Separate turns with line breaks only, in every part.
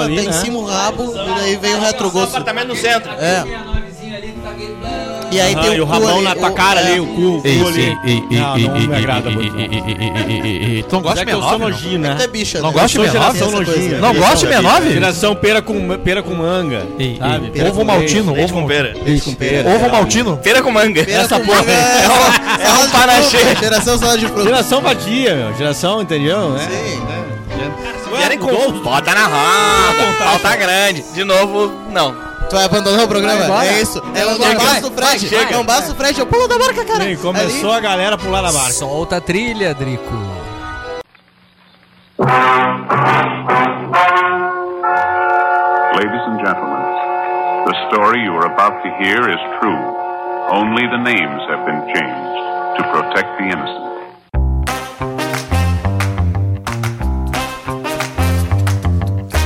ali,
até
né?
em cima o rabo e daí vem o
Um
retrogosto.
apartamento no centro.
É.
tá
E aí
Aham,
tem
Ah, e o
cu
rabão
ali,
na tua cara
é.
um ali, o cu, o
Ei,
cu ali.
sim, ei, ei,
Não,
ei,
não
ei,
me
ei,
agrada
ei,
muito.
ei, ei, ei, ei, ei, ei, ei. Tu não gosta
Já
de
que eu sou
menor?
nojinho, né?
Tu é bicha,
Não
né?
gosta de
Essa
menor?
coisa, né?
Sou
essa
nojinho.
coisa.
Não gosta de menor?
Geração pera com, pera com manga. sabe? Pera
Ovo
com
maltino,
Leite
ovo
com pera.
maltino. Ovo maltino?
Pera com manga.
Pera
Essa
com
porra
manga
aí.
é uma- é um
paraxê.
Geração só de
leite.
fruta.
Geração vadia, meu. Geração, entendeu? É.
Sim, né?
Ué,
Querem com...
mudou os-
Bota na roda. Falta grande. De novo, não.
Tu vai abandonar o programa?
embora.
É isso. É um
Vai,
basta o Fred.
vai,
É um basta o Fred. Eu pulo da barca, cara.
Bem, começou a galera a pular na barca.
Solta a trilha, Drico.
Ladies and gentlemen, the story you are about to hear is true. Only the names have been changed to protect the innocent.
Ali.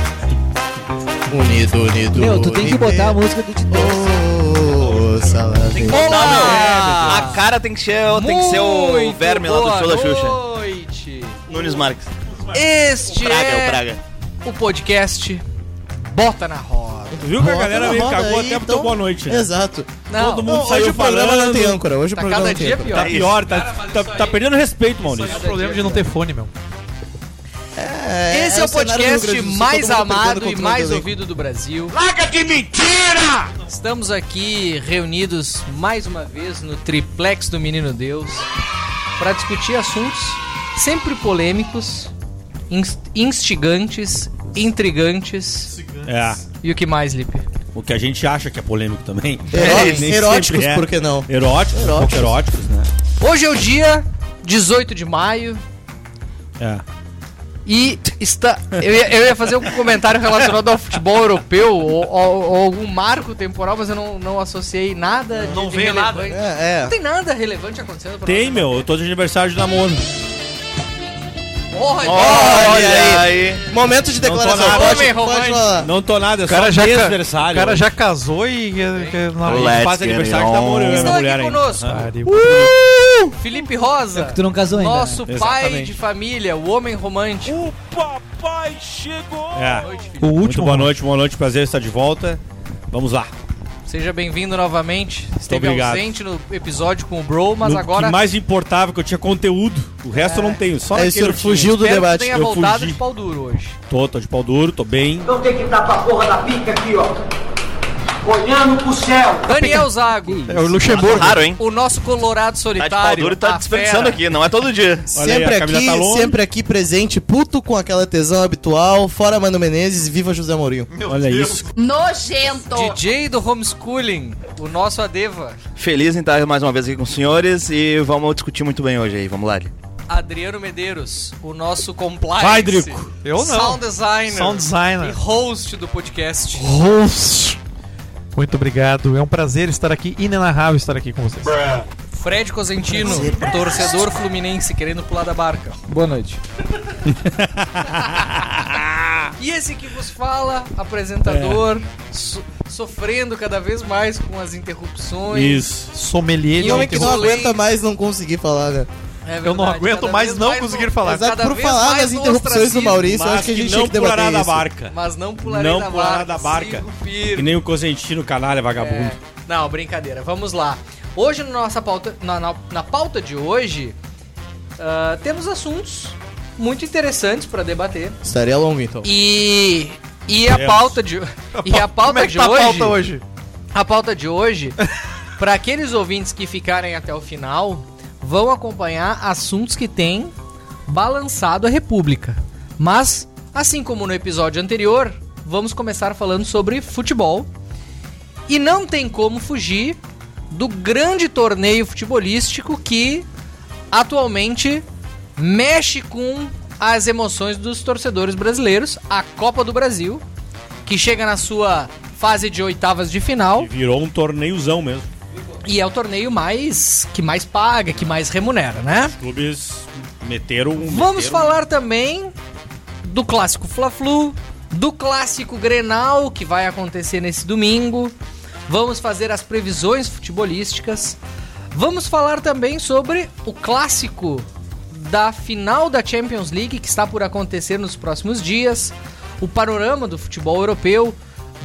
Unido, unido.
Meu, tu tem que botar a música do Titãs.
Tem que
Olá,
botar, meu. A cara tem que ser, tem que ser o
Muito
verme lá do
boa
show da Xuxa.
noite.
Nunes Marques.
Este
Praga, é
é
o Praga.
o podcast Bota na Roda.
Tu viu que a galera meio cagou até pro
então.
teu boa noite, né?
Exato.
Não,
Todo mundo-
Não,
saiu
hoje o programa não
falando.
tem âncora. Hoje
tá
o programa
cada
não tem
dia
âncora.
Tá pior,
pior.
tá, tá, tá perdendo respeito, Maurício.
o problema de não ter fone, meu.
É,
Esse é,
é
o
cenário do Rio Grande
podcast
do Sul,
mais
todo mundo perdendo
amado e
controle
mais
do elenco.
ouvido do Brasil.
Larga de mentira!
Estamos aqui reunidos mais uma vez no triplex do Menino Deus para discutir assuntos sempre polêmicos, ins- instigantes, intrigantes
É.
e o que mais, Lipe?
O que a gente acha que é polêmico também.
Heró-
Nem sempre
Eróticos,
é.
por que não?
Eróticos, um pouco eróticos, né?
Hoje é o dia 18 de maio
É.
e está. Eu ia, eu ia fazer um comentário relacionado ao futebol europeu ou, ou- ou algum marco temporal, mas eu não, não associei nada. Não de, veio nada.
É,
Não tem nada relevante acontecendo. pra
Tem,
nós.
meu, eu tô de aniversário de namoro.
Porra,
Olha
Olha
aí.
é. Momento de declaração.
nada.
Pode,
Homem
pode
romântico.
falar.
Não tô nada, é só
cara já ca-
aniversário.
O cara já casou e.
Let's
faz
get
aniversário
it
de
on.
namoro, eu e a minha
Estão
mulher
aqui
ainda.
conosco. Uh! Felipe Rosa.
É Tu não casou ainda?
Nosso
né?
pai
Exatamente. Uh!
de família, o homem romântico. Boa
É.
noite,
O
filho.
Muito
último.
boa noite, boa noite, prazer estar de volta. Vamos lá.
Seja bem-vindo novamente. Esteve
obrigado.
ausente no episódio com o Bro, mas
No- O
agora
que mais importava que eu tinha conteúdo. O resto eu não tenho, só
É,
naquele
o senhor
eu tinha.
fugiu do
espero que
debate.
tenha
eu
voltado
fugi.
de pau duro hoje.
Tô, tô de pau duro, tô bem.
Então tem que dar pra porra da pica aqui, ó. Olhando pro céu.
Daniel Zago,
É o Luxemburgo.
Raro, hein?
o nosso
Tá
colorado
de pau
solitário.
duro e tá
a
desperdiçando
fera.
aqui. Não é todo dia.
Olha aí,
Sempre
a Camila
aqui,
tá longe.
sempre aqui presente, puto com aquela tesão habitual. Fora Mano Menezes, viva José Mourinho.
Olha isso.
Nojento.
DJ do homeschooling, o nosso Adeva,
Feliz em estar mais uma vez aqui com os senhores e vamos discutir muito bem hoje aí. Vamos lá.
Adriano Medeiros, o nosso compliance.
Vai, Drico.
Eu não.
Sound designer.
Sound
E
designer.
host do podcast.
Host. Muito obrigado. É um prazer estar aqui. Inenarrável estar aqui com vocês.
Fred Cosentino, torcedor fluminense querendo pular da barca.
Boa noite.
E esse que vos fala, apresentador,
É.
so- sofrendo cada vez mais com as interrupções.
Isso.
Sommelier.
E
E
de
eu
homem que não
enrolei.
aguenta mais não conseguir falar, né?
É verdade,
Eu não aguento
cada
mais
vez
não conseguir
no-
falar.
Exato,
cada
por
vez
falar
mais
das
no
interrupções do
ostracismo.
Maurício, eu
Mas
acho que a gente
não
tinha que debater
pulará da
isso.
barca.
Mas não pularei
Não
da barca.
pulará da barca.
sigo
Que
firme.
nem o Cosentino, canalha, vagabundo.
É. Não, brincadeira. Vamos lá. Hoje na nossa pauta, na, na- na pauta de hoje, ah, temos assuntos muito interessantes para debater.
Estaria longo, então.
E e a
Temos.
pauta de e a pauta
Como é que
de
tá a
hoje,
pauta hoje?
a pauta de hoje para aqueles ouvintes que ficarem até o final vão acompanhar assuntos que têm balançado a República. Mas assim como no episódio anterior, vamos começar falando sobre futebol. E não tem como fugir do grande torneio futebolístico que atualmente mexe com as emoções dos torcedores brasileiros, a Copa do Brasil, que chega na sua fase de oitavas de final
E virou um torneiozão mesmo.
e é o torneio mais que mais paga, que mais remunera, né?
Clubes meteram um.
Vamos
meteram-
falar também do clássico Fla-Flu, do clássico Grenal que vai acontecer nesse domingo. Vamos fazer as previsões futebolísticas. Vamos falar também sobre o clássico da final da Champions League que está por acontecer nos próximos dias. o panorama do futebol europeu.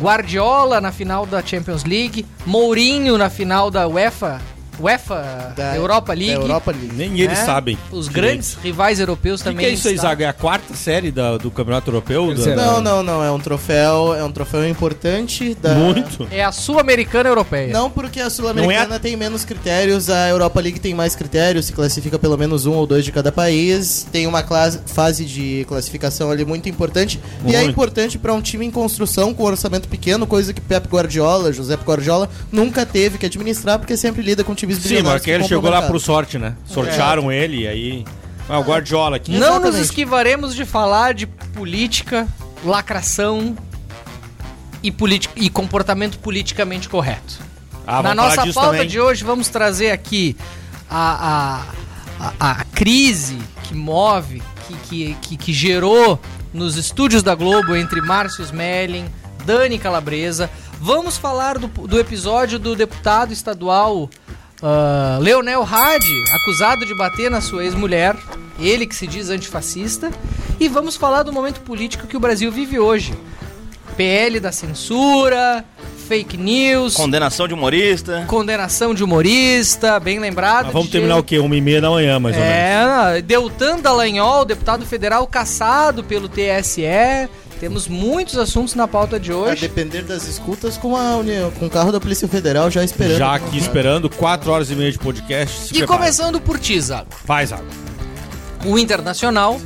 Guardiola na final da Champions League, Mourinho na final da UEFA, UEFA
Da-
Europa League.
Da Europa League.
Nem eles
né?
sabem.
Os
direito.
grandes rivais europeus
O que,
também.
que é isso aí,
estavam-
Zaga? É a quarta série da- do Campeonato Europeu? Da-
Terceira.
Não, não, não. É um troféu. É um troféu importante da.
Muito.
É a Sul-Americana Europeia.
Não, porque a Sul-Americana
É. Não é
tem menos critérios, a Europa League tem mais critérios, se classifica pelo menos um ou dois de cada país, tem uma classe- fase de classificação ali muito importante, e é
Muito.
importante pra um time em construção com um orçamento pequeno, coisa que Pep Guardiola, José Guardiola, nunca teve que administrar, porque sempre lida com times
Sim, mas que ele chegou lá por
comprovados.
sorte, né?
É.
Sortearam ele e aí. Ah, o Guardiola aqui.
Não nos
Exatamente.
esquivaremos de falar de política, lacração e, politi- e comportamento politicamente correto.
Ah,
Na
vamos falar
nossa
disso
pauta
também.
de hoje, vamos trazer aqui a, a, a- a crise que move, que, que, que, que gerou nos estúdios da Globo entre Márcio Smelling, Dani Calabresa. Vamos falar do, do episódio do deputado estadual ah, Leonel Hadi, acusado de bater na sua ex-mulher, ele que se diz antifascista. E vamos falar do momento político que o Brasil vive hoje. PL da censura, fake news,
Condenação de humorista.
Condenação de humorista, bem lembrado.
Mas Ah, vamos
DJ.
terminar o quê? Uma e meia da manhã, mais ou menos.
É, Deltan Dallagnol, deputado federal caçado pelo TSE. Temos muitos assuntos na pauta de
A
É,
hoje.
depender das escutas com, a uni- com o carro da Polícia Federal já esperando.
Já aqui esperando, quatro horas e meia de podcast. se
E
prepara.
começando por ti, Zago.
Vai, Zago.
O Internacional,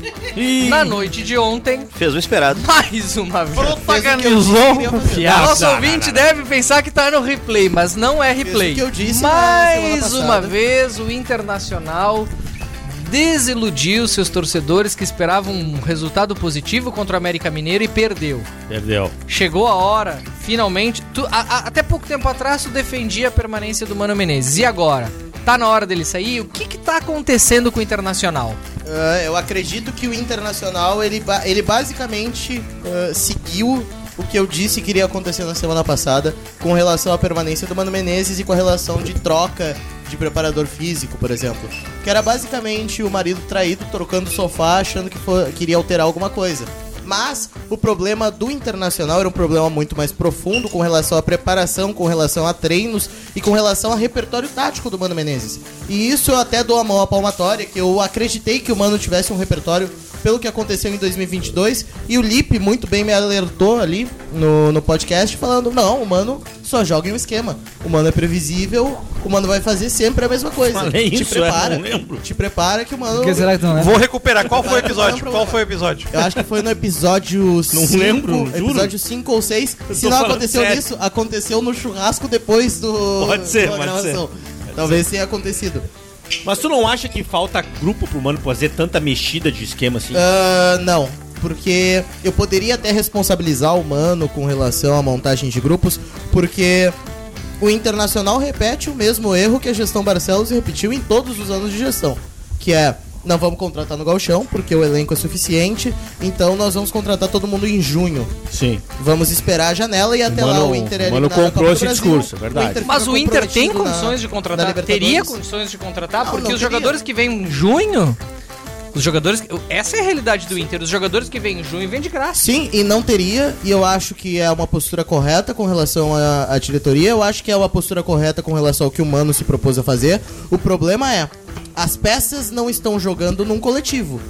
na noite de ontem,
Fez o esperado.
mais uma vez.
Protagonizou
O Nosso ouvinte deve pensar que tá no replay, mas não é replay.
o que eu disse na semana
Mais
passada.
uma vez, o Internacional desiludiu seus torcedores que esperavam um resultado positivo contra o América Mineiro e perdeu.
Perdeu.
Chegou a hora, finalmente. Tu- a- a- até pouco tempo atrás, tu defendia a permanência do Mano Menezes. E agora? Tá na hora dele sair? O que que tá acontecendo com o Internacional?
Ah, eu acredito que o Internacional, ele, ba- ele basicamente ah, seguiu o que eu disse que iria acontecer na semana passada com relação à permanência do Mano Menezes e com a relação de troca de preparador físico, por exemplo. Que era basicamente o marido traído trocando o sofá achando que fo- queria alterar alguma coisa. Mas o problema do Internacional era um problema muito mais profundo com relação à preparação, com relação a treinos e com relação ao repertório tático do Mano Menezes. E isso eu até dou a mão à palmatória, que eu acreditei que o Mano tivesse um repertório pelo que aconteceu em 2022 e o Lipe muito bem me alertou ali no, no podcast falando, não, o Mano só joga em um esquema. O Mano é previsível, o Mano vai fazer sempre a mesma coisa.
Falei
te
isso, é,
prepara,
não lembro.
te prepara que o Mano...
Por que será que não é?
Vou recuperar. Qual foi o episódio? Qual foi o episódio?
Eu acho que foi no episódio 5.
lembro, juro.
Episódio 5 ou 6.
Eu
Se
tô
não
falando
aconteceu
sério.
nisso, aconteceu no churrasco depois do.
Pode ser,
da
pode
gravação. Talvez tenha acontecido.
Mas tu não acha que falta grupo pro Mano fazer tanta mexida de esquema assim?
É.
Ah, não. Porque eu poderia até responsabilizar o Mano com relação à montagem de grupos, porque o Internacional repete o mesmo erro que a gestão Barcelos repetiu em todos os anos de gestão, que é não vamos contratar no galchão porque o elenco é suficiente, então nós vamos contratar todo mundo em junho.
Sim.
Vamos esperar a janela e até lá
Mano-
o Inter é
o Mano
eliminado da
comprou
Copa do
esse
Brasil.
discurso, é verdade.
Inter
Mas
Tá
fica
o Inter tem
comprometido na-
condições de
na
contratar?
Libertadores.
Teria condições de contratar?
Não,
porque
não
os
teria.
jogadores que vêm em junho. Os jogadores. Essa é a realidade do Inter. Os jogadores que vêm em junho vêm de graça.
Sim, e não teria, e eu acho que é uma postura correta com relação à, à diretoria, eu acho que é uma postura correta com relação ao que o Mano se propôs a fazer. O problema é, as peças não estão jogando num coletivo.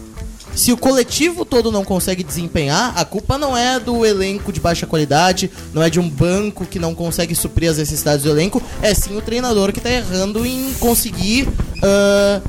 Se o coletivo todo não consegue desempenhar, a culpa não é do elenco de baixa qualidade, não é de um banco que não consegue suprir as necessidades do elenco, é sim o treinador que tá errando em conseguir ah,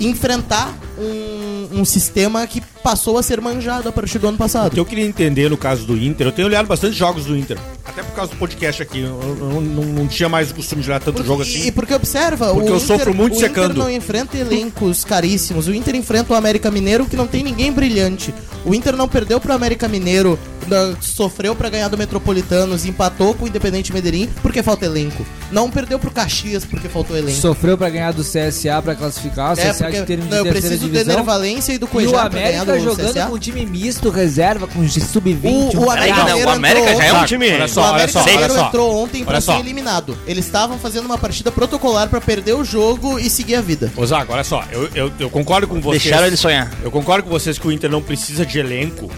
enfrentar um, um sistema que passou a ser manjado a partir do ano
O que
passado.
eu queria entender no caso do Inter, eu tenho olhado bastante jogos do Inter. Até por causa do podcast aqui. Eu, eu não, não- não tinha mais o costume de olhar tanto
E
jogo assim.
porque observa,
Porque eu sofro muito
o
secando.
Inter não enfrenta elencos caríssimos. O Inter enfrenta o América Mineiro que não tem ninguém brilhante. O Inter não perdeu pro América Mineiro, não- sofreu pra ganhar do Metropolitanos, empatou com o Independente Medellín porque falta elenco. Não perdeu pro Caxias porque faltou elenco.
Sofreu pra ganhar do CSA pra classificar. O
é,
CSA de
porque
termo de
não, eu
terceira
preciso do
divisão.
Enervalência e do
E o
Cuejá pra ganhar
América
do
jogando
CSA.
com um time misto, reserva, com um sub-20.
O- o América
Peraí, não,
Mineiro
o América
entrou
já é um
Zago,
time.
Olha
o
só, olha
América
só, olha
Mineiro
só.
entrou ontem pra
Olha
ser
só.
eliminado. Eles estavam fazendo uma partida protocolar pra perder o jogo e seguir a vida.
Ô, Zago, olha só. Eu, eu- eu concordo com vocês.
Deixaram ele sonhar.
Eu concordo com vocês que o Inter não precisa de elenco.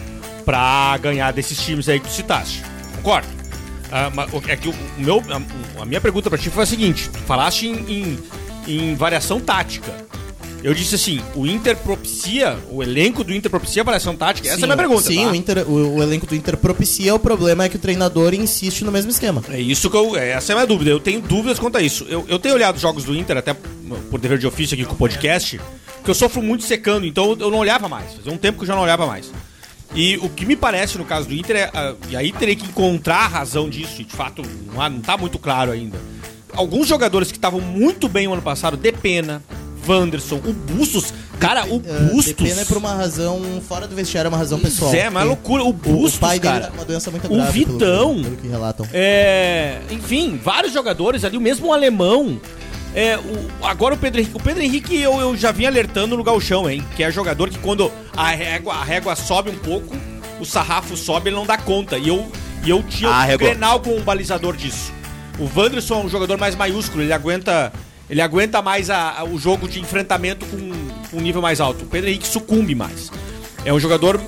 pra ganhar desses times aí que tu citaste. Concordo. Ah, mas o- é que o o meu, a, a minha pergunta pra ti foi a seguinte: tu falaste em, em- em variação tática. Eu disse assim: o Inter propicia, o elenco do Inter propicia variação tática? Essa é a minha pergunta.
Sim,
tá?
o, Inter- o- o elenco do Inter propicia, o problema é que o treinador insiste no mesmo esquema.
É isso que eu. é, Essa é a minha dúvida. Eu tenho dúvidas quanto a isso. Eu, eu tenho olhado os jogos do Inter, até por dever de ofício aqui com o podcast, que eu sofro muito secando, então eu- eu não olhava mais. Fazia um tempo que eu já não olhava mais. E o que me parece no caso do Inter é. ah, E aí terei que encontrar a razão disso, e de fato não, há- não tá muito claro ainda. Alguns jogadores que estavam muito bem o ano passado, Depena, Wanderson, o Bustos. Cara, o
Ah,
Bustos.
Depena é por uma razão fora do vestiário, é uma razão pessoal.
Zé, mas é
Porque
loucura. O Bustos,
o pai dele
cara.
tá com uma doença muito
O
grave. pelo-
Vitão.
Pelo, que relatam.
É, enfim, vários jogadores ali, o mesmo alemão. É, o- agora o Pedro Henrique. O Pedro Henrique eu, eu já vim alertando no Galchão, hein? Que é jogador que quando a régua, a régua sobe um pouco, o sarrafo sobe, ele não dá conta. E eu, e eu tinha
Ah,
o
régua.
Grenal com um balizador disso. O Wanderson é um jogador mais maiúsculo, ele aguenta. Ele aguenta mais a- a- o jogo de enfrentamento com, com um nível mais alto. O Pedro Henrique sucumbe mais. É um jogador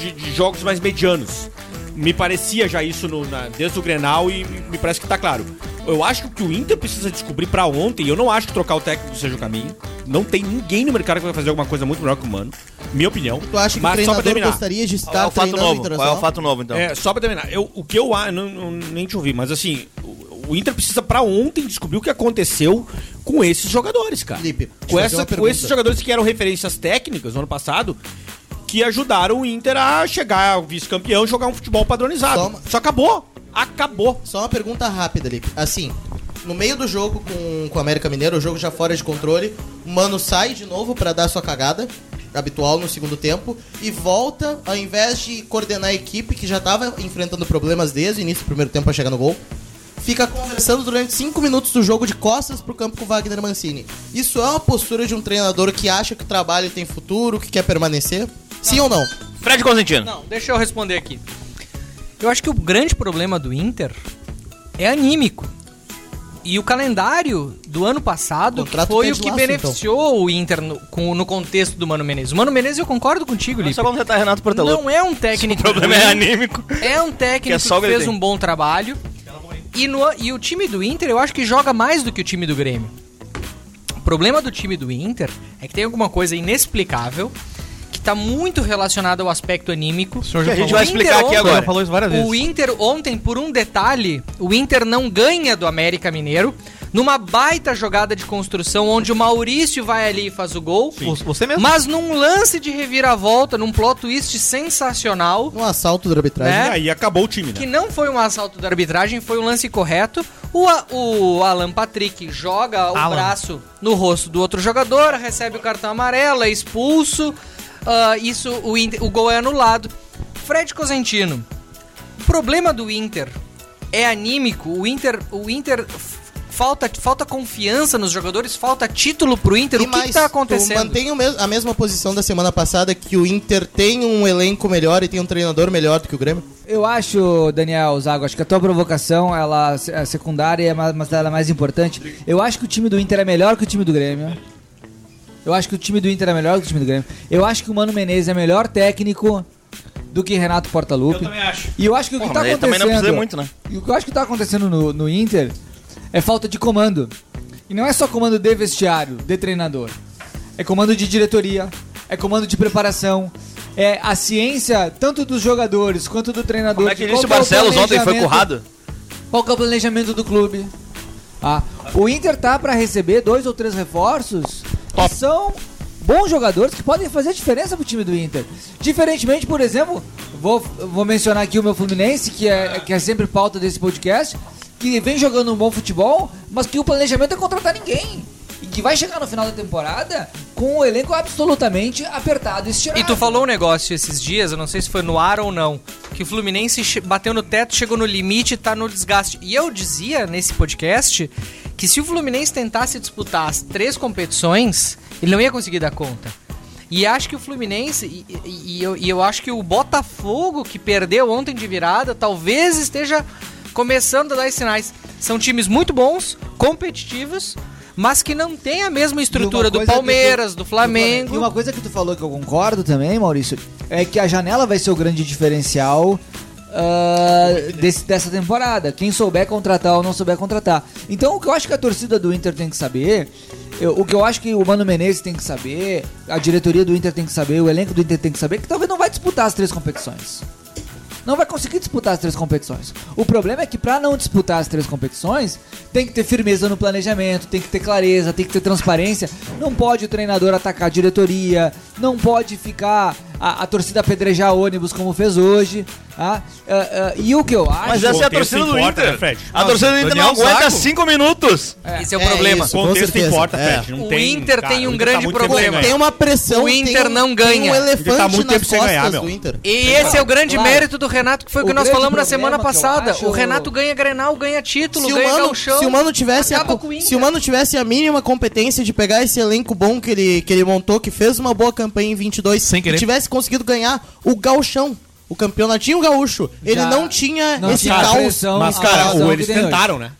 de, de jogos mais medianos. Me parecia já isso no- na- desde o Grenal e me parece que tá claro. Eu acho que o que o Inter precisa descobrir pra ontem, eu não acho que trocar o técnico seja o caminho. Não tem ninguém no mercado que vai fazer alguma coisa muito melhor que o Mano. Minha opinião.
Tu acha que o
Mas só pra
treinador
terminar.
gostaria de
Qual é
estar
o fato
treinando o
novo? Qual é
Internacional?
o fato novo, então?
É, só pra terminar, eu, o que eu a- não, não- nem te ouvi, mas assim, o, o Inter precisa pra ontem descobrir o que aconteceu com esses jogadores, cara.
Felipe, deixa
com,
eu fazer
essa-
uma
com
pergunta.
esses jogadores que eram referências técnicas no ano passado, que ajudaram o Inter a chegar ao vice-campeão e jogar um futebol padronizado.
Só uma-
Só acabou. Acabou.
Só uma pergunta rápida ali. Assim, no meio do jogo com, com o América Mineiro, o jogo já fora de controle, o Mano sai de novo pra dar sua cagada habitual no segundo tempo e volta, ao invés de coordenar a equipe que já tava enfrentando problemas desde o início do primeiro tempo pra chegar no gol, fica conversando durante 5 minutos do jogo de costas pro campo com o Wagner Mancini. Isso é uma postura de um treinador que acha que o trabalho tem futuro, que quer permanecer? Sim ou não?
Fred Constantino.
Não, deixa eu responder aqui. Eu acho que o grande problema do Inter é anímico. E o calendário do ano passado que
Contrato
foi
pé
o
de
que
laço,
beneficiou o Inter no, com- no contexto do Mano Menezes. Mano Menezes, eu concordo contigo,
Só
Lipe.
vamos tentar Renato Portaluppi.
Não é um técnico.
O problema é
ruim.
anímico.
É um técnico que,
Que é só o que ele
fez
tem.
um bom trabalho. E, no- e o time do Inter, eu acho que joga mais do que o time do Grêmio. O problema do time do Inter é que tem alguma coisa inexplicável que tá muito relacionada ao aspecto anímico.
senhor já
A gente
falou.
vai
O
explicar
Inter
aqui
ontem-
Ele já
agora.
falou isso várias vezes.
O Inter ontem, por um detalhe, o Inter não ganha do América Mineiro. Numa baita jogada de construção, onde o Maurício vai ali e faz o gol.
Vo- Você mesmo.
Mas num lance de reviravolta, num plot twist sensacional,
Um assalto da arbitragem.
É.
E aí acabou o time, né?
que não foi um assalto da arbitragem, foi um lance correto. O, A- o Alan Patrick joga o
Alan.
braço no rosto do outro jogador, recebe o cartão amarelo, é expulso. Ah, isso, o, Inter- o gol é anulado. Fred Cosentino, o problema do Inter é anímico. O Inter, o Inter f- falta, falta confiança nos jogadores, falta título pro Inter. o que, que tá
Tu
acontecendo?
mantém o mes- a mesma posição da semana passada que o Inter tem um elenco melhor e tem um treinador melhor do que o Grêmio?
Eu acho, Daniel Zago, acho que a tua provocação ela é secundária, mas mas ela é mais importante. Eu acho que o time do Inter é melhor que o time do Grêmio. Eu acho que o time do Inter é melhor que o time do Grêmio. Eu acho que o Mano Menezes é melhor técnico do que Renato Portaluppi. Eu também acho. E eu acho que o que
Porra,
tá
mas ele também
acontecendo...
não precisa muito, né?
E o que eu acho que tá acontecendo no, no Inter é falta de comando. E não é só comando de vestiário, de treinador. É comando de diretoria, é comando de preparação, é a ciência tanto dos jogadores quanto do treinador.
Como é que
de
disse o
qual que é
Barcelos ontem? Foi
planejamento-
currado?
Qual que é o planejamento do clube? Ah, o Inter tá pra receber dois ou três reforços que são bons jogadores que podem fazer diferença pro time do Inter. Diferentemente, por exemplo, vou, vou mencionar aqui o meu Fluminense, que é, que é sempre pauta desse podcast, que vem jogando um bom futebol, mas que o planejamento é contratar ninguém. E que vai chegar no final da temporada com o elenco absolutamente apertado e estirado.
E tu falou um negócio esses dias, eu não sei se foi no ar ou não, que o Fluminense che- bateu no teto, chegou no limite e tá no desgaste. E eu dizia nesse podcast que se o Fluminense tentasse disputar as três competições, ele não ia conseguir dar conta. E acho que o Fluminense, e, e- e eu, e eu acho que o Botafogo, que perdeu ontem de virada, talvez esteja começando a dar sinais. São times muito bons, competitivos, mas que não tem a mesma estrutura
uma
do
coisa é que tu-
Palmeiras, do
E
Flamengo.
uma coisa que tu falou que eu concordo também, Maurício, é que a janela vai ser o grande diferencial ah, desse- dessa temporada. Quem souber contratar ou não souber contratar. Então o que eu acho que a torcida do Inter tem que saber, eu- o que eu acho que o Mano Menezes tem que saber, a diretoria do Inter tem que saber, o elenco do Inter tem que saber, é que talvez não vai disputar as três competições não vai conseguir disputar as três competições. O problema é que pra não disputar as três competições, tem que ter firmeza no planejamento, tem que ter clareza, tem que ter transparência. Não pode o treinador atacar a diretoria, não pode ficar a, a torcida apedrejar ônibus como fez hoje. tá? Ah, ah, e o que eu acho?
Mas essa é a
contexto
torcida do
importa,
Inter.
né, Fred?
A torcida do Inter não
Daniel
aguenta
Zago.
cinco minutos.
Esse é o
É
problema.
isso. Com
Contexto
certeza,
importa,
é.
Fred. Não
O
tem,
Inter tem
o
um
Inter tá
grande
muito
problema.
tempo sem
Tem
ganhar.
uma pressão.
O
tem
Inter
um-
não ganha.
Tem um elefante
tá muito
nas
tempo sem
costas
ganhar, meu.
do Inter.
E esse é o grande
Claro.
mérito do Renato, que foi o
O
que nós
grande
falamos na semana
problema que eu
passada.
acho-
O Renato ganha Grenal, ganha título,
é Se o,
ganha
mano,
Gauchão.
se o Mano tivesse a,
acaba
co-
com o Inter.
se o Mano tivesse a mínima competência de pegar esse elenco bom que ele, que ele montou, que fez uma boa campanha em 22,
Sem querer.
e tivesse conseguido ganhar o gauchão, o campeonatinho gaúcho, ele
Já
não tinha
não
esse
tinha
caos.
pressão.
Mas,
a
cara,
razão
o-
que
eles
tem hoje.
tentaram, né?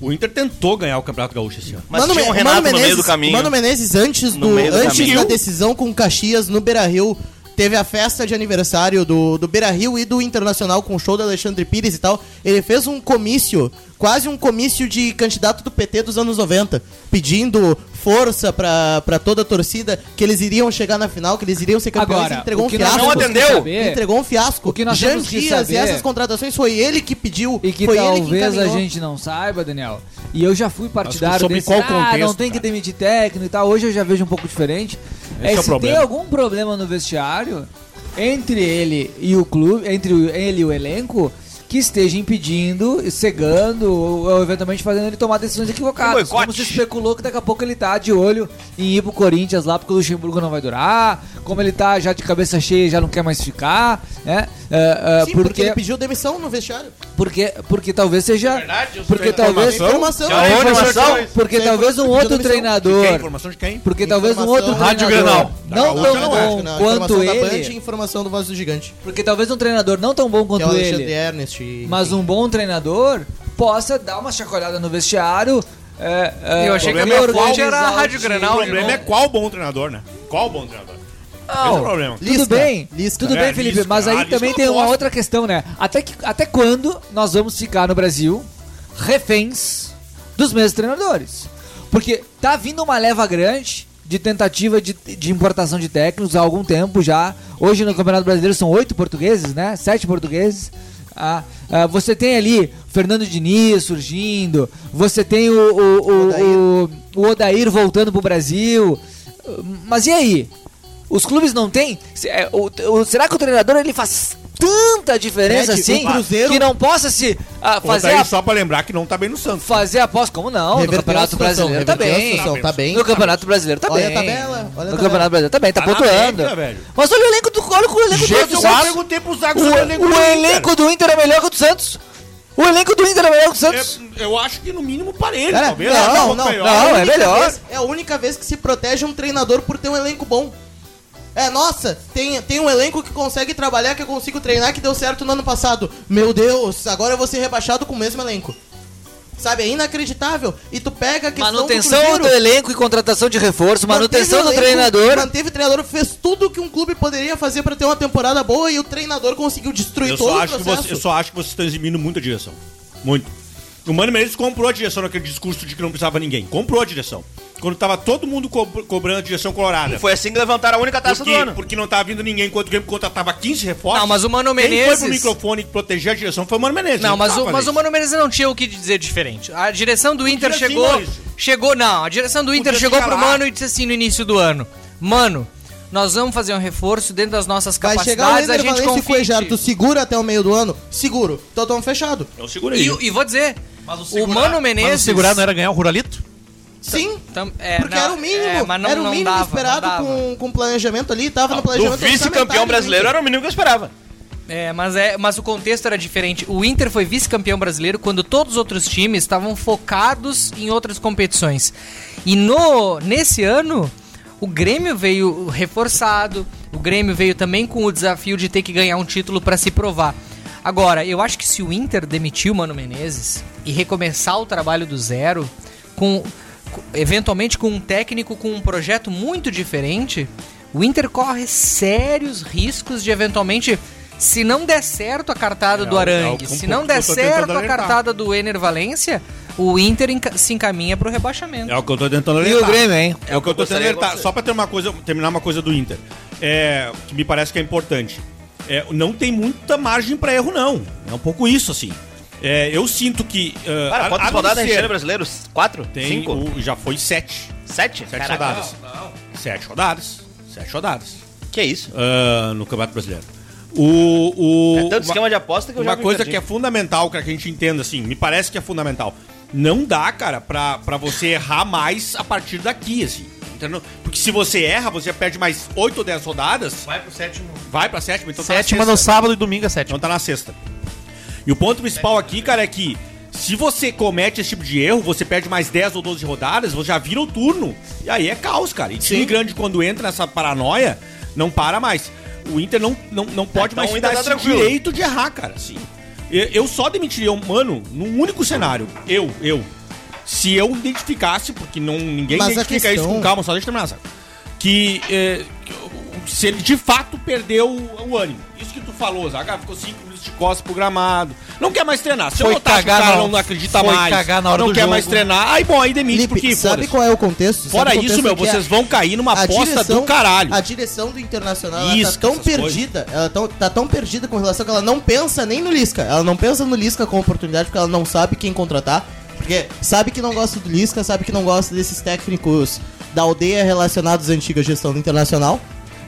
O Inter tentou ganhar o Campeonato Gaúcho esse ano.
Mas tinha um
Me-
Renato no meio do caminho.
Mano Menezes, antes,
No
do,
meio do
antes
caminho.
da decisão com o Caxias no Beira Rio, teve a festa de aniversário do, do Beira Rio e do Internacional com o show do Alexandre Pires e tal. Ele fez um comício, quase um comício de candidato do PT dos anos 90, pedindo força pra, pra toda a torcida, que eles iriam chegar na final, que eles iriam ser campeões.
Agora,
e entregou
o
um
que nós
fiasco.
Não
temos que
atendeu?
saber-
Entregou um fiasco.
O que nós
Jean
temos que
Dias
saber-
e essas contratações foi ele que pediu.
E que
foi ele que
talvez a
encaminhou.
gente não saiba, Daniel. E eu já fui partidário
sobre
desse,
qual
ah, não
contexto,
tem que
cara."
demitir técnico e tal. Hoje eu já vejo um pouco diferente.
Esse é o
se
problema.
tem algum problema no vestiário entre ele e o clube, entre o- ele e o elenco, que esteja impedindo, cegando ou, ou eventualmente fazendo ele tomar decisões equivocadas.
boicote.
Como se especulou que daqui a pouco ele tá de olho em ir pro Corinthians lá porque o Luxemburgo não vai durar, como ele tá já de cabeça cheia, e já não quer mais ficar, né? É, é,
Sim, porque... ele pediu demissão no vestiário.
porque, porque talvez
É
seja. porque talvez.
Informação.
Já é informação.
Porque
Isso é
talvez um
informação de demissão.
outro
De
é
quem?
treinador.
Informação de quem?
Porque talvez um outro
Informação-
treinador. Não
Da
tão
Gaúcha
bom
não,
quanto
né? informação da Band e
ele.
informação do Voz do Gigante.
Porque talvez um treinador não tão bom
Que é o
quanto
Alexandre
ele.
Ernest. e-
Mas um bom treinador possa dar uma chacoalhada no vestiário. É, é,
Eu achei que a minha
reorganizar
fonte era a
o
Rádio
time.
Grenal.
O
de
problema é
novo.
qual bom treinador, né? Qual bom treinador? Esse é o problema.
Tudo
Lisca,
bem,
Lisca.
tudo
É,
bem, Felipe,
Lisca,
mas aí
ah, Lisca
também
é uma
tem uma
bosta.
outra questão, né? Até, que, até quando nós vamos ficar no Brasil reféns dos mesmos treinadores? Porque tá vindo uma leva grande de tentativa de, de importação de técnicos há algum tempo já. Hoje no Campeonato Brasileiro são oito portugueses, né? Sete portugueses. Ah, ah, você tem ali Fernando Diniz surgindo, você tem o, o, o-
Odair.
o- o Odair voltando pro Brasil. Mas e aí? Os clubes não têm? Se- é, o- o- será que o treinador ele faz tanta diferença
Fred,
assim
o Cruzeiro-
que não possa se ah,
Fazer
fazer a,
só pra lembrar que não tá bem no Santos.
fazer a pós como não?
Reverteu
no Campeonato
a situação,
Brasileiro tá
reverteu a
bem.
situação, tá bem.
No Campeonato Brasileiro tá
Olha
bem.
a tabela, olha a
no
tabela.
Campeonato Brasileiro tá bem, tá
Tá na
pontuando.
briga, velho.
Mas olha o elenco do olha o elenco do,
Chega
do
o
Santos.
Zago, tempo o Zago
O,
sobre
o elenco do Inter é melhor que o do Santos. O elenco do Inter é melhor que o Santos.
É, eu acho que no mínimo parelho,
Cara,
talvez.
não,
até um
Ah, não,
pouco
não,
melhor.
não,
A
é
única
melhor.
vez- é a única vez que se protege um treinador por ter um elenco bom. É, nossa, tem, tem um elenco que consegue trabalhar, que eu consigo treinar, que deu certo no ano passado. Meu Deus, agora eu vou ser rebaixado com o mesmo elenco. Sabe, é inacreditável. E tu pega a questão do
Manutenção do,
Cruzeiro,
elenco e contratação de reforço, manutenção do
Manteve o elenco,
treinador.
Manteve o treinador, fez tudo que um clube poderia fazer pra ter uma temporada boa e o treinador conseguiu destruir
Eu
todo
só,
o
acho que
processo.
você, eu só acho que vocês estão eximindo muito a direção. Muito. O Mano Menezes comprou a direção naquele discurso de que não precisava ninguém. Comprou a direção. Quando tava todo mundo co- cobrando a direção colorada.
Foi assim que levantaram a única taça
Porque,
do ano.
porque não tava vindo ninguém enquanto o Grêmio contratava 15 reforços.
Não, mas o Mano
Quem foi pro
Menezes-
microfone proteger a direção foi o Mano Menezes.
Não,
Ele
mas,
tava
o, mas
fazendo
o Mano Menezes não tinha o que dizer diferente. A direção do Inter
assim,
chegou.
Maurício.
chegou, não. A direção do Inter
Podia
chegou
ficar
pro
lá.
Mano e disse assim no início do ano: Mano, nós vamos fazer um reforço dentro das nossas
Vai chegar o
capacidades, a
Ender
gente
Valencia e
confia. em
Cuejar,
ti."
tu segura até o meio do ano? Seguro. Então tamo fechado.
isso. Eu segurei.
E, e vou dizer,
Mas o
o,
segurar-
Mano
Mas
Menezes.
o segurar não era ganhar o Ruralito?
Sim.
Tam- é,
Porque
não,
era o mínimo,
é, mas não-
era o
não
mínimo
dava,
esperado
não dava.
com, com o planejamento ali, tava no
Do
planejamento
vice-campeão
orçamentário
brasileiro
do Inter.
era o mínimo que eu esperava.
É, mas, é, mas o contexto era diferente. O Inter foi vice-campeão brasileiro quando todos os outros times estavam focados em outras competições. E no nesse ano, o Grêmio veio reforçado, o Grêmio veio também com o desafio de ter que ganhar um título para se provar. Agora, eu acho que se o Inter demitir o Mano Menezes e recomeçar o trabalho do zero, com, com- eventualmente com um técnico com um projeto muito diferente, o Inter corre sérios riscos de eventualmente, se não der certo a cartada
É,
do
é
Arangue,
o-
se
um
não
pouco
der
que eu tô tentando
certo a
alertar.
cartada do Ener Valência, o Inter enca- se encaminha para o rebaixamento.
É o que eu tô tentando
E o
alertar.
Grêmio, hein?
É o que eu tô tentando
Gostaria
alertar.
você.
Só pra ter uma coisa, terminar uma coisa do Inter. É, que me parece que é importante. É, não tem muita margem pra erro, não. É um pouco isso, assim. É, eu sinto que. ah,
Cara,
a- a
quantas
não
rodadas a gente
ser-
tem no brasileiro? Quatro?
tem
Cinco?
o- já foi sete.
Sete?
Sete
Caraca.
rodadas. Sete rodadas. Sete rodadas.
Que isso?
ah, no Campeonato Brasileiro. O. o
É tanto
uma-
esquema de aposta que eu já
uma
me
coisa
perdi.
que é fundamental, cara, que a gente entenda, assim, me parece que é fundamental. Não dá, cara, pra, pra você errar mais a partir daqui, assim. Entendeu? Porque se você erra, você perde mais 8 ou 10 rodadas,
Vai pro sétimo.
vai pra sétima, então
Sétima
tá na
no
sexta.
sábado e domingo a sétima.
Então tá na sexta. E o ponto principal aqui, cara, é que se você comete esse tipo de erro, você perde mais 10 ou 12 rodadas, você já vira o turno. E aí é caos, cara. E time grande, quando entra nessa paranoia, não para mais. O Inter não, não, não pode
então
mais
o
se
Inter
dar
tá
esse
tranquilo.
direito de errar, cara. Assim. Eu, eu só demitiria um mano num único cenário. Eu, eu. Se eu identificasse, porque não, ninguém
Mas a
identifica isso
questão-
com calma, só deixa eu terminar, sabe? que, é, que o- se ele de fato perdeu o, o ânimo. Isso que tu falou, Zaga, ficou cinco minutos de costas pro gramado. Não quer mais treinar. Se eu
Foi
notar que o
cagar
cara
na-
não acredita
foi
mais,
cagar na hora
não
do
quer
jogo.
mais treinar, aí bom, aí demite,
Felipe,
porque
sabe
foda
qual é o contexto? Sabe
Fora
o contexto
isso, meu,
que é
vocês vão cair numa
a
aposta
direção-
do caralho.
A direção do Internacional ela
Isso,
tá tão
essas coisas.
perdida, ela tão- tá tão perdida com relação que ela não pensa nem no Lisca. Ela não pensa no Lisca com oportunidade porque ela não sabe quem contratar. Porque sabe que não gosta do Lisca, sabe que não gosta desses técnicos da aldeia relacionados à antiga gestão do Internacional.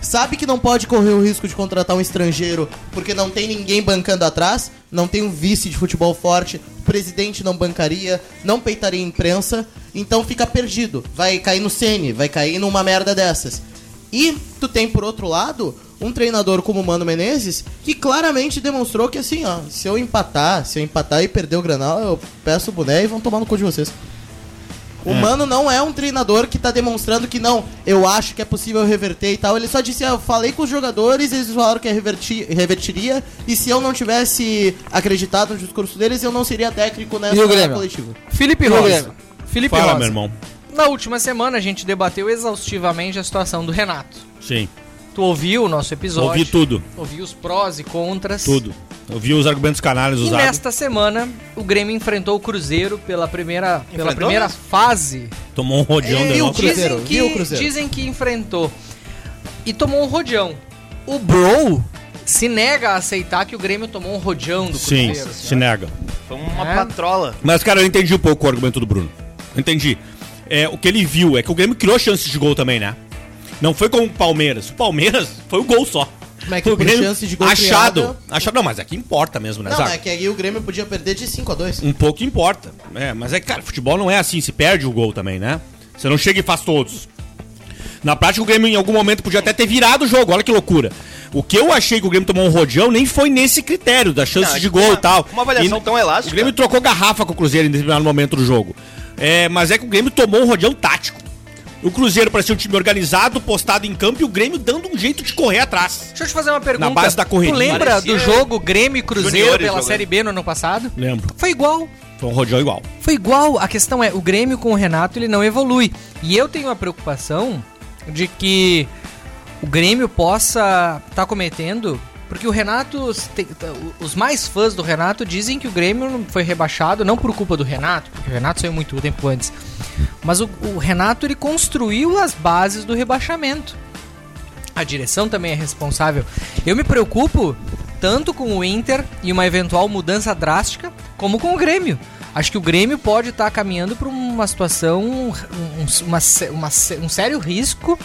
Sabe que não pode correr o risco de contratar um estrangeiro porque não tem ninguém bancando atrás, não tem um vice de futebol forte, o presidente não bancaria, não peitaria a imprensa, então fica perdido. Vai cair no Sene, vai cair numa merda dessas. E tu tem, por outro lado, um treinador como o Mano Menezes, que claramente demonstrou que assim, ó, se eu empatar, se eu empatar e perder o Granal, eu peço o boné e vão tomar no cu de vocês. O Mano não é um treinador que tá demonstrando que não, eu acho que é possível reverter e tal. Ele só disse, ah, eu falei com os jogadores, eles falaram que reverti, revertiria, e se eu não tivesse acreditado no discurso deles, eu não seria técnico nessa
E o Grêmio?
coletiva.
Felipe
Rosa.
Rosa. Felipe
Fala,
Rosa.
meu irmão.
Na última semana a gente debateu exaustivamente a situação do Renato.
Sim.
Tu ouviu o nosso episódio?
Ouvi tudo,
Ouviu os prós e contras.
tudo. Ouvi os argumentos canalhas
E
usados.
nesta semana, o Grêmio enfrentou o Cruzeiro pela primeira, pela
Enfrentou
primeira
mesmo?
fase.
Tomou um rodeão da
E
nossa.
Cruzeiro?
Dizem
E
que,
o Cruzeiro?
dizem que enfrentou. E tomou um rodeão. O Bro se nega a aceitar que o Grêmio tomou um rodeão do
Sim,
Cruzeiro. assim, né?
se nega.
Foi uma
É.
patrola.
Mas, cara, eu entendi um pouco o argumento do Bruno. Eu Entendi. É, o que ele viu é que o Grêmio criou chances de gol também, né? Não foi como o Palmeiras. O Palmeiras foi o gol só.
Como é que
o
por
Grêmio
chance de gol
achado,
criada-
achado. Não, mas aqui importa mesmo, né,
Não,
Zago?
é que aí o Grêmio podia perder de 5 a 2
Um pouco importa. É, mas é que, cara, futebol não é assim. Se perde o gol também, né? Você não chega e faz todos. Na prática, o Grêmio em algum momento podia até ter virado o jogo. Olha que loucura. O que eu achei que o Grêmio tomou um rodeão nem foi nesse critério da chance
Não, é
de gol
uma-
e tal.
uma avaliação
E
tão elástica.
O Grêmio trocou garrafa com o Cruzeiro em determinado momento do jogo. É, mas é que o Grêmio tomou um rodeão tático. O Cruzeiro parecia um time organizado, postado em campo e o Grêmio dando um jeito de correr atrás.
Deixa eu te fazer uma pergunta.
Na base da correria.
Tu lembra
Parecia
do jogo Grêmio e Cruzeiro
juniores
pela
jogando.
Série B no ano passado?
Lembro.
Foi igual.
Foi um rodeão igual.
Foi igual. A questão é, o Grêmio com o Renato ele não evolui. E eu tenho a preocupação de que o Grêmio possa estar cometendo. Porque o Renato. os te- Os mais fãs do Renato dizem que o Grêmio foi rebaixado, não por culpa do Renato, porque o Renato saiu muito tempo antes. Mas o, o Renato ele construiu as bases do rebaixamento. A direção também é responsável. Eu me preocupo tanto com o Inter e uma eventual mudança drástica, como com o Grêmio. Acho que o Grêmio pode estar caminhando para uma situação, um, um- uma sé- uma sé- um sério risco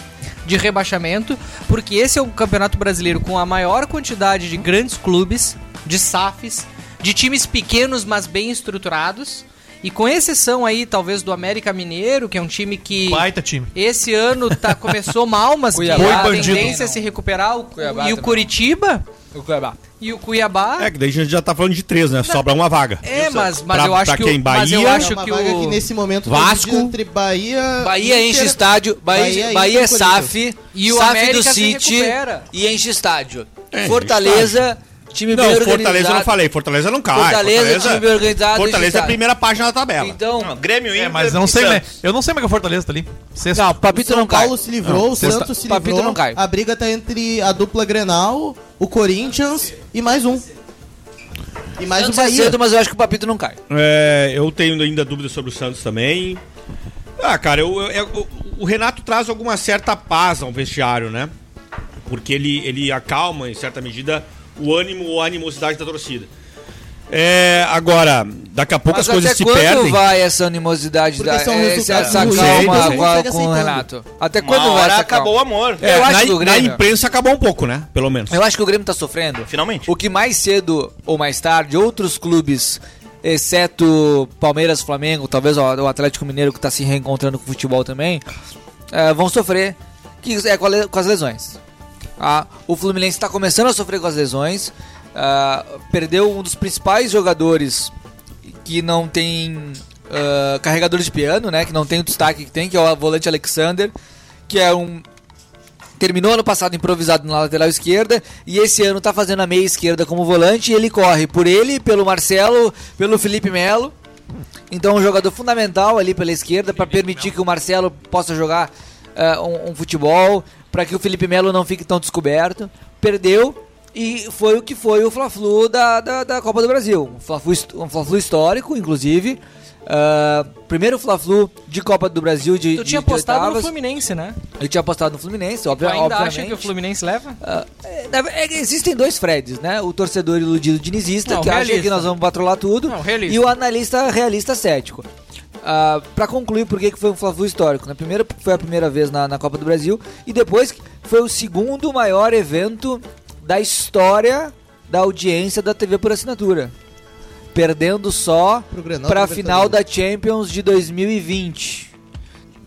de rebaixamento, porque esse é o campeonato brasileiro com a maior quantidade de grandes clubes, de SAFs, de times pequenos, mas bem estruturados. E com exceção aí, talvez, do América Mineiro, que é um time que.
Baita time.
Esse ano tá, começou mal, mas que
Cuiabá
a
também,
tendência é
não.
se recuperar. O,
Cuiabá
e o
também.
Curitiba
O Cuiabá.
e o Cuiabá.
É, que daí a gente já tá falando de três, né? Sobra uma vaga.
É, mas, mas
Pra-
eu acho
pra
que
quem?
o, mas eu
Bahia?
acho
é uma
que
vaga que
o
nesse momento
Vasco.
tá dividida entre Bahia,
Bahia
Inter-
enche estádio, Bahia,
Bahia,
Bahia,
Inter,
é
Corinthians.
SAF,
E o
SAF
América
do
se
City
recupera.
É.
é
e enche estádio. Fortaleza
Time
Não,
bem organizado.
Fortaleza eu não falei. Fortaleza não cai.
Fortaleza, time bem organizado,
Fortaleza é a
justa-
primeira página da tabela.
Então,
Não, Grêmio
É,
Inter
mas eu não
e
sei, né?
Santos.
Eu não sei como é que o Fortaleza tá ali. Sexto.
não, Papito
São
não cai.
Paulo se livrou, o
sexta-
Santos se
Papito
livrou.
não cai.
A briga tá entre a dupla Grenal, o Corinthians e mais um. E mais o
Santos é
Bahia.
cedo, mas eu acho que o Papito não cai.
É, eu tenho ainda dúvidas sobre o Santos também. Ah, cara, eu, eu- eu- o Renato traz alguma certa paz ao vestiário, né? Porque ele, ele acalma, em certa medida, o ânimo ou a animosidade da torcida. É, agora, daqui a pouco
Mas
as coisas
até
se
quando
perdem.
vai essa animosidade
Porque
da,
são
essa,
resultados
essa
ruins,
então
calma
não
com-
consegue
com o
aceitar.
Renato? Até
Uma
quando vai
hora
essa
acabou o
calma?
amor.
É,
Eu acho
na,
do
na
Grêmio.
imprensa acabou um pouco, né? Pelo menos.
Eu acho que o Grêmio tá sofrendo.
Finalmente.
O que mais cedo ou mais tarde, outros clubes, exceto Palmeiras, Flamengo, talvez ó, o Atlético Mineiro que tá se reencontrando com o futebol também, eh, vão sofrer que é com, a le- com as lesões. Ah, o Fluminense está começando a sofrer com as lesões, ah, perdeu um dos principais jogadores que não tem ah, carregador de piano, né? Que não tem o destaque que tem, que é o volante Alexander, que é um Terminou ano passado improvisado na lateral esquerda e esse ano tá fazendo a meia esquerda como volante e ele corre por ele, pelo Marcelo, pelo Felipe Melo. Então um jogador fundamental ali pela esquerda para permitir que o Marcelo possa jogar eh, um, um futebol, para que o Felipe Melo não fique tão descoberto. Perdeu e foi o que foi o Fla-Flu da, da, da Copa do Brasil. Um Fla-Flu, hist- um Fla-Flu histórico, inclusive. Ah, primeiro Fla-Flu de Copa do Brasil de
Tu tinha
de, de
é apostado no
oitavas.
Fluminense, né?
Eu tinha apostado no Fluminense,
Tu
obvia-
ainda
obviamente.
acha que o Fluminense leva?
Ah, é, na ver- é que existem dois Freds, né? O torcedor iludido dinizista,
Não,
que acha que
realista.
nós vamos patrolar tudo,
Não, realista.
e o analista realista cético. Ah, pra concluir, por que que foi um Fla-Flu histórico? Né? Primeiro, porque foi a primeira vez na, na Copa do Brasil, e depois que foi o segundo maior evento da história da audiência da TV por assinatura. Perdendo só
Pro Grenal,
pra
pro
final da
Libertadores.
Champions de 2020.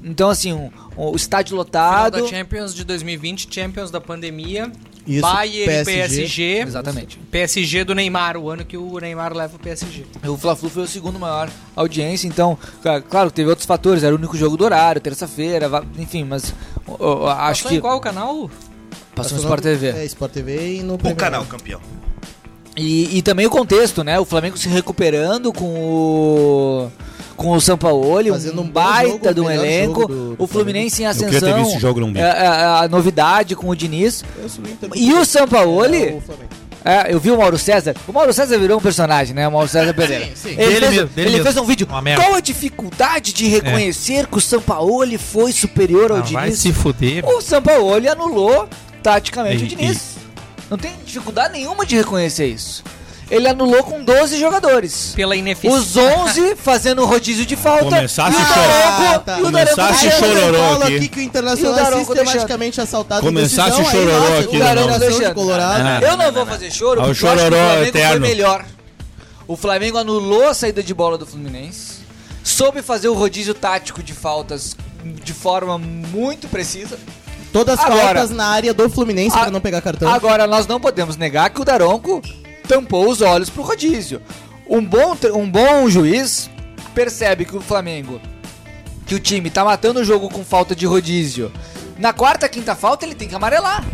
Então, assim, um- um- o estádio lotado.
Final da Champions de 2020, Champions da pandemia.
Isso,
Bayern e
PSG.
PSG.
Exatamente.
PSG do Neymar, o ano que o Neymar leva o PSG.
O Fla-Flu foi o segundo maior audiência, então, ca- claro, teve outros fatores, era o único jogo do horário, terça-feira, va- enfim, mas ó, ó, acho
Passou
que
em qual canal?
passou
Nacional-
no Sport TV.
É, Sport TV e no
O
Premier.
canal campeão.
E, e também o contexto, né? O Flamengo se recuperando com o com o Sampaoli,
Fazendo
um
um bom
baita
jogo,
de um
melhor
elenco,
jogo do- do
o Fluminense em
queria ter
ascensão,
visto esse jogo, não vi.
é, é, a novidade com o Diniz.
Eu sou do Inter.
E o Sampaoli,
É, o Flamengo.
É, eu vi o Mauro César. O Mauro César virou um personagem, né? O Mauro César Pereira. Ele,
Dele
fez,
mesmo, dele
ele
mesmo.
fez um vídeo.
Uma merda.
Qual a dificuldade de reconhecer que o Sampaoli foi superior ao
Ah,
é
vai
Diniz?
se fuder.
O Sampaoli anulou taticamente
E-
o Diniz. Não tem dificuldade nenhuma de reconhecer isso. Ele anulou com 12 jogadores.
Pela ineficiência.
Os 11 fazendo rodízio de falta.
Começasse
e o
chorando.
Daronco-
Ah, tá.
e o Daronco
Começasse
deixando.
Aí eu
chororô
falo
aqui.
aqui que o
E o
Internacional é
Daronco tá
sistematicamente assaltado
Começasse
decisão, aí
chororô
mata,
aqui,
o Daronco
Daronco.
de Colorado.
Ah.
Eu não vou fazer choro, é
Ah, o
porque eu acho que o
chororó
Flamengo foi
eterno.
melhor. O Flamengo anulou a saída de bola do Fluminense, soube fazer o rodízio tático de faltas de forma muito precisa.
Todas as
Agora-
faltas na área do Fluminense
A-
é pra não pegar cartão.
Agora, nós não podemos negar que o Daronco tampou os olhos pro rodízio. Um bom, tre- um bom juiz percebe que o Flamengo, que o time tá matando o jogo com falta de rodízio. Na quarta, quinta falta, ele tem que amarelar.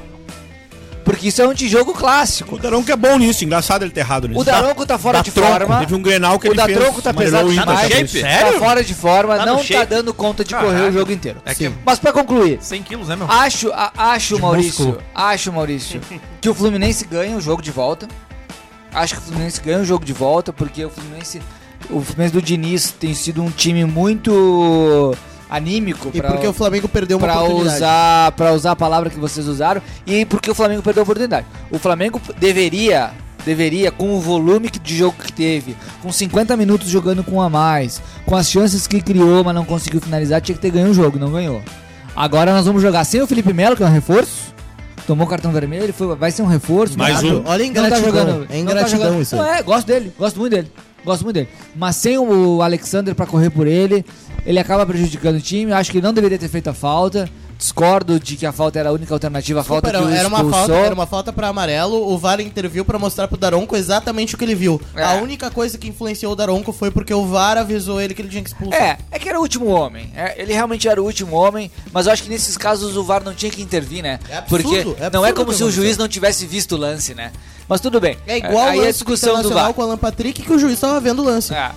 Porque isso é um antijogo clássico.
O Daronco é bom nisso, engraçado ele ter errado nisso.
O Daronco tá fora
Da
de
tronco,
forma.
Teve um Grenal que
o
ele
da
fez.
Tronco tá
amarelou
pesado
o Inter.
demais.
shape?
Tá fora de forma,
Tá no
não tá
shape?
dando conta de
Caraca.
correr o jogo inteiro.
É que é
Mas pra concluir,
100 quilos, né, meu?
acho, a- acho
De
Maurício,
músculo.
acho Maurício, que o Fluminense ganha o jogo de volta. Acho que o Fluminense ganha o jogo de volta porque o Fluminense, o Fluminense do Diniz tem sido um time muito anímico
E
pra-
porque o Flamengo perdeu uma
Pra
oportunidade.
usar, pra usar a palavra que vocês usaram e porque o Flamengo perdeu a oportunidade. O Flamengo deveria, deveria com o volume que- de jogo que teve, com 50 minutos jogando com um a mais, com as chances que criou, mas não conseguiu finalizar, tinha que ter ganho o jogo, não ganhou. Agora nós vamos jogar sem o Felipe Melo, que é um reforço. Tomou cartão vermelho, ele foi, vai ser um reforço.
Mais
barato.
um.
Olha a
Não tá
ingratidão.
jogando.
é
não tá
ingratidão
jogando.
isso.
Não
aí.
é, gosto dele, gosto muito dele. Gosto muito dele. Mas sem o Alexander pra correr por ele, ele acaba prejudicando o time. Acho que ele não deveria ter feito a falta. Discordo de que a falta era a única alternativa, a falta
Pera,
que o
era uma
expulsou.
falta, era uma falta para amarelo. O VAR interviu pra mostrar pro Daronco exatamente o que ele viu.
É.
A única coisa que influenciou o Daronco foi porque o VAR avisou ele que ele tinha que expulsar.
É, é que era o último homem. É, ele realmente era o último homem, mas eu acho que nesses casos o VAR não tinha que intervir, né?
É absurdo,
Porque
é absurdo
não é
o
como
que
se o
aconteceu.
juiz não tivesse visto o lance, né? Mas tudo bem.
É igual
Aí
o lance
a
do
discussão do
Internacional
VAR.
com o Alan Patrick que o juiz tava vendo o lance.
É.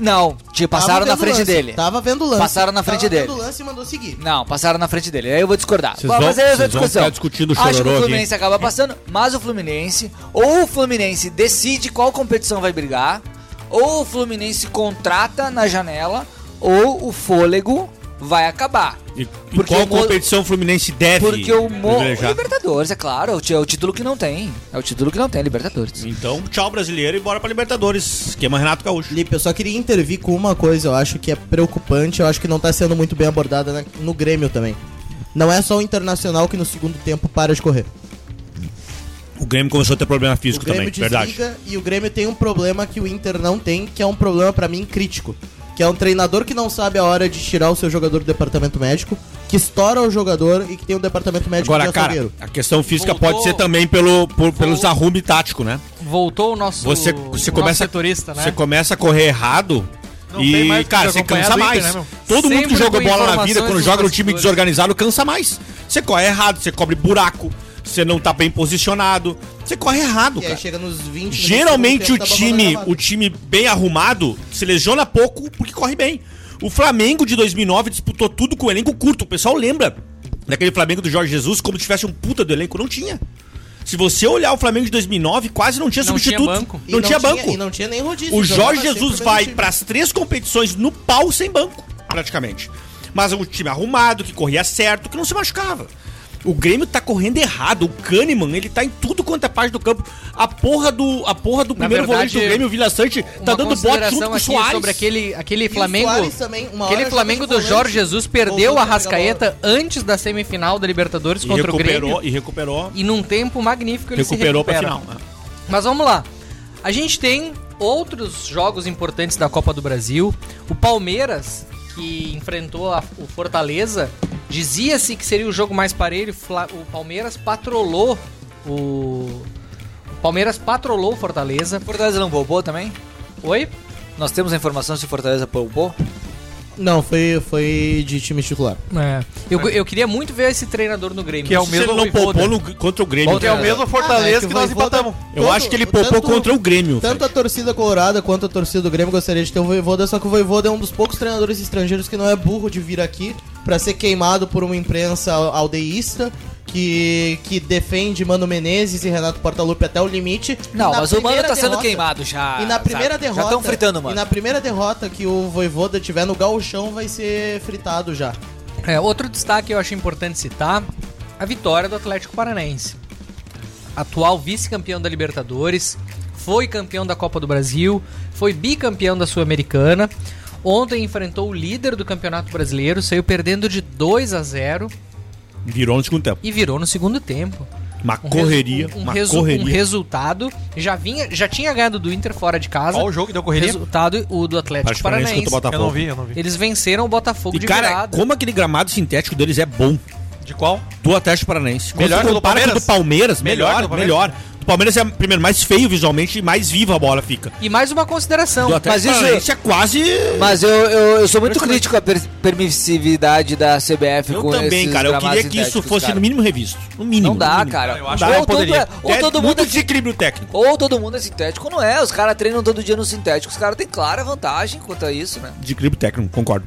Não, te
Tava
passaram
vendo
na
o
frente
lance,
dele.
Tava vendo o lance.
Passaram na frente
tava
dele.
vendo o lance e mandou seguir.
Não, passaram na frente dele. Aí eu vou discordar.
Vocês
mas
vão-
aí é outra
vocês vão
discussão.
ficar discutindo o
Acho que
chororô
o
aqui.
Fluminense acaba passando, mas o Fluminense, ou o Fluminense decide qual competição vai brigar, ou o Fluminense contrata na janela, ou o fôlego vai acabar.
E, e
Porque
qual
o Mo-
competição o Fluminense deve?
Porque o Mo...
privilegiar?
Libertadores, é claro, é o ti- é o título que não tem. É o título que não tem, Libertadores.
Então, tchau brasileiro e bora pra Libertadores. Esquema Renato Gaúcho.
Lipe, eu só queria intervir com uma coisa, eu acho que é preocupante, eu acho que não tá sendo muito bem abordada na- no Grêmio também. Não é só o Internacional que no segundo tempo para de correr.
O Grêmio começou a ter problema
o
físico
Grêmio
também, verdade.
e o Grêmio tem um problema que o Inter não tem, que é um problema pra mim crítico. Que é um treinador que não sabe a hora de tirar o seu jogador do departamento médico, que estoura o jogador e que tem um departamento médico
Agora,
de
cara,
açougueiro.
a questão física
Voltou.
pode ser também pelo, por, pelos arrume tático, né?
Voltou o nosso,
Você,
o
você, começa,
setorista, né?
Você começa a correr errado
Não tem
e,
mais que
cara, você
acompanhar
cansa
do Inter,
mais.
né, meu?
Todo mundo que
Sempre
joga
com
bola na vida,
informações
quando
dos
joga no time
bastidores.
desorganizado, cansa mais. Você corre errado, você cobre buraco, você não tá bem posicionado. Você corre errado,
E aí
cara.
chega nos 20 minutos do
Geralmente o
segundo né, tempo, tá
time,
babando na
o time bem arrumado se lesiona pouco porque corre bem. O Flamengo de 2009 disputou tudo com o elenco curto. O pessoal lembra daquele Flamengo do Jorge Jesus como se tivesse um puta do elenco. Não tinha. Se você olhar o Flamengo de 2009, quase não tinha
Não tinha
substituto.
banco.
E
Não, tinha banco.
E não tinha nem rodízio.
O
jogava
Jorge
sempre o
Jesus
mesmo
vai
time.
para as três competições no pau sem banco, praticamente. Mas é um time arrumado, que corria certo, que não se machucava. O Grêmio tá correndo errado. O Kahneman, ele tá em tudo quanto é parte do campo. A porra do, a porra do primeiro
verdade,
volante do Grêmio, o Vila Sante, tá
Uma
dando bote
consideração
junto com o
aqui
Soares.
sobre aquele, aquele
o
Flamengo.
Suárez também, uma hora
aquele
joga
Flamengo
de
do
volante.
Jorge Jesus perdeu a
Voltou a
Rascaeta antes da semifinal da Libertadores
E
contra o
recuperou,
Grêmio.
e recuperou,
E num tempo magnífico ele
recuperou
se
pra
recupera.
final. né?
Mas vamos lá. A gente tem outros jogos importantes da Copa do Brasil. O Palmeiras, que enfrentou a- o Fortaleza, dizia-se que seria o jogo mais parelho. Fla- O Palmeiras patrolou o. O Palmeiras patrolou o Fortaleza.
Fortaleza não poupou também?
Oi?
Nós temos a informação se o Fortaleza poupou?
Não, foi, foi de time titular.
Eu, eu queria muito ver esse treinador no Grêmio.
É. Que é o
Se
mesmo
ele não
Voivoda.
poupou no- contra o Grêmio.
Ontem é o
né?
mesmo
Ah, é
Fortaleza
que
que nós
o Voivoda-
empatamos.
Eu
Tanto-
acho que ele poupou
tanto-
contra o Grêmio.
Tanto a torcida colorada quanto a torcida do Grêmio gostaria de ter o Voivoda, só que o Voivoda é um dos poucos treinadores estrangeiros que não é burro de vir aqui pra ser queimado por uma imprensa al- aldeísta que, que defende Mano Menezes e Renato Portaluppi até o limite.
Não,
E na
mas o Mano
primeira
tá sendo
derrota-
queimado já.
E na primeira
sabe?
derrota.
Já estão fritando,
E
mano.
na primeira derrota que o Voivoda tiver no galchão vai ser fritado já.
É, outro destaque que eu acho importante citar, a vitória do Atlético Paranaense. Atual vice-campeão da Libertadores, foi campeão da Copa do Brasil, foi bicampeão da Sul-Americana. Ontem enfrentou o líder do Campeonato Brasileiro, saiu perdendo de 2 a 0
Virou no segundo tempo.
e virou no segundo tempo.
Uma
Um
correria,
resu- um,
uma
resu- um
correria.
resultado, já vinha, já tinha ganhado do Inter fora de casa.
Qual o jogo que deu correria?
Resultado o do
É tipo
Atlético
Atlético Paranaense
Paranaense.
contra o
Eu não
Botafogo.
vi, eu não vi.
Eles venceram o Botafogo
E
de
cara,
virada.
como aquele gramado sintético deles é bom.
De qual?
do Atlético Paranaense. Quando
Melhor
você
que o do
compara com o
Palmeiras?
do Palmeiras,
Melhor que
melhor,
o do
melhor.
Palmeiras?
O do Palmeiras é, primeiro, mais feio visualmente e mais viva a bola fica.
E mais uma consideração.
Do Atlético
isso-
Paranaense é quase...
Mas eu, eu, eu sou muito crítico à per- permissividade da CBF
eu
com
também,
esses
cara. Eu
gramados
queria que isso
sintéticos,
fosse
cara.
no mínimo revisto. No mínimo.
Não
no
dá,
mínimo.
cara.
Eu
Ou
acho que não
todo,
poderia.
é- ou
é
todo
todo
mundo
muito
é
desequilíbrio técnico.
Ou todo mundo é sintético, ou não é. Os caras treinam todo dia no sintético. Os caras têm clara vantagem quanto a isso, né?
Desequilíbrio técnico, concordo.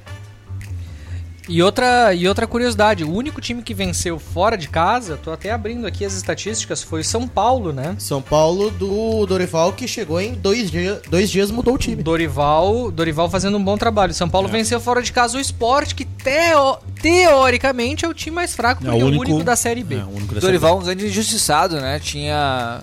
E outra, e outra curiosidade, o único time que venceu fora de casa, tô até abrindo aqui as estatísticas, foi o São Paulo, né?
São Paulo do Dorival que chegou em dois, dia, dois dias mudou o time.
Dorival, Dorival fazendo um bom trabalho. O São Paulo venceu fora de casa o Sport, que teo- teoricamente é o time mais fraco, porque é o único, da Série B.
É, o único da
Dorival é um grande injustiçado, né? Tinha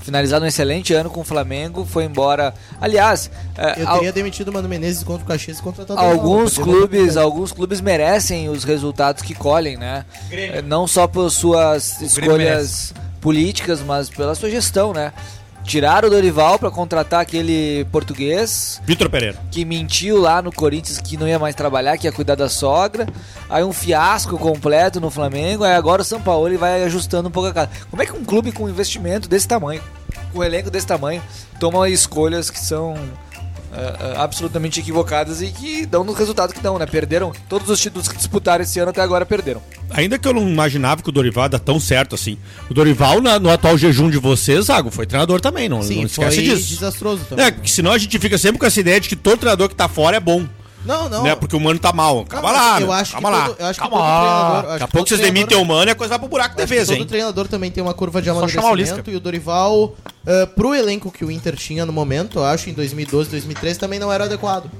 finalizado um excelente ano com o Flamengo, foi embora. Aliás, é,
Eu
al-
teria demitido o Mano Menezes contra o Caxias e contratado
alguns clubes, alguns clubes merecem os resultados que colhem, né? É, Não só por suas escolhas políticas, mas pela sua gestão, né? Tiraram o Dorival pra contratar aquele português
Vitor Pereira.
que mentiu lá no Corinthians que não ia mais trabalhar, que ia cuidar da sogra. Aí um fiasco completo no Flamengo. Aí agora o São Paulo ele vai ajustando um pouco a casa. Como é que um clube com investimento desse tamanho, com um elenco desse tamanho, toma escolhas que são ah, ah, absolutamente equivocadas e que dão no resultado que dão, né? Perderam todos os títulos que disputaram esse ano até agora, perderam.
Ainda que eu não imaginava que o Dorival dá tão certo assim. O Dorival, na- no atual jejum de vocês, Zago, foi treinador também, não, não
Sim, foi
esquece disso.
desastroso também.
É, que senão a gente fica sempre com essa ideia de que todo treinador que tá fora é bom.
Não, não.
Né? Porque o mano tá mal.
Não,
Calma
mas
lá,
eu
meu.
acho
calma
que
lá.
todo- eu acho que
calma
todo treinador- eu
lá.
acho
Daqui a
que
pouco
todo
vocês
treinador-
demitem o mano e a coisa vai pro buraco da
Acho que
vez,
todo
hein?
treinador também tem uma curva de
chamar o
amadurecimento e o Dorival, eh, pro elenco que o Inter tinha no momento, eu acho, em 2012, 2013, também não era adequado.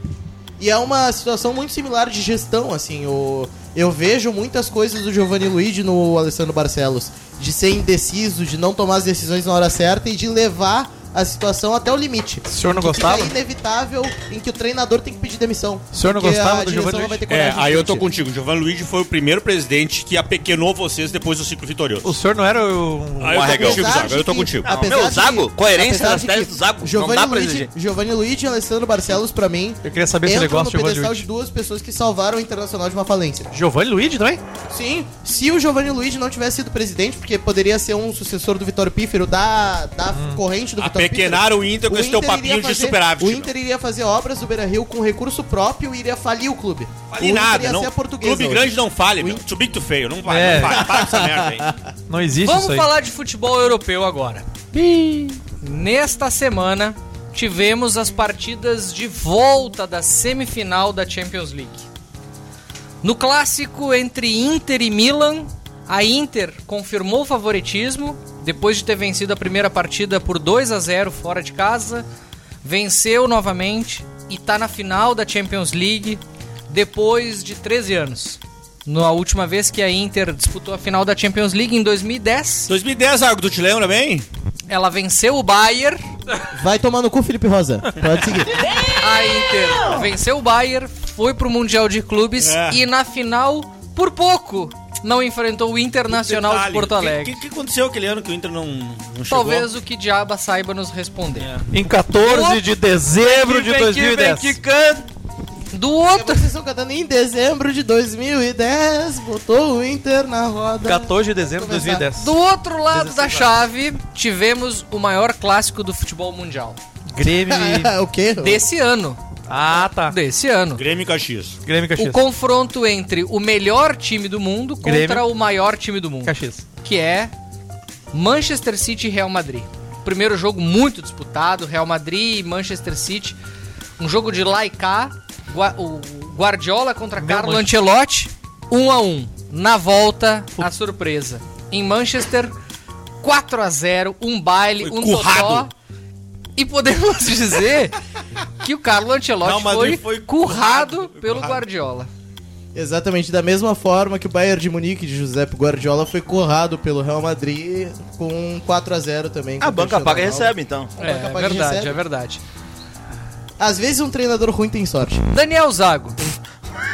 E é uma situação muito similar de gestão, assim, o, eu vejo muitas coisas do Giovanni Luigi no Alessandro Barcelos, de ser indeciso, de não tomar as decisões na hora certa e de levar a situação até o limite.
O senhor não
Que
gostava?
Fica inevitável em que o treinador tem que pedir demissão.
O senhor não
porque
gostava
a
do
direção
Giovanni
não
Luiz?
vai ter
É,
coragem de
aí eu tô
demitir.
contigo. Giovanni Luigi foi o primeiro presidente que apequenou vocês depois do ciclo vitorioso.
O senhor não era o.
Aí eu tô
Barregão.
contigo,
Apesar
Zago. Eu tô
de que-
contigo.
Ah, meu,
apesar de-
Zago, coerência
apesar
nas
de
teses
que
do Zago, não
Giovanni
dá pra
Luiz-
exigir.
Giovanni Luiz e Alessandro Barcelos, pra mim,
Eu queria saber se ele
entram no
gosta de Giovanni
pedestal
Luiz.
de duas pessoas que salvaram o Internacional de uma falência.
Giovanni Luiz também?
Sim, se o Giovanni Luiz não tivesse sido presidente, porque poderia ser um sucessor do Vitório Pífero, da, da
Hum.
corrente do Vitório Pífero.
Apequenaram o Inter com esse teu
Inter iria
papinho de
fazer-
superávit. né?
O
meu.
Inter iria fazer obras do Beira Rio com recurso próprio e iria falir o clube.
Fale
o Inter
nada,
ia
não.
ser a portuguesa.
Clube
hoje.
grande não fale, meu. Subir que tu feio, não vai,
É.
não vai. Para com essa merda aí.
Não existe
Vamos
isso aí.
falar de futebol europeu agora. Nesta semana, tivemos as partidas de volta da semifinal da Champions League. No clássico entre Inter e Milan, a Inter confirmou o favoritismo depois de ter vencido a primeira partida por 2 a 0 fora de casa, venceu novamente e está na final da Champions League depois de 13 anos. Na última vez que a Inter disputou a final da Champions League em 2010,
2010, Zago, tu te lembra bem?
ela venceu o Bayern
Vai tomar no cu, Felipe Rosa. Pode seguir.
A Inter venceu o Bayern, foi pro Mundial de Clubes
É.
e na final, por pouco, não enfrentou o Internacional
Detalhe,
de Porto
O
Alegre.
que, que, que aconteceu aquele ano que o Inter não, não chegou?
Talvez o que diaba saiba nos responder.
Em 14 de dezembro de 2010.
É.
Do outro,
Vocês estão cantando em dezembro de 2010, botou o Inter na roda.
14 de dezembro de
Começar.
2010.
do outro lado da chave, tivemos o maior clássico do futebol mundial.
Grêmio. e-
É, o quê?
Desse ano.
Ah, tá.
Desse ano.
Grêmio e Caxias.
Grêmio e
O
Caxias.
confronto entre o melhor time do mundo contra
Grêmio.
o maior time do mundo.
Caxias.
que é Manchester City e Real Madrid. Primeiro jogo muito disputado, Real Madrid e Manchester City. Um jogo de lá e cá, Gua- o Guardiola contra Carlo
Manchester.
Ancelotti, um a um. Na volta, a surpresa. Em Manchester, 4 a 0 um baile,
Foi
um totó.
currado.
E podemos dizer que o Carlo Ancelotti
Não, Madrid
foi,
foi
currado,
currado,
pelo
currado.
Guardiola.
Exatamente da mesma forma que o Bayern de Munique de Giuseppe Guardiola foi corrado pelo Real Madrid com um 4 a 0 também.
Ah, A
contra o
banca paga e
Internacional.
recebe, então.
É,
Paga, paga,
verdade,
recebe.
é verdade.
Às vezes um treinador ruim tem sorte.
Daniel Zago,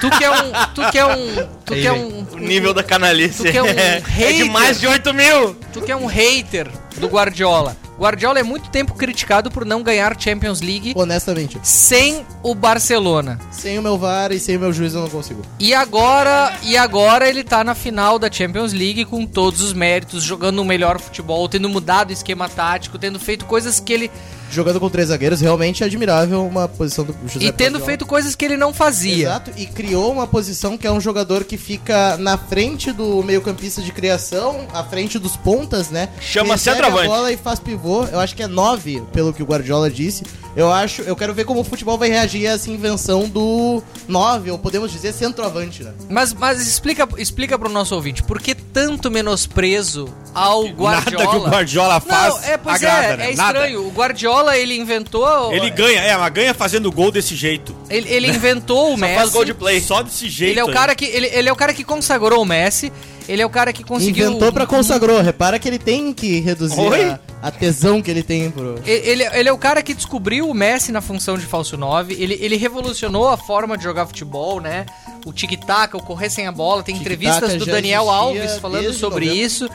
tu que é um. Tu que é um. Tu que é um.
O nível da canalice
Tu quer um
é, é
hater?
de mais de 8 mil.
Tu que é um hater do Guardiola. Guardiola é muito tempo criticado por não ganhar Champions League
Honestamente.
sem o Barcelona.
Sem o meu VAR e sem o meu juiz eu não consigo.
E agora, e agora ele tá na final da Champions League com todos os méritos, jogando o melhor futebol, tendo mudado o esquema tático, tendo feito coisas que ele
Jogando com três zagueiros, realmente é admirável uma posição do Giuseppe
e tendo
Guardiola.
feito coisas que ele não fazia.
Exato, e criou uma posição que é um jogador que fica na frente do meio-campista de criação, à frente dos pontas, né?
Chama
Recebe
centroavante.
a bola e faz pivô. Eu acho que é 9, pelo que o Guardiola disse. Eu acho, eu quero ver como o futebol vai reagir a essa invenção do 9, ou podemos dizer centroavante, né?
Mas, mas explica, explica pro nosso ouvinte, por que tanto menosprezo ao Guardiola?
Nada que o Guardiola faz
Não, é, pois
agrada,
é,
né?
é
Nada.
estranho. O Guardiola, ele inventou.
Ele ganha, é, mas ganha fazendo gol desse jeito.
Ele, ele inventou o Messi.
Faz gol de play.
Só desse jeito.
É assim. ele é o
aí.
cara que ele, ele é o cara que consagrou o Messi. Ele é o cara que conseguiu. um-
Inventou pra consagrou. Repara que ele tem que reduzir
Oi?
a, a tesão que ele tem pro.
E- Ele, ele é o cara que descobriu o Messi na função de falso 9. Ele, ele revolucionou a forma de jogar futebol, né? O tic-tac, o correr sem a bola. Tem
Tic-tac
entrevistas do
já
Daniel
existia
Alves falando
desde
sobre
90.
isso.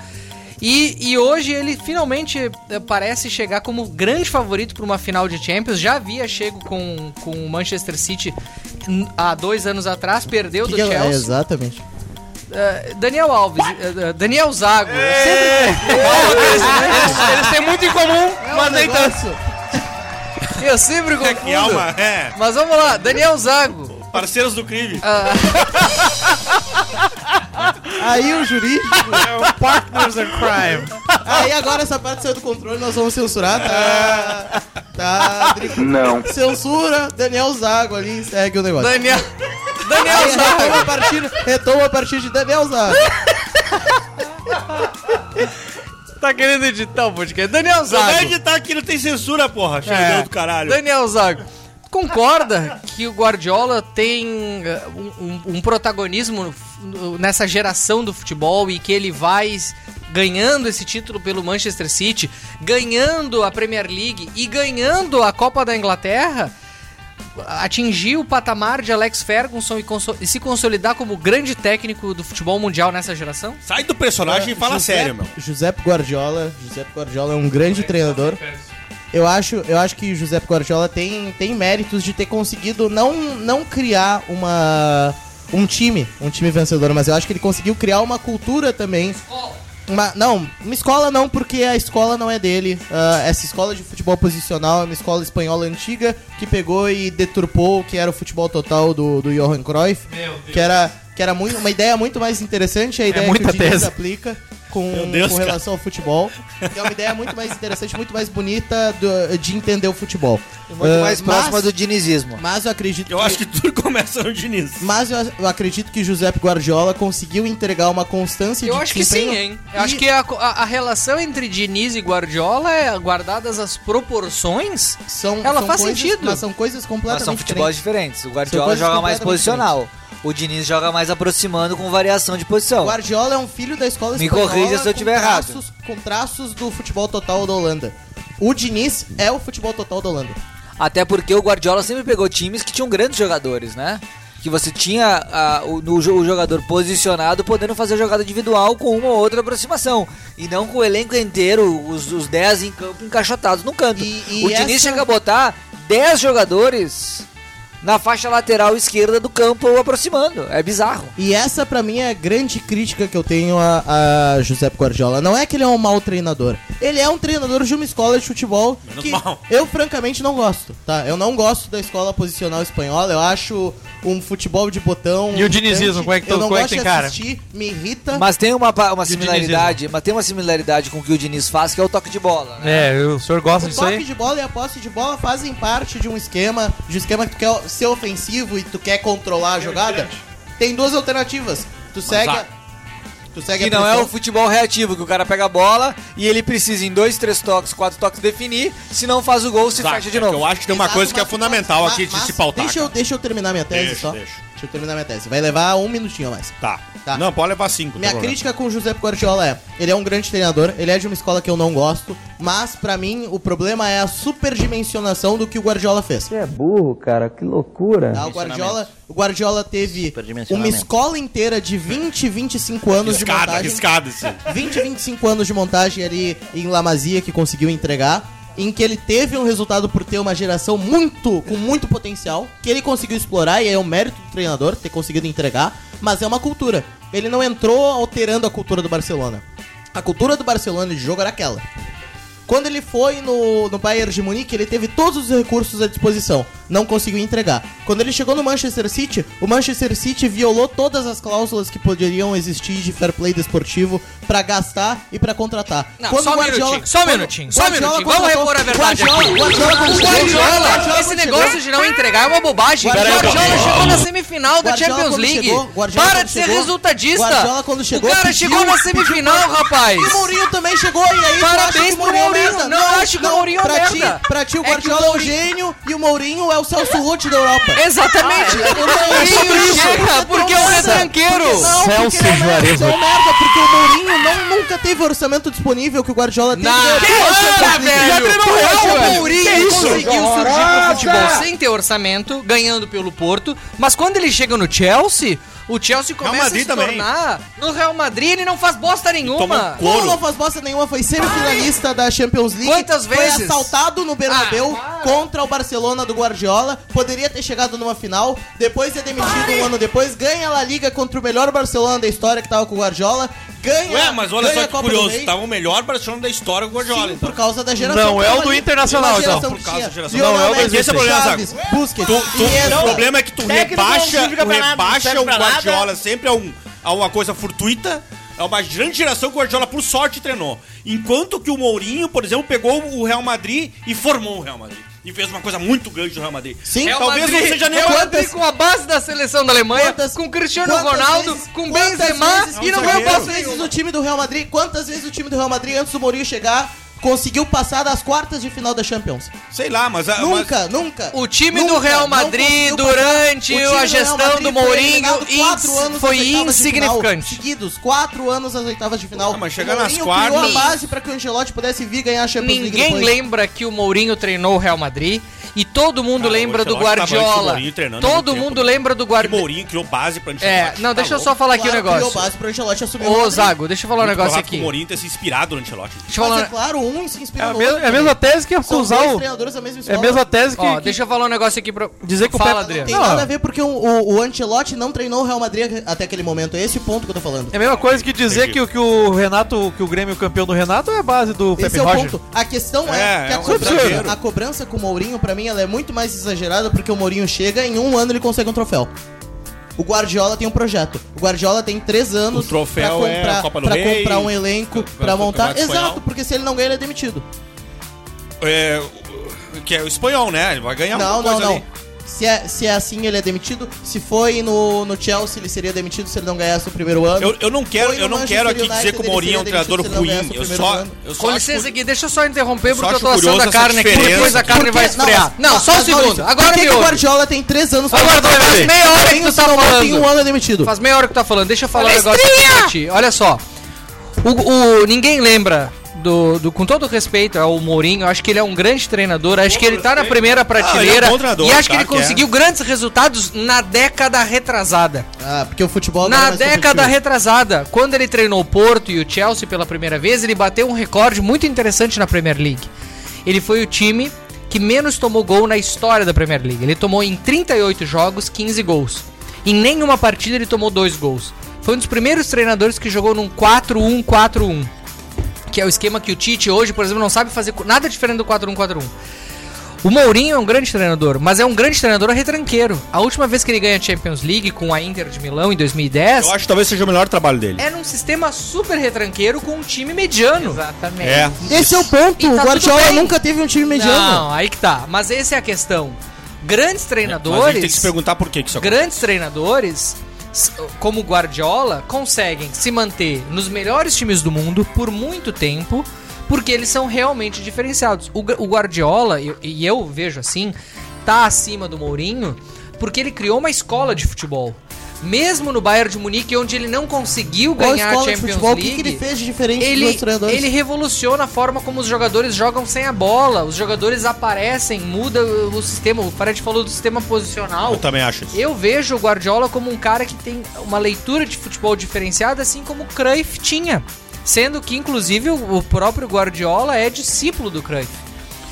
E, e hoje ele finalmente eh, parece chegar como grande favorito para uma final de Champions. Já havia chego com, com o Manchester City n- há dois anos atrás, perdeu
Que
do
que ela- é,
Chelsea.
exatamente.
Eh, Daniel Alves, eh, eh, Daniel Zago. Eu sempre-
É
Eles, eles têm muito em comum, mas nem tanto.
negócio.
Eu sempre confundo.
Que é uma. É.
Mas vamos lá, Daniel Zago.
Parceiros do crime.
Aí o jurídico.
Partners in Crime.
Aí agora essa parte saiu do controle, nós vamos censurar. Tá. Tá. Drico.
Não.
Censura, Daniel Zago ali, segue o negócio.
Daniel.
Aí,
Daniel Zago.
retoma, a partir, retoma a partir de Daniel Zago.
Tá querendo editar o podcast. Daniel
Não vai
Zago.
editar aqui, não tem censura, porra. Chega
É.
do caralho.
Daniel Zago. Concorda que o Guardiola tem eh, um, um- um protagonismo no f- no- nessa geração do futebol e que ele vai s- ganhando esse título pelo Manchester City, ganhando a Premier League e ganhando a Copa da Inglaterra? Atingir o patamar de Alex Ferguson e, conso- e se consolidar como grande técnico do futebol mundial nessa geração?
Sai do personagem e fala
José-
sério, meu.
Giuseppe Guardiola. Giuseppe Guardiola é um grande treinador. Eu acho, eu acho que Giuseppe Guardiola tem, tem méritos de ter conseguido não, não criar uma um time, um time vencedor, mas eu acho que ele conseguiu criar uma cultura também. Uma, não, uma escola não, porque a escola não é dele. Ah, essa escola de futebol posicional é uma escola espanhola antiga que pegou e deturpou o que era o futebol total do, do Johan Cruyff. Que era, que era muito, uma ideia muito mais interessante, a ideia
É muita
que o Diniz
tese.
aplica com,
Meu Deus,
com
cara.
relação ao futebol. Que é uma ideia muito mais interessante, muito mais bonita do- de entender o futebol.
Muito
Ah,
mais
mas-
próxima do dinizismo.
Mas eu acredito
Eu acho que tudo começa no Diniz.
mas eu, eu acredito que Giuseppe Guardiola conseguiu entregar uma constância
Eu
de
acho que sim,
desempenho
hein?
e-
Eu acho que a, a- a relação entre Diniz e Guardiola, é, guardadas as proporções,
são,
ela
são
faz
coisas-
sentido.
Mas são coisas
Mas
completamente
são futebols
diferentes.
diferentes. O
São
Guardiola
coisas
joga mais
completamente
posicional. O Diniz joga mais aproximando com variação de posição.
Guardiola é um filho da escola
Me
espanhola
corrija se eu
com
tiver
traços- Com traços do futebol total da Holanda. O Diniz é o futebol total da Holanda.
Até porque o Guardiola sempre pegou times que tinham grandes jogadores, né? Que você tinha ah, o, no jo- o jogador posicionado podendo fazer jogada individual com uma ou outra aproximação. E não com o elenco inteiro, os, os 10 em campo encaixotados no canto.
E- e
o Diniz
essa-
chega a botar 10 jogadores na faixa lateral esquerda do campo aproximando. É bizarro.
E essa, pra mim, é a grande crítica que eu tenho a, a Giuseppe Guardiola. Não é que ele é um mau treinador. Ele é um treinador de uma escola de futebol
Menos
que
mal.
eu, francamente, não gosto, tá? Eu não gosto da escola posicional espanhola. Eu acho um futebol de botão...
E o
irritante.
dinizismo, como é que tu-
Eu não
como é
gosto
que tem
de
cara?
assistir, me irrita.
Mas tem uma, pa- uma
o Dinizismo?
similaridade, mas tem uma similaridade com o que o Diniz faz, que é o toque de bola. né?
É, eu- o senhor gosta
O
disso aí?
toque de bola e a posse de bola fazem parte de um esquema, de um esquema que tu quer ser ofensivo e tu quer controlar a jogada. Tem duas alternativas. Tu segue, a,
ah,
tu segue
Que
a
não é
pressão-
o futebol reativo, que o cara pega a bola e ele precisa em dois, três toques, quatro toques definir, se não faz o gol, se
Tá,
fecha de
é que
novo.
Eu acho que tem uma
Exato,
coisa que é
mas-
fundamental
mas-
aqui de
mas
se pautar.
Deixa eu, deixa eu terminar minha tese
Deixa,
só.
deixa.
eu terminar minha tese. Vai levar um minutinho a mais.
Tá.
Tá.
Não, pode levar cinco.
Minha
tá bom.
crítica com o Giuseppe Guardiola é: ele é um grande treinador, ele é de uma escola que eu não gosto, mas pra mim o problema é a superdimensionação do que o Guardiola fez. Você é burro, cara, que loucura. o, Guardiola, o Guardiola teve uma
Superdimensionamento.
escola inteira de 20, 25 anos de
Riscada,
montagem.
riscada, sim.
20, 25 anos de montagem ali em Lamazia que conseguiu entregar. Em que ele teve um resultado por ter uma geração muito, com muito potencial, que ele conseguiu explorar, e é um mérito do treinador ter conseguido entregar, mas é uma cultura. Ele não entrou alterando a cultura do Barcelona. A cultura do Barcelona de jogo era aquela. Quando ele foi no, no Bayern de Munique, ele teve todos os recursos à disposição. Não conseguiu entregar. Quando ele chegou no Manchester City, o Manchester City violou todas as cláusulas que poderiam existir de fair play desportivo pra gastar e pra contratar.
Não, só um minutinho, só um minutinho, só um
Guardiola
minutinho. Vamos
contratou-
repor a verdade
Guardiola,
aqui.
Guardiola,
O
contratou-
Guardiola, esse
quando
negócio
chegou-
de não entregar é uma bobagem. O
Pera aí,
Guardiola
Guardiola.
chegou na semifinal da
Guardiola
Champions
quando
League.
chegou, Guardiola
Para
quando
de ser
chegou,
resultadista.
Guardiola quando chegou,
o cara
pediu-
chegou na semifinal, rapaz.
E o Mourinho também chegou e aí tu
Parabéns
acha que o
pro
Mourinho é
Mourinho.
merda?
Não, acho que o Mourinho é
pra
merda.
Ti, pra ti o
É que o
Guardiola é o
Mourinho- É
gênio e o Mourinho é o Celso Roth da Europa.
Exatamente.
O Mourinho
Chega,
é
porque é um
merda.
retranqueiro.
Porque não, porque
Celso
ele é merda,
Juarez.
é um merda, porque o Mourinho não, nunca teve o orçamento disponível que o Guardiola teve.
Na
Duas
cara,
Champions League.
velho! Como O
Que
Mourinho
isso?
conseguiu surgir pro futebol sem ter orçamento, ganhando pelo Porto, mas quando ele chega no Chelsea, o Chelsea começa a se
Madrid também.
tornar... No Real Madrid ele não faz bosta nenhuma.
Toma um
Como
couro.
não faz bosta nenhuma, foi semifinalista da Champions League.
Quantas vezes?
Foi assaltado no Bernabéu
Ah,
contra o Barcelona do Guardiola. Poderia ter chegado numa final, depois é demitido um ano depois, ganha a La Liga contra o melhor Barcelona da história que tava com o Guardiola, Ganha,
Ué, mas olha
ganha
só
a
que
Copa do
curioso. tá
Rei.
Tava o melhor Barcelona da história com o Guardiola.
Sim,
então.
por causa da geração.
Não, é o
Tava
do
ali,
Internacional,
uma geração
então.
Por
que
causa
tinha
da geração.
Lionel
Não, é o do
Messi,
Esse é o problema,
Chaves,
Zago.
Busquets,
Tu- tu-
Iniesta.
o problema é que tu
técnico
rebaixa,
não significa
tu
pra nada,
rebaixa
não
o
serve pra
Guardiola
nada.
sempre a, um, a uma coisa fortuita. É uma grande geração que o Guardiola, por sorte, treinou. Enquanto que o Mourinho, por exemplo, pegou o Real Madrid e formou o Real Madrid. E fez uma coisa muito grande do Real Madrid.
Sim,
Real talvez
Madrid,
não seja nem
Real
uma-
Madrid com a base da seleção da Alemanha,
Quantas-
é com Cristiano
quantas
Ronaldo,
vezes-
com
quantas
Benzema
vezes-
e
zagueiro.
não é ganhou
Quantas
passo
vezes
nenhum.
o time do Real Madrid, quantas vezes o time do Real Madrid antes do Mourinho chegar conseguiu passar das quartas de final da Champions?
Sei lá, Ah, mas... a- mas-
Nunca, nunca.
O time
Nunca,
do Real
não
Madrid
conseguiu passar.
durante
O time do
a
Real
gestão
Madrid
do
foi
Mourinho
eliminado quatro
ins-
anos nas
foi
oitavas de final,
insignificante.
Seguidos, quatro anos nas oitavas de final.
Ah, mas chegar nas
Mourinho
quartas-
criou a base para que o Ancelotti pudesse vir ganhar a Champions League
Ninguém
depois.
lembra que o Mourinho treinou o Real Madrid e todo mundo
Cara, é
lembra
o
do
Ancelotti tava antes do
Guardiola.
tá Mourinho treinando há
Todo
muito
mundo
tempo. né?
lembra do
Que
Guardiola.
Mourinho criou base pra Ancelotti.
É, não,
tá
deixa eu
louco?
só falar aqui o
Claro, criou
negócio.
base para o Ancelotti assumir o Real
Ô,
Madrid.
Zago, deixa eu falar um
Muito
negócio
provável que O
aqui.
Mourinho ter se inspirado no Ancelotti.
Deixa eu
Mas
falar...
é claro, um se inspira
É a
no
mesma,
outro.
é a mesma tese que
São
acusar
dois
o.
treinadores da mesma
É a
escola.
mesma tese que.
Ó,
que-
deixa eu falar um negócio aqui pra...
Dizer que o
Fala,
Pepe-
Adriano.
Tem
Não.
nada a ver porque o, o, o Ancelotti não treinou o Real Madrid até aquele momento. É esse o ponto que eu tô falando.
É a mesma coisa que dizer que, o- que o Renato, que o Grêmio campeão do Renato é a base do
Esse
Pepe
é o
Rocha.
ponto. A questão é,
É,
que
é
a,
um
cobrança,
exagero.
a cobrança com o Mourinho, pra mim, ela é muito mais exagerada porque o Mourinho chega em um ano ele consegue um troféu. O Guardiola tem um projeto. O Guardiola tem três anos
O troféu é a Copa do
pra
Rei,
comprar um elenco,
campeonato-
pra montar.
campeonato espanhol.
Exato, porque se ele não ganha, ele é demitido.
É, o- que é o espanhol, né? Ele vai
É
ganhar
Não,
alguma
não,
coisa
não.
ali.
Se é, se é assim, ele é demitido. Se foi no, no Chelsea, ele seria demitido se ele não ganhasse o primeiro ano.
Eu, eu não quero,
Foi no
eu não
Manchester
quero aqui
United,
dizer que o
ele
Mourinho é um
seria
treinador
demitido se ele não
ruim.
ganhasse o
Eu
primeiro
só,
ano.
eu só
Com
acho
licença
que-
aqui, deixa eu só interromper porque
Só
eu tô
acho
assando a
curioso essa
carne aqui,
diferença.
depois a carne vai
Por quê?
esfriar. Não, só um
mas olha
segundo,
isso.
agora
Por que
me
que o
ouve.
Guardiola tem três anos pra
Agora tu
montar um
faz
elenco?
meia hora
Tem
que tu
um
tá
São Paulo, Tem
falando.
um ano é demitido.
Faz meia hora que tu tá falando, deixa eu falar um negócio aqui pra ti. Olha só. O, o- ninguém lembra. Do, do- com todo respeito ao Mourinho, eu acho que ele é um grande treinador, acho que ele tá na primeira
ele
prateleira
é um bom treinador,
e acho que
tá,
ele
que é.
conseguiu grandes resultados na década retrasada.
Ah, porque o futebol
Na
agora vai ser
década
competitivo.
retrasada, quando ele treinou o Porto e o Chelsea pela primeira vez, ele bateu um recorde muito interessante na Premier League. Ele foi o time que menos tomou gol na história da Premier League. Ele tomou em 38 jogos 15 gols. Em nenhuma partida ele tomou dois gols. Foi um dos primeiros treinadores que jogou num 4-1-4-1, que é o esquema que o Tite hoje, por exemplo, não sabe fazer co- nada diferente do 4-1-4-1. O Mourinho é um grande treinador, mas é um grande treinador retranqueiro. A última vez que ele ganha a Champions League com a Inter de Milão em 2010,
Eu acho que talvez seja o melhor trabalho dele.
é num sistema super retranqueiro com um time mediano. Exatamente.
É.
Esse é o ponto.
E tá
o Guardiola
tudo bem.
nunca teve um time mediano.
Não, aí que tá. Mas essa é a questão.
Mas
Grandes
a gente tem que
treinadores,
se perguntar por que que isso acontece.
grandes treinadores, s- como o Guardiola, conseguem se manter nos melhores times do mundo por muito tempo, porque eles são realmente diferenciados. O, Gu- o Guardiola, e, e eu vejo assim, tá acima do Mourinho, porque ele criou uma escola de futebol. Mesmo no Bayern de Munique, onde ele não conseguiu
Qual
ganhar a
escola de
Champions
futebol? O
League...
que, que ele fez de diferente dos
ele,
outros treinadores?
ele revoluciona a forma como os jogadores jogam sem a bola. Os jogadores aparecem, muda o o sistema. O Fred falou do sistema posicional.
Eu também acho isso.
Eu vejo o Guardiola como um cara que tem uma leitura de futebol diferenciada, assim como o Cruyff tinha. Sendo que, inclusive, o o próprio Guardiola é discípulo do Cruyff.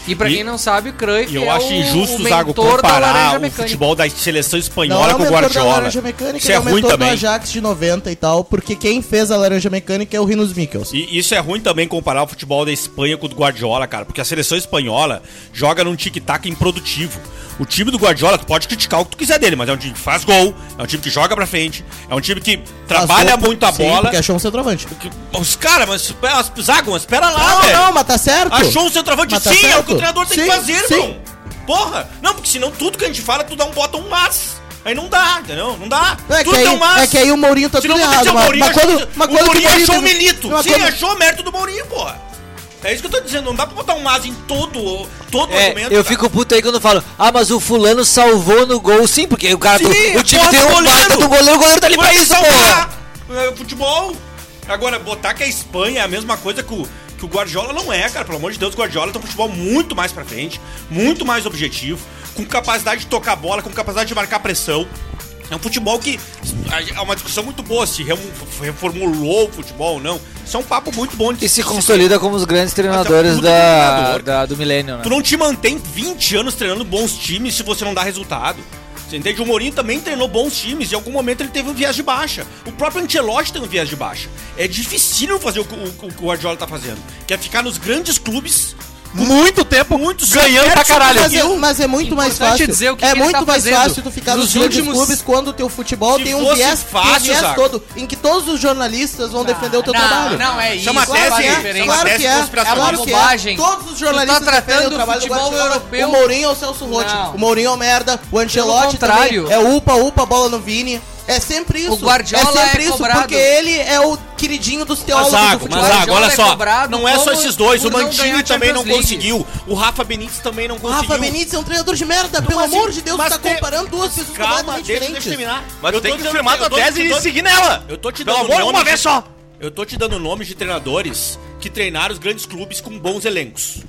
E pra
E-
quem não sabe, o Cruyff
E eu
é
acho
o,
injusto,
o
Zago,
mentor da laranja
comparar o
mecânica.
futebol da seleção espanhola
é o
com o
mentor da
Guardiola.
Laranja mecânica,
Isso
ele
é
é o
ruim
mentor do
também.
Ajax de 90 e tal, porque quem fez a laranja mecânica é o Rinos Mikkels.
E isso é ruim também comparar o futebol da Espanha com o do Guardiola, cara, porque a seleção espanhola joga num tic-tac improdutivo. O time do Guardiola, tu pode criticar o que tu quiser dele, mas é um time que faz gol, é um time que joga pra frente, é um time que trabalha
Passou por-
muito a
Sim,
bola.
Porque achou um centroavante.
Que- Os caras, mas, mas Zago, mas pera lá,
não,
velho.
não, mas tá certo.
Achou um centroavante?
Mas tá
sim, é o
certo.
que o treinador tem que
Sim,
fazer,
sim.
irmão. Porra! Não, porque senão tudo que a gente fala, tu dá um bota um mas. Aí não dá, entendeu? Não dá.
É que,
tudo um
aí, é que aí o Mourinho tá
Se não
tudo errado.
aconteceu, o
mas-
Mourinho
mas
achou,
quando- mas
o
quando que
Mourinho achou o
teve-
Milito.
mas
Sim,
quando-
achou o mérito do Mourinho, porra. É isso que eu tô dizendo, não dá pra botar um mas em todo, todo
É,
argumento. cara.
eu fico puto aí quando falo, ah, mas o fulano salvou no gol, sim, porque o cara,
Sim,
o, o time
bota
tem
o
um
goleiro.
baita do goleiro, o goleiro tá ali pra
Vai
isso,
salvar
pô.
é, futebol. Agora, botar que a Espanha é a mesma coisa que o, que o Guardiola não é, cara. Pelo amor de Deus, o Guardiola tem um futebol muito mais pra frente, muito mais objetivo, com capacidade de tocar a bola, com capacidade de marcar pressão. É um futebol que. É uma discussão muito boa se remo- reformulou o futebol ou não. Isso é um papo muito bom de
E se consolida como os grandes treinadores
puto
da,
treinador.
da- do milênio, né?
Tu não te mantém 20 anos treinando bons times se você não dá resultado. Você entende? O Mourinho também treinou bons times e em algum momento ele teve um viés de baixa. O próprio Ancelotti tem um viés de baixa. É dificílimo fazer o que o, o, que o Guardiola tá fazendo, que é ficar nos grandes clubes
Muito tempo
Muitos
ganhando pra caralho.
Mas é,
um
mas é muito mais
Importante
fácil.
dizer o que
é
que ele
muito
tá
mais
fazendo.
fácil tu ficar nos,
Nos
grandes
últimos-
clubes quando o teu futebol
Se
tem um
fosse
viés, tem um
fácil,
viés
Zago.
todo, em que todos os jornalistas vão defender o teu
Tá. não,
trabalho.
Não, é isso.
Chama
é uma
tese,
diferença.
chama
Claro
tese
que é.
conspiracionista.
É uma
claro que
bobagem.
Todos os jornalistas
Tu tá
defendem
tratando o
do
futebol
Guardiola.
europeu.
O Mourinho é o Celso Rotti.
Não.
O Mourinho é o merda. O Ancelotti
contrário.
também. É upa, upa, bola no Vini. É sempre isso.
O Guardiola
é sempre
é
isso,
cobrado.
porque ele é o queridinho dos teólogos
Mas,
do
Zago,
futebol.
mas Zago,
Guardiola
olha
é
só.
cobrado
não é só
como-
esses dois. O
por não ganhar
Mantini
a
também não
Champions League.
conseguiu. O Rafa Benítez também não
O
conseguiu.
Rafa Benítez é um treinador de merda, pelo
mas
amor
e-
de Deus,
mas
você tá
tem-
comparando duas pessoas
Calma,
completamente
deixa,
diferentes.
deixa eu terminar.
Mas
eu
tem
tô
que
dando-
firmar
eu
tua
tô te
tese e
dando-
seguir nela.
Eu tô te dando
Pelo amor,
nomes
uma
de-
vez só.
Eu tô te dando nomes de treinadores que treinaram os grandes clubes com bons elencos.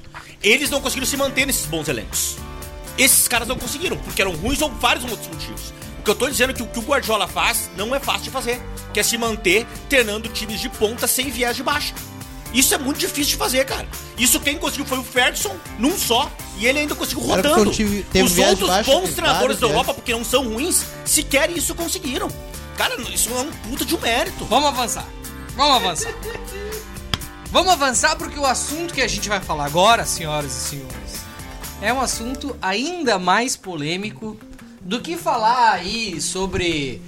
Eles não conseguiram se manter nesses bons elencos. Esses caras não conseguiram, porque eram ruins ou vários outros motivos. O que eu tô dizendo é que o que o Guardiola faz não é fácil de fazer, que é se manter treinando times de ponta sem viés de baixa. Isso é muito difícil de fazer, cara. Isso quem conseguiu foi o Ferguson, num só, e ele ainda conseguiu
Cara, porque
rodando.
eu tive- teve
Os
viés de
outros
baixa,
bons
teve
treinadores
vários
da
viés.
Europa, porque não são ruins, sequer isso conseguiram. Cara, isso não é um puta de um mérito.
Vamos avançar. Vamos avançar. Vamos avançar porque o assunto que a gente vai falar agora, senhoras e senhores, é um assunto ainda mais polêmico do que falar aí sobre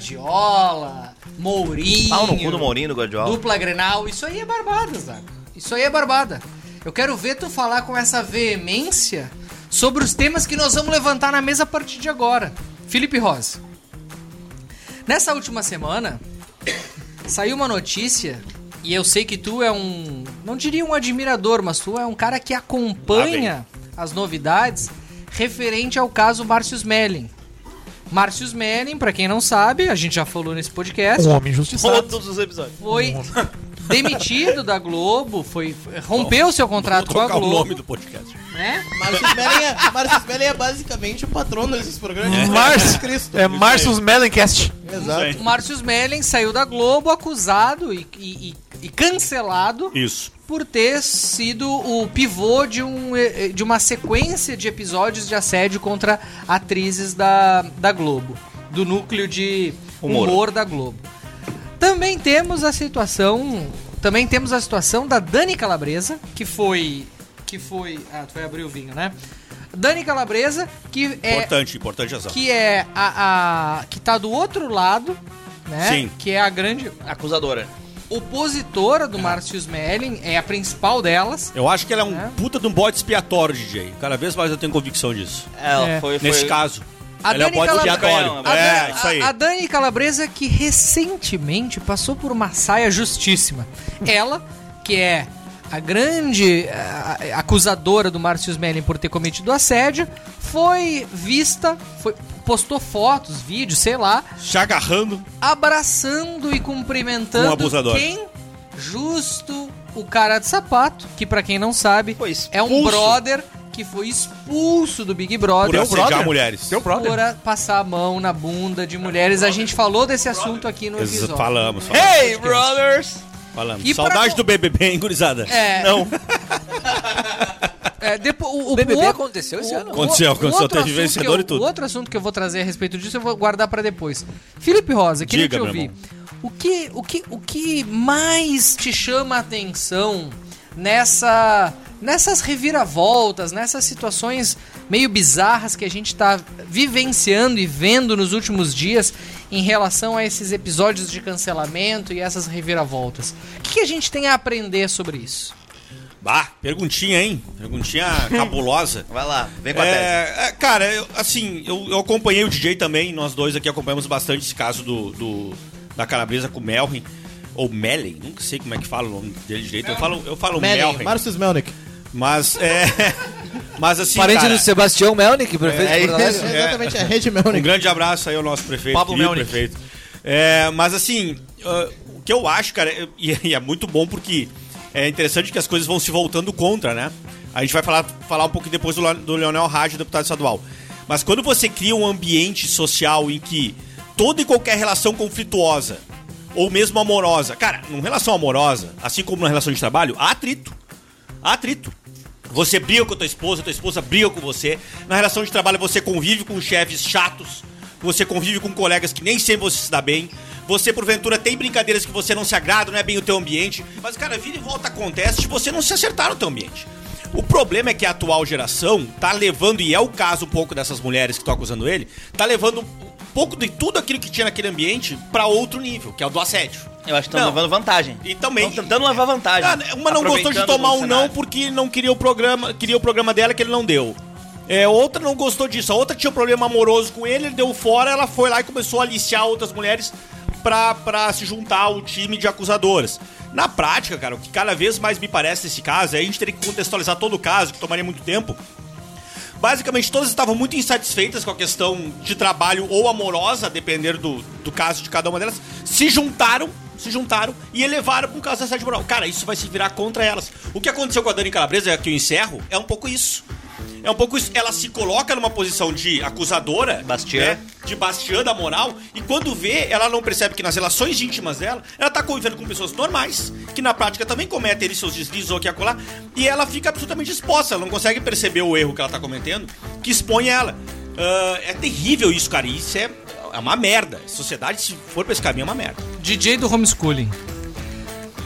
Guardiola, Mourinho.
Pau no cu do Mourinho, do Guardiola.
Dupla Grenal, isso aí é barbada, Zago. Isso aí é barbada. Eu quero ver tu falar com essa veemência sobre os temas que nós vamos levantar na mesa a partir de agora. Felipe Rosa. Nessa última semana, saiu uma notícia, e eu sei que tu é um. Não diria um admirador, mas tu é um cara que acompanha as novidades referente ao caso Márcio Smelling. Márcio Smelling, pra quem não sabe, a gente já falou nesse podcast,
Um homem injustiçado. Um
Todos os episódios.
foi demitido da Globo, foi rompeu seu contrato com a
o nome
Globo,
do podcast.
né?
Márcio Smelling é, Márcio Smelling é basicamente o patrono desses programas.
É. Márcio-
Cristo.
É Marcius Mellencast.
Exato.
O Márcio Smelling saiu da Globo acusado e, e- e- e cancelado
Isso.
por ter sido o pivô de, um, eh, eh, de uma sequência de episódios de assédio contra atrizes da, da Globo, do núcleo de humor.
Humor.
da Globo. Também temos a situação, também temos a situação da Dani Calabresa, que foi que foi, ah, tu vai abrir o vinho, né? Dani Calabresa, que é
Importante, importante essa.
que é a, a- que tá do outro lado, né?
Sim.
Que é a grande
Acusadora.
opositora do Márcio Smelling, é a principal delas.
Eu acho que ela é um
É.
puta de um bode expiatório, DJ. Cada vez mais eu tenho convicção disso.
Ela
É.
foi, foi...
Nesse caso.
A
ela é um
Dani
bode
Calabro-
expiatório.
A,
É,
Dan-
isso aí.
a- a Dani Calabresa que recentemente passou por uma saia justíssima. Ela, que é a grande ah, acusadora do Márcio Smelling por ter cometido assédio, foi vista, foi- postou fotos, vídeos, sei lá,
Se agarrando.
abraçando e cumprimentando
Um abusador.
quem? Justo o cara de sapato, que pra quem não sabe,
Foi expulso. É
é um brother que foi expulso do Big Brother
Por assediar
brother?
mulheres.
Seu brother.
por a- passar a mão na bunda de mulheres. A gente falou desse assunto aqui no
Ex-
episódio.
Falamos, falamos.
Hey, brothers!
falamos.
E pra
Saudade
co-
do BBB, hein, gurizada?
É.
Não.
É, depo- o, o
BBB
outro-
aconteceu esse
o-
ano?
o-
Aconteceu,
o
aconteceu,
outro
teve
assunto
vencedor
que eu-
e tudo.
O outro assunto que eu vou trazer a respeito disso eu vou guardar pra depois. Felipe Rosa, queria
Diga,
te
meu
ouvir.
irmão.
O que, o, que, o que mais te chama a atenção nessa, nessas reviravoltas, nessas situações meio bizarras que a gente tá vivenciando e vendo nos últimos dias em relação a esses episódios de cancelamento e essas reviravoltas? O que, que a gente tem a aprender sobre isso?
Bah, perguntinha, hein? Perguntinha cabulosa.
Vai lá, vem com a tese.
É, é, cara, eu- assim, eu, eu acompanhei o DJ também, nós dois aqui acompanhamos bastante esse caso do, do- da calabresa com o Melrin, ou Mellen, nunca sei como é que fala o nome dele direito, eu falo, eu falo Melrin,
Márcio Smelnick.
mas é... Mas assim,
Parente
cara,
do Sebastião Melnick, prefeito de Porto
É,
Alegre.
exatamente, é Rede
um
Melnick.
grande abraço aí ao nosso prefeito,
Pablo
querido
Melnick.
prefeito. É, mas assim, ah, o que eu acho, cara, é- e e é muito bom porque é interessante que as coisas vão se voltando contra, né? A gente vai falar, falar um pouquinho depois do, La- do Leonel Rádio, deputado estadual. Mas quando você cria um ambiente social em que toda e qualquer relação conflituosa, ou mesmo amorosa, cara, numa relação amorosa, assim como na relação de trabalho, há atrito. Há atrito. Você briga com a tua esposa, tua esposa briga com você. Na relação de trabalho você convive com chefes chatos, você convive com colegas que nem sempre você se dá bem. Você, porventura, tem brincadeiras que você não se agrada, não é bem o teu ambiente. Mas, cara, vira e volta acontece de você não se acertar no teu ambiente. O problema é que a atual geração tá levando, e é o caso um pouco dessas mulheres que estão acusando ele, tá levando um pouco de tudo aquilo que tinha naquele ambiente pra outro nível, que é o do assédio.
Eu acho que estão
Não.
levando vantagem.
E também.
Estão tentando levar vantagem.
Ah, uma não gostou de
Aproveitando
tomar
do
um não
cenário.
porque não queria o programa, queria o programa dela que ele não deu. É, outra não gostou disso, a outra tinha um problema amoroso com ele, ele deu fora, ela foi lá e começou a aliciar outras mulheres pra, pra se juntar ao time de acusadoras. Na prática, cara, o que cada vez mais me parece nesse caso, aí a gente teria que contextualizar todo o caso, que tomaria muito tempo, Basicamente, todas estavam muito insatisfeitas com a questão de trabalho ou amorosa, dependendo do, do caso de cada uma delas. Se juntaram, se juntaram e elevaram para um caso de assédio moral. Cara, isso vai se virar contra elas. O que aconteceu com a Dani Calabresa, que eu encerro, é um pouco isso. É um pouco isso. Ela se coloca numa posição de acusadora. né?
Bastiã.
De Bastiã da moral. E quando vê, ela não percebe que nas relações íntimas dela, ela tá convivendo com pessoas normais, que na prática também cometem ali seus deslizos ou aqui e acolá. E ela fica absolutamente exposta. Ela não consegue perceber o erro que ela tá cometendo, que expõe ela. Ah, é terrível isso, cara. Isso é, é uma merda. Sociedade, se for pra esse caminho, é uma merda.
DJ do homeschooling.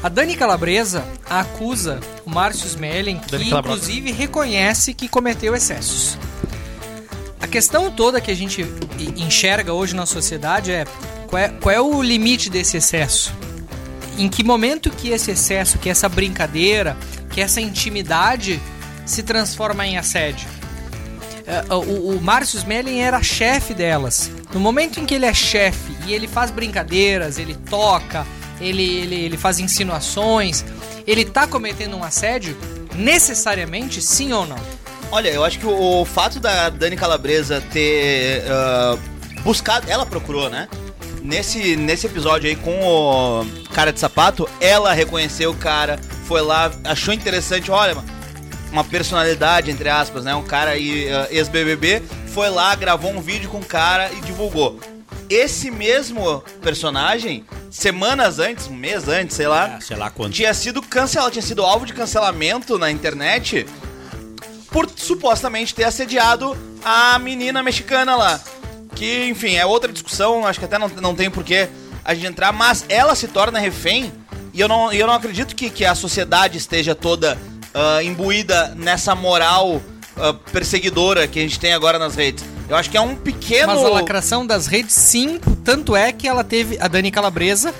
A Dani Calabresa acusa o Márcio Smelling,
Dani
que
Calabresa.
inclusive reconhece que cometeu excessos. A questão toda que a gente e- enxerga hoje na sociedade é qual, é qual é o limite desse excesso? Em que momento que esse excesso, que essa brincadeira, que essa intimidade se transforma em assédio? É, o, o Márcio Smelling era chefe delas. No momento em que ele é chefe e ele faz brincadeiras, ele toca, ele, ele, ele faz insinuações, ele tá cometendo um assédio? Necessariamente, sim ou não?
Olha, eu acho que o, o fato da Dani Calabresa ter ah, buscado. Ela procurou, né? Nesse, nesse episódio aí com o cara de sapato, ela reconheceu o cara, foi lá, achou interessante, olha, mano, uma personalidade, entre aspas, né? Um cara aí, ah, ex-BBB, foi lá, gravou um vídeo com o cara e divulgou. Esse mesmo personagem, semanas antes, um mês antes, sei lá,
Ah, sei lá quanto.
tinha sido cancelado, tinha sido alvo de cancelamento na internet por supostamente ter assediado a menina mexicana lá. Que, enfim, é outra discussão, acho que até não, não tem porquê a gente entrar, mas ela se torna refém e eu não, e eu não acredito que, que a sociedade esteja toda ah, imbuída nessa moral ah, perseguidora que a gente tem agora nas redes. Eu acho que é um pequeno.
Mas a lacração das redes, sim. Tanto é que ela teve a Dani Calabresa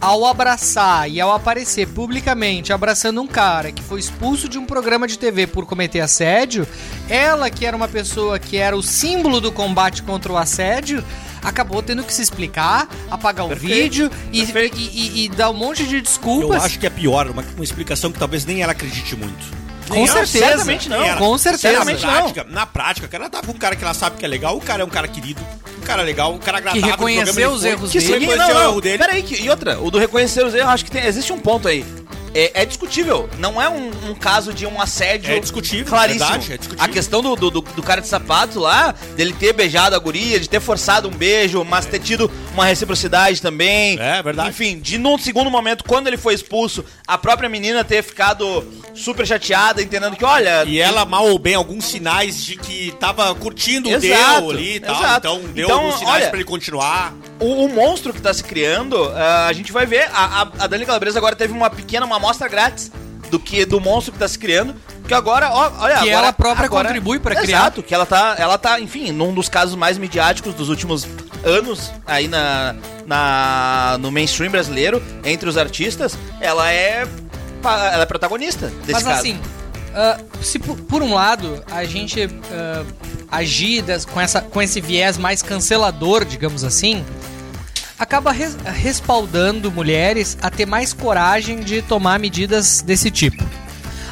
ao abraçar e ao aparecer publicamente abraçando um cara que foi expulso de um programa de TV por cometer assédio, ela que era uma pessoa que era o símbolo do combate contra o assédio, acabou tendo que se explicar, apagar o vídeo e, e- e- e dar um monte de
Eu
desculpas.
acho que é pior, uma, uma explicação que talvez nem ela acredite muito.
Com certeza.
certamente não.
Ela-
Com certeza.
Na prática, na prática, cara, ela tava com um cara que ela sabe que é legal, o cara é um cara querido, um cara legal, um cara agradável. no
reconheceu
programa ele
os
foi,
erros
que
dele.
dele.
Sim,
reconheceu
não,
o
não.
erro dele.
Peraí, que- e outra, o do reconhecer os erros, acho que tem- existe um ponto aí. É, é discutível, não é um, um caso de um assédio.
É discutível,
claríssimo.
verdade, é discutível.
A questão do, do, do- do cara de sapato lá, dele ter beijado a guria, de ter forçado um beijo, mas ter tido uma reciprocidade também.
É, verdade.
Enfim, de num segundo momento, quando ele foi expulso, a própria menina ter ficado super chateada, entendendo que, olha,
E ela, mal ou bem, alguns sinais de que tava curtindo o
Exato,
Deu ali e tal.
exato.
Então deu
Então,
alguns sinais
olha-
pra ele continuar.
o, o monstro que tá se criando, ah, a gente vai ver. A, a, a Dani Calabresa agora teve uma pequena, uma amostra grátis do que do monstro que tá se criando. Que agora, ó, olha, agora,
Que ela própria contribui pra criar.
Exato, que ela tá, ela tá, enfim, num dos casos mais midiáticos dos últimos anos aí na, na no mainstream brasileiro, entre os artistas, ela é pa- ela é protagonista desse
Mas
caso.
assim, ah, se por, por um lado a gente ah, agir das- com, essa, com esse viés mais cancelador, digamos assim, acaba res- respaldando mulheres a ter mais coragem de tomar medidas desse tipo.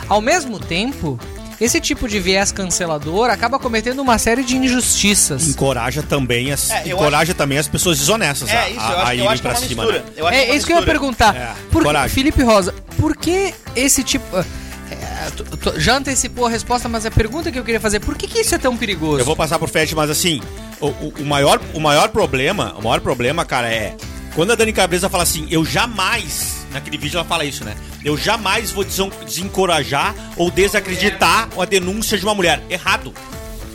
Ao mesmo tempo, esse tipo de viés cancelador acaba cometendo uma série de injustiças.
Encoraja também as,
É, eu
encoraja também as pessoas desonestas a,
é isso, eu
a- a
acho, que- eu
irem
acho que é
pra
uma
cima.
mistura.
né?
Eu acho
é
uma
isso que eu ia
mistura.
perguntar.
É,
Por-
coragem.
Felipe Rosa, por que esse tipo. ah, é, tu- tu- já antecipou a resposta, mas a pergunta que eu queria fazer, por que, que isso é tão perigoso?
Eu vou passar pro Fred, mas assim, o, o- o maior, o maior problema, o maior problema, cara, é quando a Dani Cabeça fala assim, eu jamais Naquele vídeo ela fala isso, né? Eu jamais vou desen- desencorajar ou desacreditar a denúncia de uma mulher. Errado.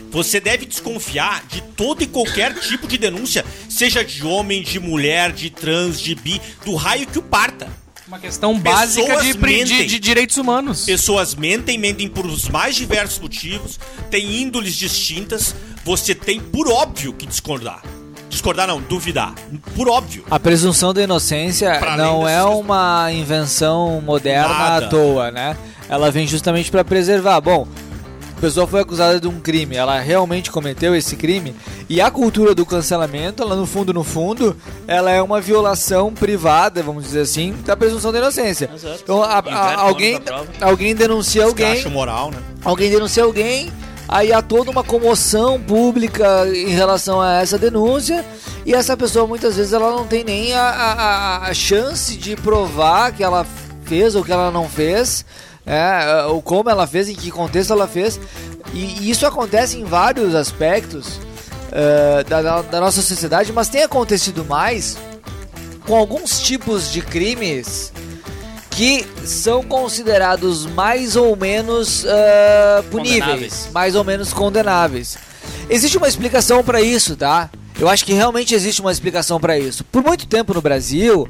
Você deve desconfiar de todo e qualquer tipo de denúncia, seja de homem, de mulher, de trans, de bi, do raio que o parta.
Uma questão básica
Pessoas
de, pri- de-
mentem.
de direitos humanos.
Pessoas mentem, mentem por os mais diversos motivos, têm índoles distintas, você tem por óbvio que discordar. Discordar não, duvidar. Por óbvio.
A presunção da inocência
Pra além
não
desses
é uma invenção moderna
Nada.
à toa, né? Ela vem justamente para preservar. Bom, a pessoa foi acusada de um crime, ela realmente cometeu esse crime, e a cultura do cancelamento, ela no fundo, no fundo, ela é uma violação privada, vamos dizer assim, da presunção da inocência. Então, a- a-
Inverte o nome
alguém,
da prova.
alguém denuncia alguém,
Descacho moral, né?
alguém denuncia alguém, aí há toda uma comoção pública em relação a essa denúncia, e essa pessoa muitas vezes ela não tem nem a, a- a- a chance de provar que ela fez ou que ela não fez, né, ou como ela fez, em que contexto ela fez, e, e isso acontece em vários aspectos eh, da- da- da nossa sociedade, mas tem acontecido mais com alguns tipos de crimes que são considerados mais ou menos ah, puníveis,
Condenáveis.
mais ou menos condenáveis. Existe uma explicação para isso, tá? Eu acho que realmente existe uma explicação para isso. Por muito tempo no Brasil,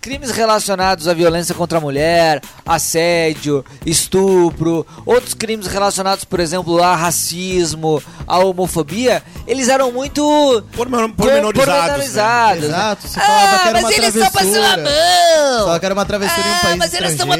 crimes relacionados à violência contra a mulher, assédio, estupro, outros crimes relacionados, por exemplo, a racismo, a homofobia, eles eram muito
Pormenor- Pormenorizados. né?
pormenorizados. né?
Exato, se
Ah,
falava que era uma travessura.
mão.
Falava que era uma travessura em um país
mas era só
estrangeiro,
uma
uma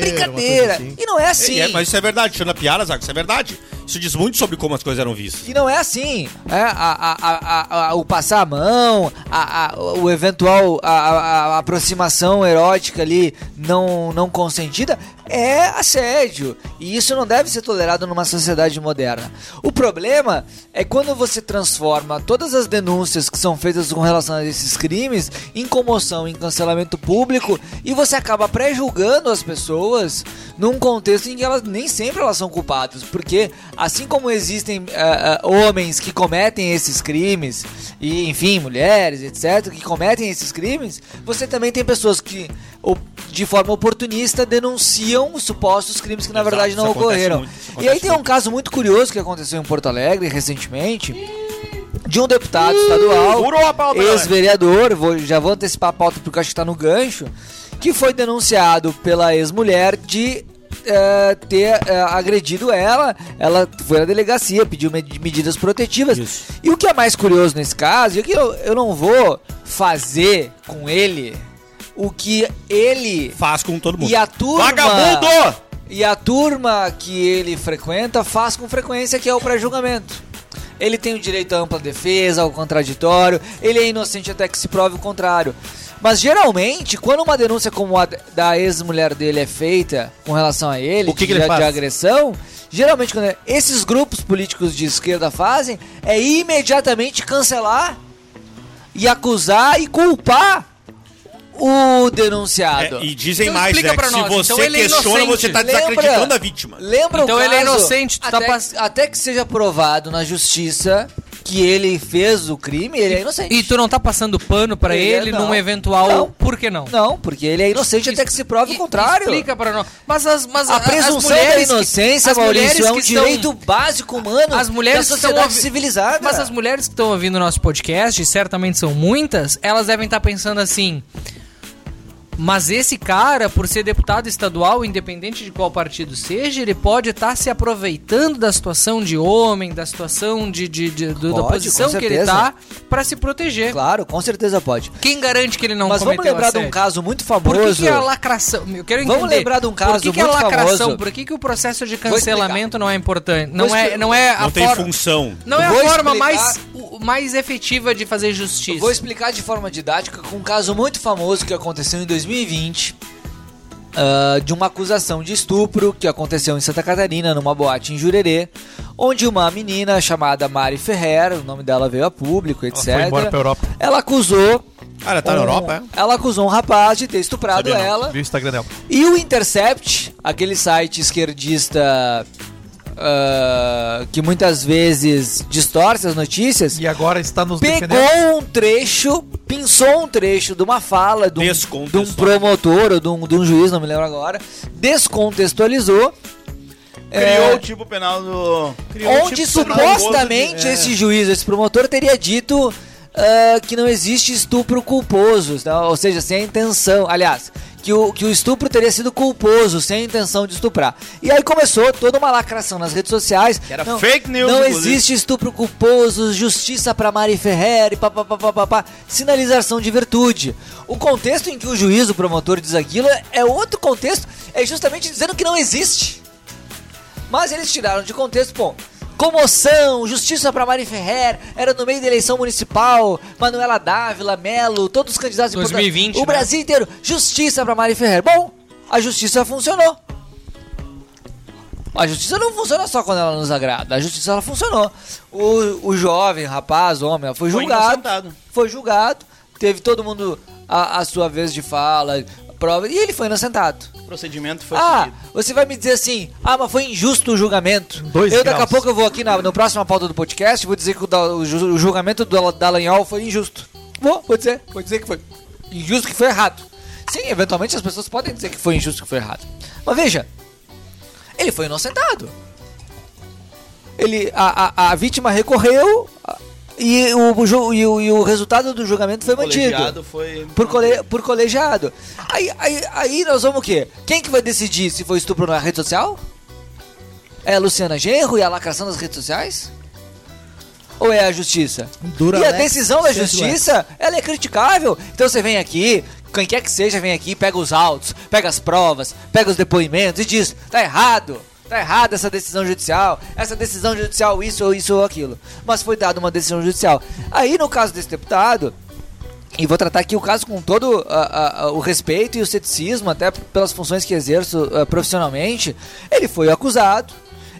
coisa
brincadeira.
assim.
E não é assim.
É, mas isso é verdade, tirando a piada, Zago, isso é verdade. Isso diz muito sobre como as coisas eram vistas.
E não é assim. É, a- a- a- a- a- o passar a mão, a- a- o eventual a, a- a aproximação erótica ali não, não consentida é assédio. E isso não deve ser tolerado numa sociedade moderna. O problema é quando você transforma todas as denúncias que são feitas com relação a esses crimes em comoção, em cancelamento público e você acaba pré-julgando as pessoas num contexto em que elas nem sempre elas são culpadas, porque assim como existem ah, ah, homens que cometem esses crimes e enfim mulheres etc que cometem esses crimes, você também tem pessoas que op- de forma oportunista denunciam os supostos crimes que na
Exato,
verdade não
isso acontece
ocorreram.
muito, isso
e aí
acontece
tem um caso muito curioso que aconteceu em Porto Alegre recentemente de um deputado estadual, ex-vereador, vou- já vou antecipar a pauta porque eu acho que tá no gancho, que foi denunciado pela ex-mulher de eh, ter eh, agredido ela. Ela foi à delegacia, pediu med- medidas protetivas. E o que é mais curioso nesse caso, e o que eu, eu não vou fazer com ele o que ele
Faz com todo mundo.
e a turma.
Vagabundo!
E a turma que ele frequenta faz com frequência que é o pré-julgamento. Ele tem o direito à ampla defesa, ao contraditório, ele é inocente até que se prove o contrário. Mas geralmente, quando uma denúncia como a da ex-mulher dele é feita com relação a ele,
O que que ele
de, de
faz?
agressão, geralmente quando esses grupos políticos de esquerda fazem é imediatamente cancelar e acusar e culpar o denunciado.
É, e dizem
Então
mais,
explica
né? que
pra
Se
nós,
você
então ele é
questiona,
inocente.
você tá desacreditando a vítima.
Lembra
Então
o caso,
ele é inocente, tu tá
até,
pass-
até que seja provado na justiça que ele fez o crime, ele é inocente.
E tu não tá passando pano pra ele,
Ele é não.
num eventual.
Não.
Por que não?
Não, porque ele é inocente até que se prove
E-
o contrário.
Explica pra nós. Mas as, mas
A
a- as
presunção da
mulheres que-
inocência,
as mulheres
Maurício, é um
que estão-
direito básico humano
as mulheres que
da
estão
sociedade
ouvi-
civilizada.
Mas as mulheres que estão ouvindo o nosso podcast, e certamente são muitas, elas devem estar pensando assim. Mas esse cara, por ser deputado estadual, independente de qual partido seja, ele pode estar se aproveitando da situação de homem, da situação de, de- de- do- da
Pode,
posição
com
que ele
certeza.
tá, pra se proteger.
Claro, com certeza pode.
Quem garante que ele não
mas vamos
cometeu
lembrar de um
assédio?
caso muito
Por
famoso.
que, que a lacração? Eu quero entender.
Vamos lembrar de um
Por que,
caso
que a
muito
lacração?
famoso.
Por que, que o processo de
Vou explicar.
cancelamento não é importante?
Vou
Não é,
explicar.
não é a
Não tem
forma,
função.
não é a
Vou
forma
explicar.
mais, o- mais efetiva de fazer
Eu
justiça.
Vou explicar de forma didática com um caso muito famoso que aconteceu em 2020. ah, de uma acusação de estupro que aconteceu em Santa Catarina, numa boate em Jurerê, onde uma menina chamada Mari Ferrer, o nome dela veio a público, etc.
foi embora pra Europa.
Ela acusou.
Ah, ela tá na
um-
Europa, é?
Ela acusou um rapaz de ter estuprado
Sabia não.
ela.
Vi o Instagram dela.
E o Intercept, aquele site esquerdista ah, que muitas vezes distorce as notícias,
E agora está nos
pegou um trecho, pinçou um trecho de uma fala de um, de um promotor ou de um, de um juiz, não me lembro agora, descontextualizou.
Criou
é,
o tipo penal do. tipo
onde supostamente
é.
esse juiz, esse promotor teria dito ah, que não existe estupro culposo, tá? ou seja, sem a intenção, aliás, que o, que o estupro teria sido culposo, sem a intenção de estuprar. E aí começou toda uma lacração nas redes sociais.
Era fake news,
Não
inclusive.
existe estupro culposo, justiça pra Mari Ferrer, papapá, sinalização de virtude. O contexto em que o juiz, o promotor diz aquilo é- é outro contexto, é justamente dizendo que não existe. Mas eles tiraram de contexto, pô. Comoção, justiça pra Mari Ferrer, era no meio da eleição municipal, Manuela Dávila, Melo, todos os candidatos
2020,
O
né?
Brasil inteiro, justiça pra Mari Ferrer. Bom, a justiça funcionou. A justiça não funciona só quando ela nos agrada, a justiça ela funcionou. O, o jovem, rapaz, homem, ela foi
Foi
julgado.
inocentado.
Foi julgado, teve todo mundo a, a sua vez de fala, prova, e ele foi inocentado
O procedimento foi
ah,
seguido.
você vai me dizer assim, ah, mas foi injusto o julgamento.
Dois
eu daqui a
graus.
pouco eu vou aqui na, na próxima pauta do podcast, vou dizer que o, da- o ju- o julgamento do Dal- Dallagnol foi injusto. Vou, vou dizer, vou dizer que foi injusto, que foi errado. Sim, eventualmente as pessoas podem dizer que foi injusto, que foi errado. Mas veja, ele foi inocentado. Ele, a, a- a vítima recorreu a- e o, ju- e o- e o resultado do julgamento foi
O
mantido.
colegiado foi.
Por, cole, por colegiado. Aí, aí, aí nós vamos o quê? Quem que vai decidir se foi estupro na rede social? É a Luciana Genro e a lacração das redes sociais? Ou é a justiça?
Dura
e a
Alex,
decisão da
Santo
justiça, ela é criticável. Então você vem aqui, quem quer que seja, vem aqui, pega os autos, pega as provas, pega os depoimentos e diz, tá errado, tá errada essa decisão judicial, essa decisão judicial, isso ou isso ou aquilo. Mas foi dada uma decisão judicial. Aí, no caso desse deputado, e vou tratar aqui o caso com todo ah, ah, ah, o respeito e o ceticismo, até p- pelas funções que exerço ah, profissionalmente. Ele foi acusado.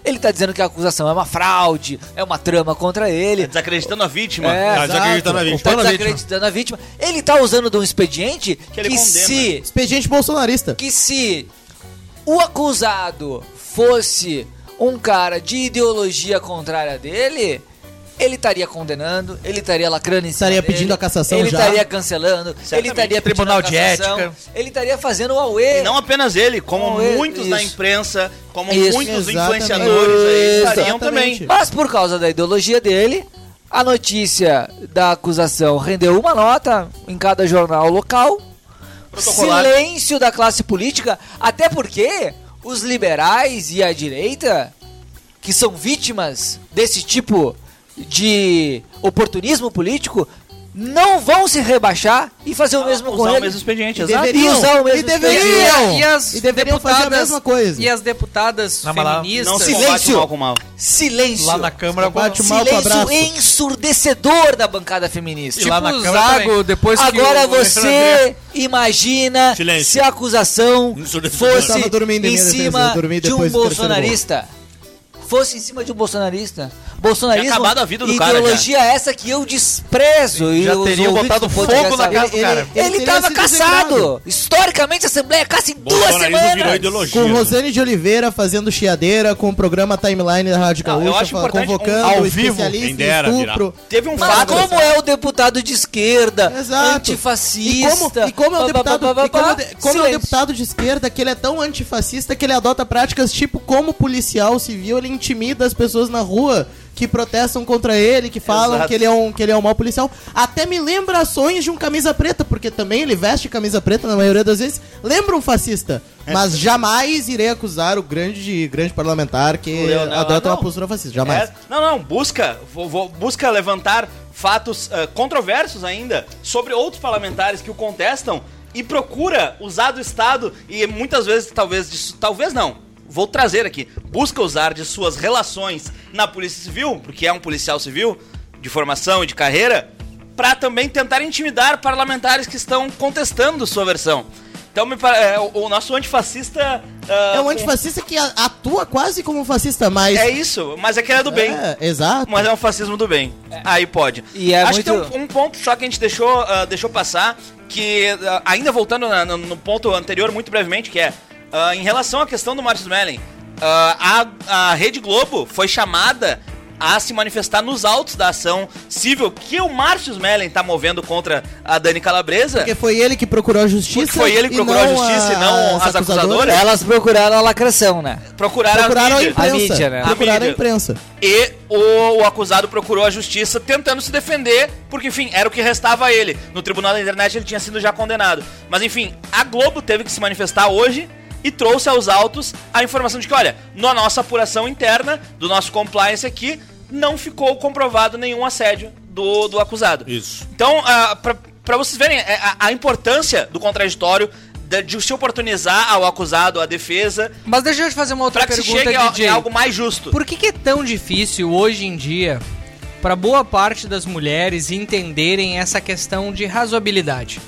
Ele tá dizendo que a acusação é uma fraude, é uma trama contra ele.
Tá Desacreditando a vítima.
É,
Tá desacreditando
exato.
a vítima.
Tá desacreditando a vítima. Ele tá usando de um expediente que,
ele condena.
se
Expediente bolsonarista.
que se o acusado fosse um cara de ideologia contrária dele, ele estaria condenando, ele estaria lacrando em cima
Estaria
dele,
pedindo a cassação
ele
já.
estaria cancelando, ele estaria pedindo
Tribunal
a
de
cassação,
ética.
ele estaria fazendo o auê.
E não apenas ele, como
Com ele,
muitos da
isso.
imprensa, como
Isso.
muitos
Exatamente.
influenciadores aí estariam
Exatamente.
também.
Mas por causa da ideologia dele, a notícia da acusação rendeu uma nota em cada jornal local.
Protocolar.
Silêncio da classe política, até porque os liberais e a direita, que são vítimas desse tipo de oportunismo político, não vão se rebaixar e fazer o mesmo com
Usar o
ele.
mesmo expediente,
E
exato.
deveriam.
E usar o mesmo
e deveriam.
E as
E deveriam fazer a
deputadas-
mesma coisa.
E as deputadas
Não, mas lá-
feministas...
Não se
Silêncio.
combate o mal com o mal.
Silêncio.
Lá na Câmara,
Bate o mal com o
Silêncio
abraço.
ensurdecedor da bancada feminista.
Tipo
lá na
o
Câmara
Zago,
também.
depois que
Agora
o-
você imagina
Silêncio.
se a acusação
Ensurdecedor.
fosse
Eu tava dormindo em
em
minha defesa,
cima
eu dormi
de um
depois do terceiro gol.
bolsonarista. Fosse em cima de um bolstonarista. Bolsonarismo,
Tinha acabado a vida do cara,
ideologia é essa que eu desprezo. e
Já
os
teriam
ouvintes
botado
do podcast
fogo na
sabem.
casa do cara.
Ele, ele,
teria
tava
sido
caçado.
desligado.
Historicamente, a Assembleia caça em duas
Bolsonarismo virou
semanas.
ideologia.
Com
né?
Rosane de Oliveira fazendo chiadeira com o programa Timeline da Rádio
Não, eu
Gaúcha,
acho
fa-
importante
convocando
um- ao
especialista
vivo.
em
Quem dera
estupro.
Teve um
Mas
fato.
como é o deputado de esquerda,
Exato.
antifascista...
E como, e como é o
pá,
deputado,
pá, pá,
e como é o
pá,
de- como é o
silêncio.
deputado de esquerda que ele é tão antifascista que ele adota práticas tipo como policial civil, ele intimida as pessoas na rua que protestam contra ele, que falam
Exato.
que ele é um que ele é um mau policial. Até me lembra ações de um camisa preta, porque também ele veste camisa preta na maioria das vezes. Lembra um fascista,
É.
mas jamais irei acusar o grande grande parlamentar que
Leonel-
adota
não.
uma postura fascista, jamais.
É, não, não, busca, vou- vou- busca levantar fatos eh, controversos ainda sobre outros parlamentares que o contestam e procura usar do Estado e muitas vezes, talvez, de su- talvez não, vou trazer aqui, busca usar de suas relações na Polícia Civil, porque é um policial civil de formação e de carreira, para também tentar intimidar parlamentares que estão contestando sua versão. Então, me pare- eh, o, o nosso antifascista... ah,
É um antifascista que a- atua quase como um fascista, mas
É isso, mas é que ele é do bem.
É, exato.
Mas é um fascismo do bem. Aí pode.
E é
Acho
muito-
que tem um, um ponto só que a gente deixou, ah, deixou passar, que ah, ainda voltando na- no, no ponto anterior muito brevemente, que é ah, em relação à questão do Marcos Mellen. Ah, a, a Rede Globo foi chamada a se manifestar nos autos da ação civil que o Márcio Mellen tá movendo contra a Dani Calabresa.
Porque foi ele que procurou a justiça.
Porque foi ele que procurou a justiça e não as acusadoras.
Elas procuraram a lacração, né?
Procuraram,
Procuraram a imprensa.
mídia, né? A
Procuraram a
mídia.
imprensa.
E o, o acusado procurou a justiça tentando se defender, porque, enfim, era o que restava a ele. No tribunal da internet ele tinha sido já condenado. Mas, enfim, a Globo teve que se manifestar hoje e trouxe aos autos a informação de que, olha, na nossa apuração interna, do nosso compliance aqui, não ficou comprovado nenhum assédio do, do acusado.
Isso.
Então, ah, pra para vocês verem é, a, a importância do contraditório, de, de se oportunizar ao acusado, à defesa,
Mas deixa eu te fazer uma outra
para que se
pergunta,
chegue a,
DJ.
em algo mais justo.
Por que, que é tão difícil hoje em dia para boa parte das mulheres entenderem essa questão de razoabilidade?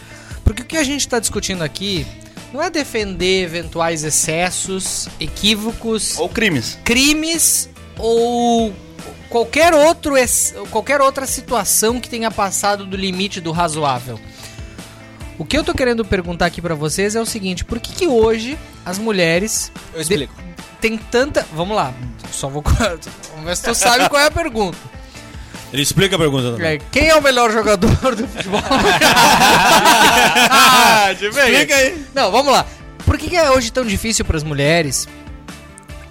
Porque o que a gente está discutindo aqui não é defender eventuais excessos, equívocos,
Ou crimes.
crimes ou qualquer, outro, ex- qualquer outra situação que tenha passado do limite do razoável. O que eu tô querendo perguntar aqui pra vocês é o seguinte: por que, que hoje as mulheres
Eu explico.
têm tanta. Vamos lá, só vou. Vamos ver se tu sabe qual é a pergunta.
Ele explica a pergunta também.
É, Quem é o melhor jogador do futebol? Ah,
Explica aí.
Não, vamos lá. Por que, que é hoje tão difícil para as mulheres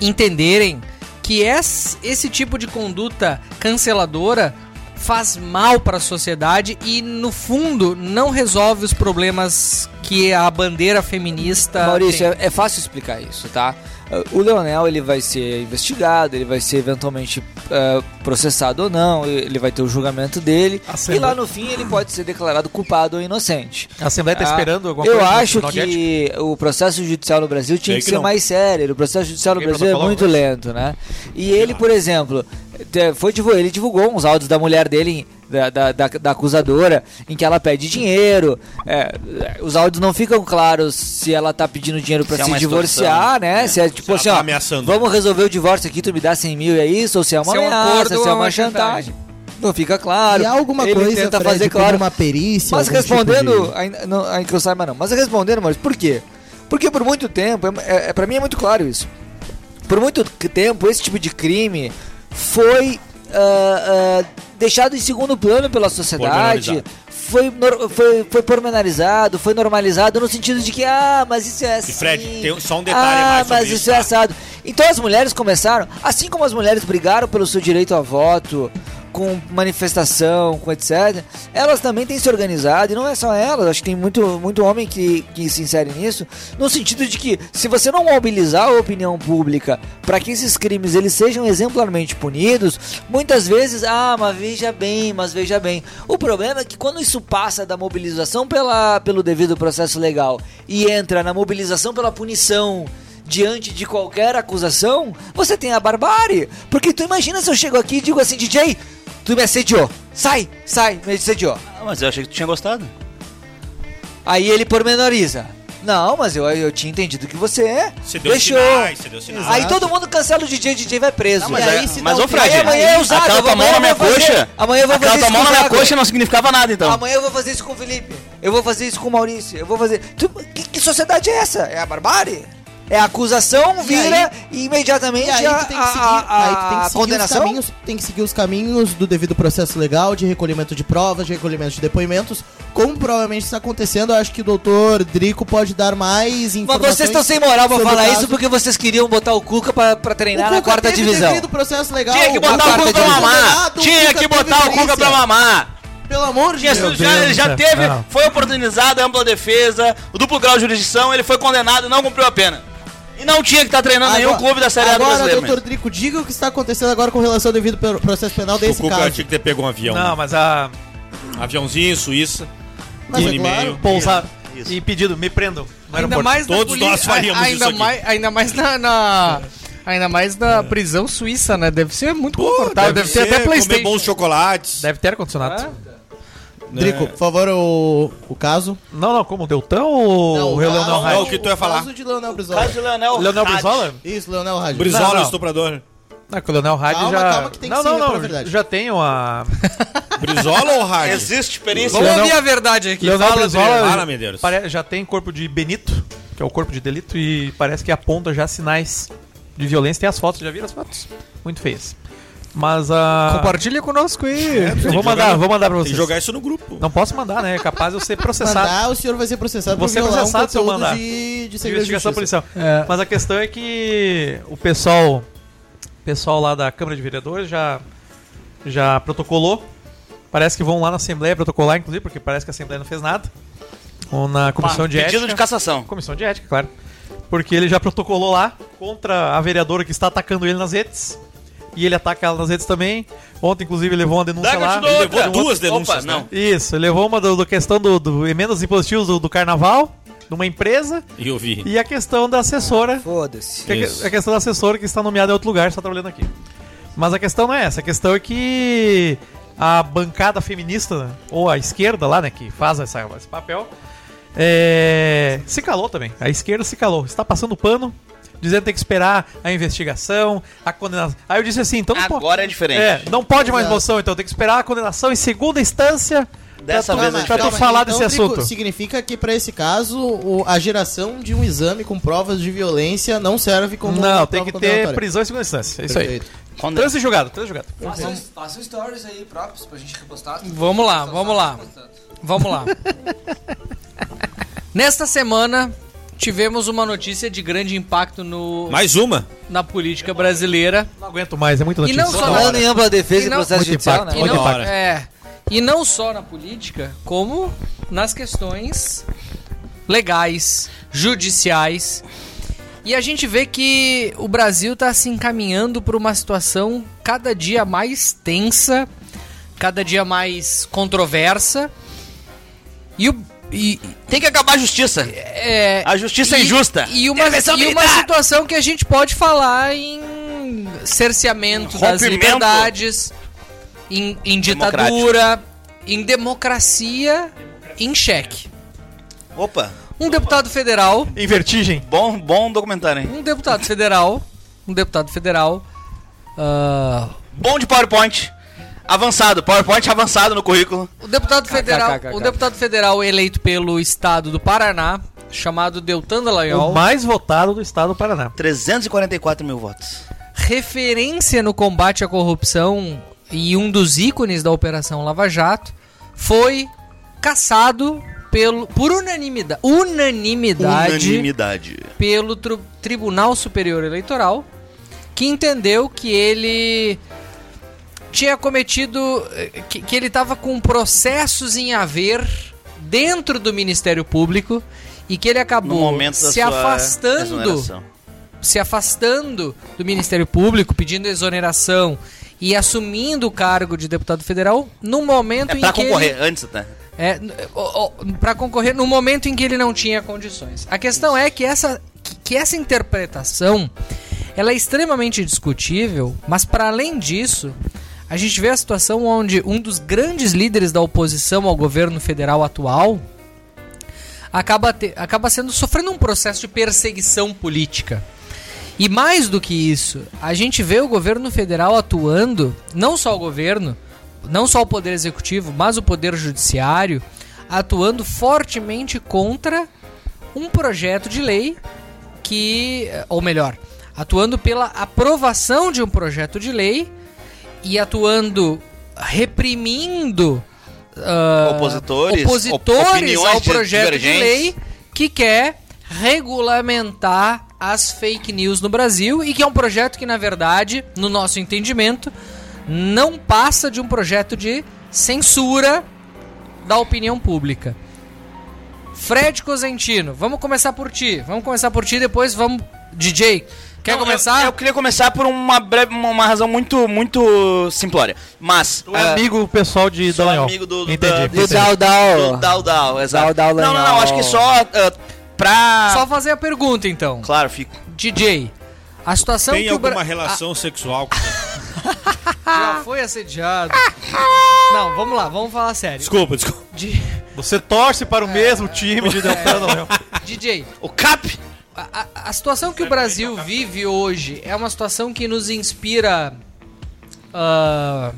entenderem que es- esse tipo de conduta canceladora faz mal para a sociedade e, no fundo, não resolve os problemas que a bandeira feminista.
Maurício,
Tá, tem?
é, é fácil explicar isso, tá? Eh, O Leonel ele vai ser investigado, ele vai ser eventualmente eh, processado ou não, e- ele vai ter o julgamento dele e lá no fim ele pode ser declarado culpado ou inocente.
A Assembleia tá
Ah,
esperando alguma
Eu
coisa? no
acho
final de ética?
que o processo judicial no Brasil tinha
Sei
que
que
ser
não.
mais sério. O processo judicial no
Alguém
Brasil é
protocolou
muito lento, né? E ele, por exemplo, te- foi divul- ele divulgou uns áudios da mulher dele, em- da, da, da- da acusadora, em que ela pede dinheiro. É, os áudios não ficam claros se ela tá pedindo dinheiro pra
Se é
se
uma
divorciar, né? Se é tipo
ela
assim,
tá
ó,
ameaçando.
vamos resolver o divórcio aqui, tu me dá 100 mil e é isso? Ou se é uma
Se é um
ameaça,
acordo
se é
ou
uma
uma
chantagem.
chantagem.
Não fica claro.
E há alguma
Ele
coisa,
tenta
Fred,
fazer
como
claro.
uma perícia.
Mas
algum tipo
respondendo,
de-
ainda, não, ainda que eu saiba não, mas respondendo, Maurício, por quê? Porque por muito tempo, é, é- pra mim é muito claro isso, por muito c- tempo esse tipo de crime foi ah, ah, deixado em segundo plano pela sociedade,
Pormenorizado.
foi, nor- foi, foi pormenorizado, foi normalizado no sentido de que, ah, mas isso é assim...
E Fred, tem só um detalhe a
ah,
mais sobre
mas
isso,
isso, é
tá?
assado. Então as mulheres começaram, assim como as mulheres brigaram pelo seu direito a voto, com manifestação, com etc., elas também têm se organizado, e não é só elas, acho que tem muito, muito homem que, que se insere nisso, no sentido de que se você não mobilizar a opinião pública para que esses crimes eles sejam exemplarmente punidos, muitas vezes, ah, mas veja bem, mas veja bem. O problema é que quando isso passa da mobilização pela, pelo devido processo legal e entra na mobilização pela punição diante de qualquer acusação, você tem a barbárie. Porque tu imagina se eu chego aqui e digo assim, DJ, tu me assediou. Sai, sai, me assediou.
Ah, mas eu achei que tu tinha gostado.
Aí ele pormenoriza. Não, mas eu, eu tinha entendido que você é.
Você deu
Deixou.
sinais, você deu sinais.
Aí todo mundo cancela o DJ, o DJ vai preso.
Não, mas,
E
aí,
Ah, aí,
se
mas
não
ô Fred,
aí amanhã eu usado,
aquela tua
amanhã
mão na
eu
minha
vou fazer-
coxa,
amanhã eu vou
aquela
fazer
tua
isso
mão na
com o
minha
Zago.
coxa não significava nada, então.
Amanhã eu vou fazer isso com o Felipe. Eu vou fazer isso com o Maurício. Eu vou fazer. Tu- que, que sociedade é essa? É a barbárie? É a acusação, vira e imediatamente
E aí
a,
tu tem que seguir,
a- a-
aí tu tem que
a
seguir
condenação.
os caminhos, tem que seguir os caminhos do devido processo legal, de recolhimento de provas, de recolhimento de depoimentos. Como provavelmente está acontecendo, eu acho que o doutor Drico pode dar mais
Mas
informações.
vocês estão sem moral pra
sobre o
falar
caso.
isso porque vocês queriam botar o Cuca pra, pra
O
treinar
Cuca
na quarta
teve
divisão.
devido processo legal.
Tinha que
Na
botar o
quarta
tá
Cuca pra
divisão.
mamar.
Condenado,
Tinha
Cuca
que
teve
botar o Cuca
perícia.
pra mamar.
Pelo amor de
Tinha
Deus.
sido- já,
Deus,
já
cara.
teve,
Não.
foi oportunizado, ampla defesa, o duplo grau de jurisdição, ele foi condenado e não cumpriu a pena. E não tinha que estar treinando Ah, nenhum clube da Série A do
agora,
brasileiro.
doutor Drico, diga o que está acontecendo agora com relação ao devido pro- processo penal
O
desse
Cuca
caso.
tinha que ter pego um avião.
Não, mas a...
Aviãozinho, Suíça.
Mas
um
é
e
claro.
meio.
Pousar...
Isso.
E pedido, me prendam. no
ainda
aeroporto.
mais na
Todos
poli-
nós faríamos
ainda
isso aqui.
Mais, ainda mais na. na- Ainda mais na prisão suíça, né? Deve ser muito confortável. Deve, ter até
comer
Playstation.
bons chocolates.
Deve ter ar-condicionado.
né?
Drico, por favor, o, o caso.
Não, não, como? Deltão ou o Leonel
não,
Raio?
o que tu ia falar?
caso de Leonel Brizola.
Caso Leonel,
Leonel
Haddad.
Brizola?
Isso, Leonel Rádio.
Brizola,
Não, não.
estuprador.
Não, Ah, que o Leonel Rádio
Calma,
já.
calma, que tem que
não,
seguir
não,
pra
não.
verdade.
Já tenho a.
Brizola ou Rádio?
Existe perícia.
Vamos
Leonel-
ouvir a verdade aqui.
Leonel
Fala,
Brizola
Fala,
já-
Medeiros.
pare- já tem corpo de Benito, que é o corpo de delito, e parece que aponta já sinais de violência. Tem as fotos, já viram as fotos? Muito feias. Mas a.
Compartilha conosco aí.
Eu vou mandar, vou mandar pra
Tem que
vocês.
jogar isso no grupo.
Não posso mandar, né? É capaz de eu ser processado.
Mandar, o senhor vai ser processado por
Você é
violar um
processado se eu
conteúdo
mandar.
de, de
de
segredo de
investigação
justiça.
é policial. Mas a questão é que o pessoal, o pessoal lá da Câmara de Vereadores já já protocolou. Parece que vão lá na Assembleia protocolar, inclusive, porque parece que a Assembleia não fez nada. Ou na Comissão de
Pedido
Ética.
de cassação.
Comissão de Ética, claro. Porque ele já protocolou lá contra a vereadora que está atacando ele nas redes. E ele ataca ela nas redes também. Ontem, inclusive, ele levou uma denúncia lá.
Ele levou
Outra. duas denúncias,
Opa,
né?
não.
Isso, ele levou uma do, do questão do, do emendas impositivas do, do carnaval, de uma empresa.
E eu vi.
E a questão da assessora.
Foda-se.
que a que-
Isso.
a questão da assessora que está nomeada em outro lugar, está trabalhando aqui. Mas a questão não é essa. A questão é que a bancada feminista, ou a esquerda lá, né, que faz essa- esse papel, é, se calou também. A esquerda se calou. Está passando pano, dizendo que tem que esperar a investigação, a condenação. Aí eu disse assim, então não po-
Agora é diferente.
é, não pode mais
Exato.
moção, então tem que esperar a condenação em segunda instância
Dessa
pra,
Tá,
vez
tu,
é
pra tu
diferente.
falar
então,
desse
Drico,
assunto.
Significa que pra esse caso, o- a geração de um exame com provas de violência não serve como
Não,
uma
tem
prova
que ter
condenatória.
prisão em segunda instância. É isso aí.
Perfeito.
Quando-
Trânsito em julgado, trânsito em julgado.
Façam, façam stories aí próprios pra gente repostar.
Vamos lá, vamos lá. Vamos lá. Nesta semana, tivemos uma notícia de grande impacto no,
Mais uma.
na política brasileira.
Não aguento mais, é muito
E
notícia.
não só na-
Falando em ampla defesa
E
e,
não-
processo
Muito
judicial,
impacto.
né?
E
Olha
não,
para.
é, e não só na política, como nas questões legais, judiciais. E a gente vê que o Brasil está se encaminhando para uma situação cada dia mais tensa, cada dia mais controversa. E, o- e-
Tem que acabar a justiça.
é,
A justiça é
e-
injusta.
E uma,
Intervenção
e uma
militar.
situação que a gente pode falar em cerceamento das
Rompimento.
liberdades, em, em ditadura, em democracia em xeque.
Opa,
Um deputado federal,
Em vertigem.
bom, bom documentário, hein?
um deputado federal, um deputado federal, ah,
Bom de PowerPoint. Avançado, PowerPoint avançado no currículo.
o deputado federal, o deputado federal eleito pelo estado do Paraná, chamado Deltan
O
Dallagnol,
mais votado do estado do Paraná.
344 mil votos.
referência no combate à corrupção e um dos ícones da Operação Lava Jato, foi caçado pelo, por unanimidade, unanimidade
Unanimidade.
pelo tru- Tribunal Superior Eleitoral, que entendeu que ele tinha cometido. eh, que, que ele estava com processos em haver dentro do Ministério Público e que ele
No
acabou
momento da
se
sua
afastando
exoneração.
se afastando do Ministério Público, pedindo exoneração e assumindo o cargo de deputado federal no momento
É
em
pra
que
concorrer,
ele
antes até.
é, n- ó, ó, pra concorrer no momento em que ele não tinha condições. A questão é que essa, que- que essa interpretação ela é extremamente discutível, mas para além disso, a gente vê a situação onde um dos grandes líderes da oposição ao governo federal atual acaba, te- acaba sendo sofrendo um processo de perseguição política. E mais do que isso, a gente vê o governo federal atuando, não só o governo, não só o poder executivo, mas o poder judiciário, atuando fortemente contra um projeto de lei que, ou melhor, atuando pela aprovação de um projeto de lei e atuando reprimindo ah,
Opositores, op-
opositores
opiniões
ao projeto de
divergentes.
lei que quer regulamentar as fake news no Brasil e que é um projeto que, na verdade, no nosso entendimento, não passa de um projeto de censura da opinião pública. Fred Cosentino, vamos começar por ti. Vamos começar por ti, depois vamos. DJ, quer
Não, eu-
começar?
Eu, queria começar por uma, breve, uma, uma razão muito, muito simplória. Mas.
Tu é amigo pessoal de
sou
Dallagnol.
amigo do- do- da-
Entendi.
do
Do
entendi.
Dal
Do
Dal.
é, Dal Dal, exato.
Dal Dal
não, não, não,
Lanhol.
acho que só ah, pra.
Só fazer a pergunta então.
Claro, fico.
DJ, a
Então
situação
Tem
que o Bra-
alguma relação sexual com
Ah, já foi assediado. Não, vamos lá, vamos falar sério.
Desculpa, desculpa.
Di-
Você torce para o
É.
mesmo time de Deltan Dallagnol.
DJ,
O Cap!
a, a- a situação que o Brasil vive hoje é uma situação que nos inspira ah,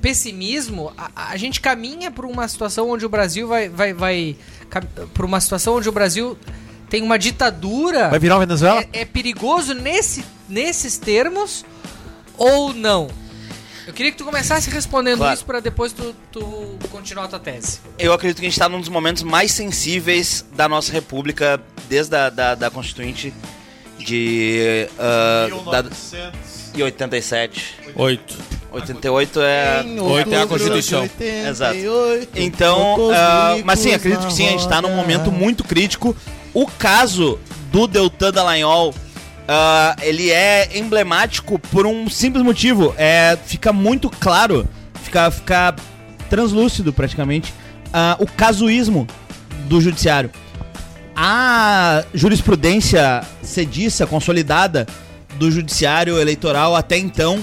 pessimismo. A, a gente caminha para uma situação onde o Brasil vai. vai, vai para uma situação onde o Brasil tem uma ditadura.
Tá?
Vai virar uma Venezuela?
É, é perigoso nesse nesses termos ou não? Eu queria que tu começasse respondendo
Claro.
isso pra depois tu, tu continuar a tua tese.
Eu acredito que a gente está num dos momentos mais sensíveis da nossa república, desde a da, da Constituinte de. ah, da, e 87.
Oito.
88 é.
Oito é a Constituição.
Exato.
é
Então, ah, mas sim, acredito que sim, a gente tá num momento
Ah.
muito crítico. O caso do Deltan Dallagnol, ah, ele é emblemático por um simples motivo. É, fica muito claro, fica, fica translúcido praticamente, ah, o casuísmo do judiciário. A jurisprudência sediça, consolidada do judiciário eleitoral até então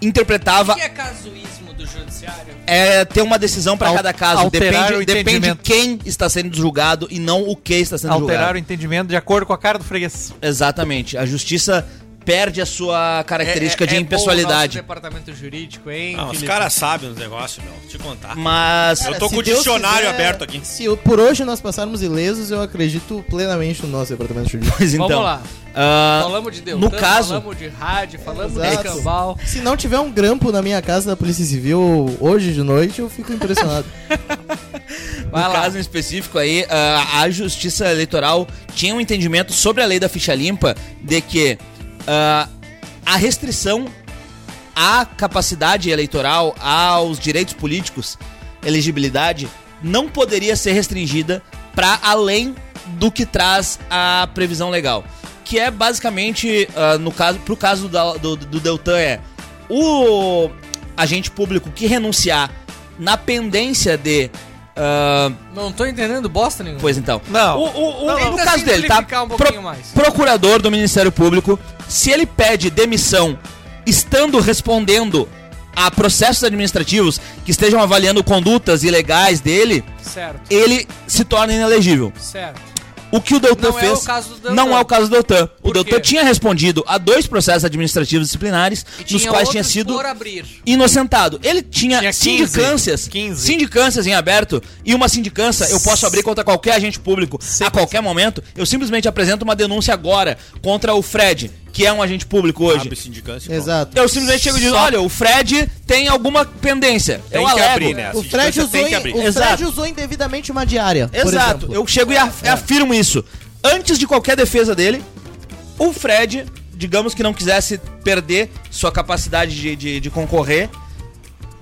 interpretava
é casuísmo do judiciário?
é ter uma decisão para
Al-
cada caso.
alterar
Depende,
o
depende
entendimento.
quem está sendo julgado e não o que está sendo
Alterar o
julgado.
entendimento de acordo com a cara do freguês.
Exatamente. A justiça perde a sua É característica
É,
de
É, bom o
impessoalidade.
nosso departamento jurídico, hein?
Ah, os
Felipe?
caras sabem os negócios, meu. Vou te contar.
Mas
Eu tô com o dicionário aberto aqui.
Se eu- por hoje nós passarmos ilesos, eu acredito plenamente no nosso departamento jurídico.
Pois
Vamos
então,
lá.
ah,
falamos de Deltan,
no caso-
falamos de rádio, falamos de
Exato.
cambal.
Se não tiver um grampo na minha casa da Polícia Civil hoje de noite, eu fico impressionado.
no caso em específico aí, ah, a justiça eleitoral tinha um entendimento sobre a lei da ficha limpa de que ah, a restrição à capacidade eleitoral, aos direitos políticos, elegibilidade, não poderia ser restringida para além do que traz a previsão legal. Que é basicamente, ah, no caso, pro caso da- do, do Deltan, é o agente público que renunciar na pendência de. ah,
Não tô entendendo bosta nenhuma.
Pois então.
Não.
O, o, o-
Não, não.
no caso dele, tá?
Simplificar um pouquinho mais.
Procurador do Ministério Público, se ele pede demissão estando respondendo a processos administrativos que estejam avaliando condutas ilegais dele,
Certo,
ele se torna inelegível.
certo.
O que o Deltan
Não é
fez
o caso do Deltan.
não é o caso do Deltan. O
Por
Deltan
quê?
tinha respondido a dois processos administrativos disciplinares, nos quais tinha
outros
sido
por abrir.
inocentado. Ele tinha,
Tinha 15,
sindicâncias,
15.
sindicâncias em aberto e uma sindicância eu posso abrir contra qualquer agente público a qualquer momento. Eu simplesmente apresento uma denúncia agora contra o Fred, que é um agente público hoje.
Abre sindicância.
Exato.
Eu simplesmente chego e digo, olha, o Fred tem alguma pendência.
Tem
eu
que
alego.
abrir, né? A
O Fred,
sindicância
usou,
tem que
in-
abrir.
o Fred
Exato.
usou indevidamente uma diária. por
Exato.
exemplo. É.
Eu chego e af- afirmo isso. Antes de qualquer defesa dele, o Fred, digamos que não quisesse perder sua capacidade de, de- de concorrer,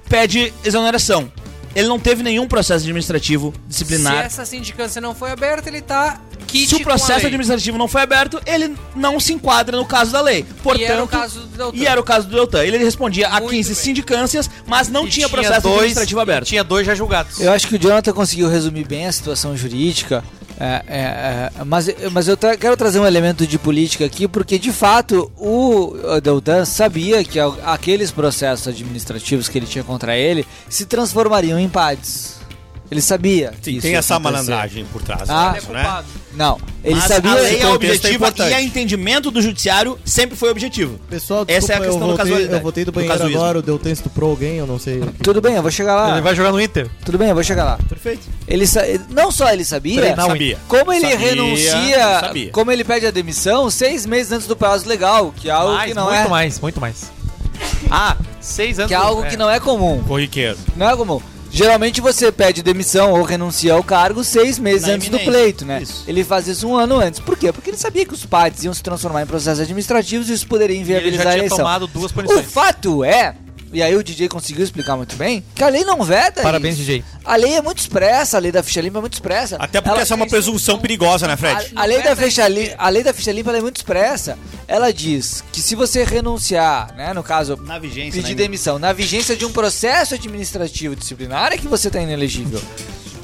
pede exoneração. Ele não teve nenhum processo administrativo
Se
disciplinar.
essa sindicância não foi aberta, ele tá
Se,
kit
o processo
com a lei.
administrativo não foi aberto, ele não se enquadra no caso da lei. Portanto,
E era o caso do Deltan.
e era o caso do Deltan. Ele respondia a
Muito
15
bem.
sindicâncias, mas não
E
tinha processo administrativo
e
aberto.
Tinha dois já julgados.
Eu acho que o Jonathan conseguiu resumir bem a situação jurídica, é, é, é, mas, mas eu tra- quero trazer um elemento de política aqui, porque de fato o uh, Deltan sabia que a- aqueles processos administrativos que ele tinha contra ele se transformariam em PADs. Ele sabia. que
Sim,
isso
tem
ia
essa
acontecer.
malandragem por trás
Ah.
disso, né?
Não, ele
mas
sabia.
a lei é
contexto é
objetiva
importante.
e a entendimento do judiciário sempre foi objetivo.
Pessoal,
Essa é a questão
eu
do
voltei,
casualidade,
Eu voltei do
do
banheiro
casuísmo.
agora, o Deltan estuprou alguém, eu não sei. o que.
Tudo bem, eu vou chegar lá.
Ele vai jogar no Inter.
Tudo bem, eu vou chegar lá.
Perfeito.
Ele sa- não só ele sabia,
Treinar o
Sabia.
Como ele
Sabia,
renuncia,
sabia.
como ele pede a demissão seis meses antes do prazo legal, que é algo
mais,
que não
muito
é,
mais, muito mais. Ah, seis anos.
que é algo que não é comum.
Corriqueiro.
Não é comum. Geralmente você pede demissão ou renuncia ao cargo seis meses
Na
antes do
iminência,
pleito, né?
isso.
Ele faz isso um ano antes. Por quê? Porque ele sabia que os PADs iam se transformar em processos administrativos e isso poderia
E Ele
inviabilizar
já
a
tinha
eleição.
tomado duas
O
punições.
fato é, e aí o DJ conseguiu explicar muito bem, que a lei não veta
Parabéns,
isso.
DJ.
A lei é muito expressa, a lei da ficha limpa é muito expressa.
Até porque
Ela-
essa é uma presunção perigosa, né, Fred?
a, a lei
é
da ficha limpa, a lei da ficha limpa ela é muito expressa. Ela diz que se você renunciar, né, no caso,
Na vigência.
né,
pedir demissão na vigência de um processo administrativo disciplinar é que você está inelegível.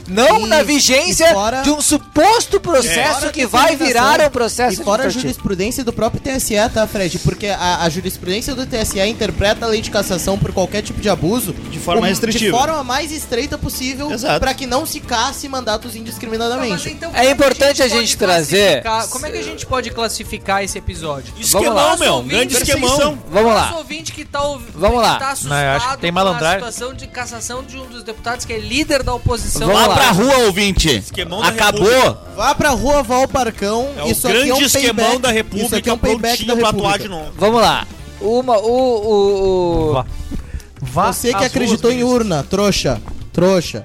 Não
E-
na vigência
e fora-
de um suposto processo
Fora
que
a
vai
determinação
virar um processo
E fora a
administrativo.
jurisprudência do próprio TSE, tá, Fred? Porque a, a jurisprudência do TSE interpreta a lei de cassação por qualquer tipo de abuso
De forma
De
restritiva.
forma mais estreita possível
Exato.
pra que não se casse mandatos indiscriminadamente.
É importante a gente trazer-
Como é que a gente pode classificar esse episódio?
Esquemão,
lá.
meu. Um grande esquemão.
Vamos
Nosso
lá.
ouvinte que tá, ouv...
Vamos lá.
que tá assustado
Não, eu acho que tem
com a
malandragem.
situação de cassação de um dos deputados que é líder da oposição.
Vamos lá.
pra rua, ouvinte.
Esquemão da
Acabou.
Vá pra rua, vá ao Parcão.
É o grande esquemão da República,
um Isso aqui
é
é
o
um payback da
prontinho pra atuar de
República.
novo.
Vamos lá. Uma, o, o, o-
Vá. Vá
Você
às
que acreditou
ruas,
em urna, trouxa. Trouxa.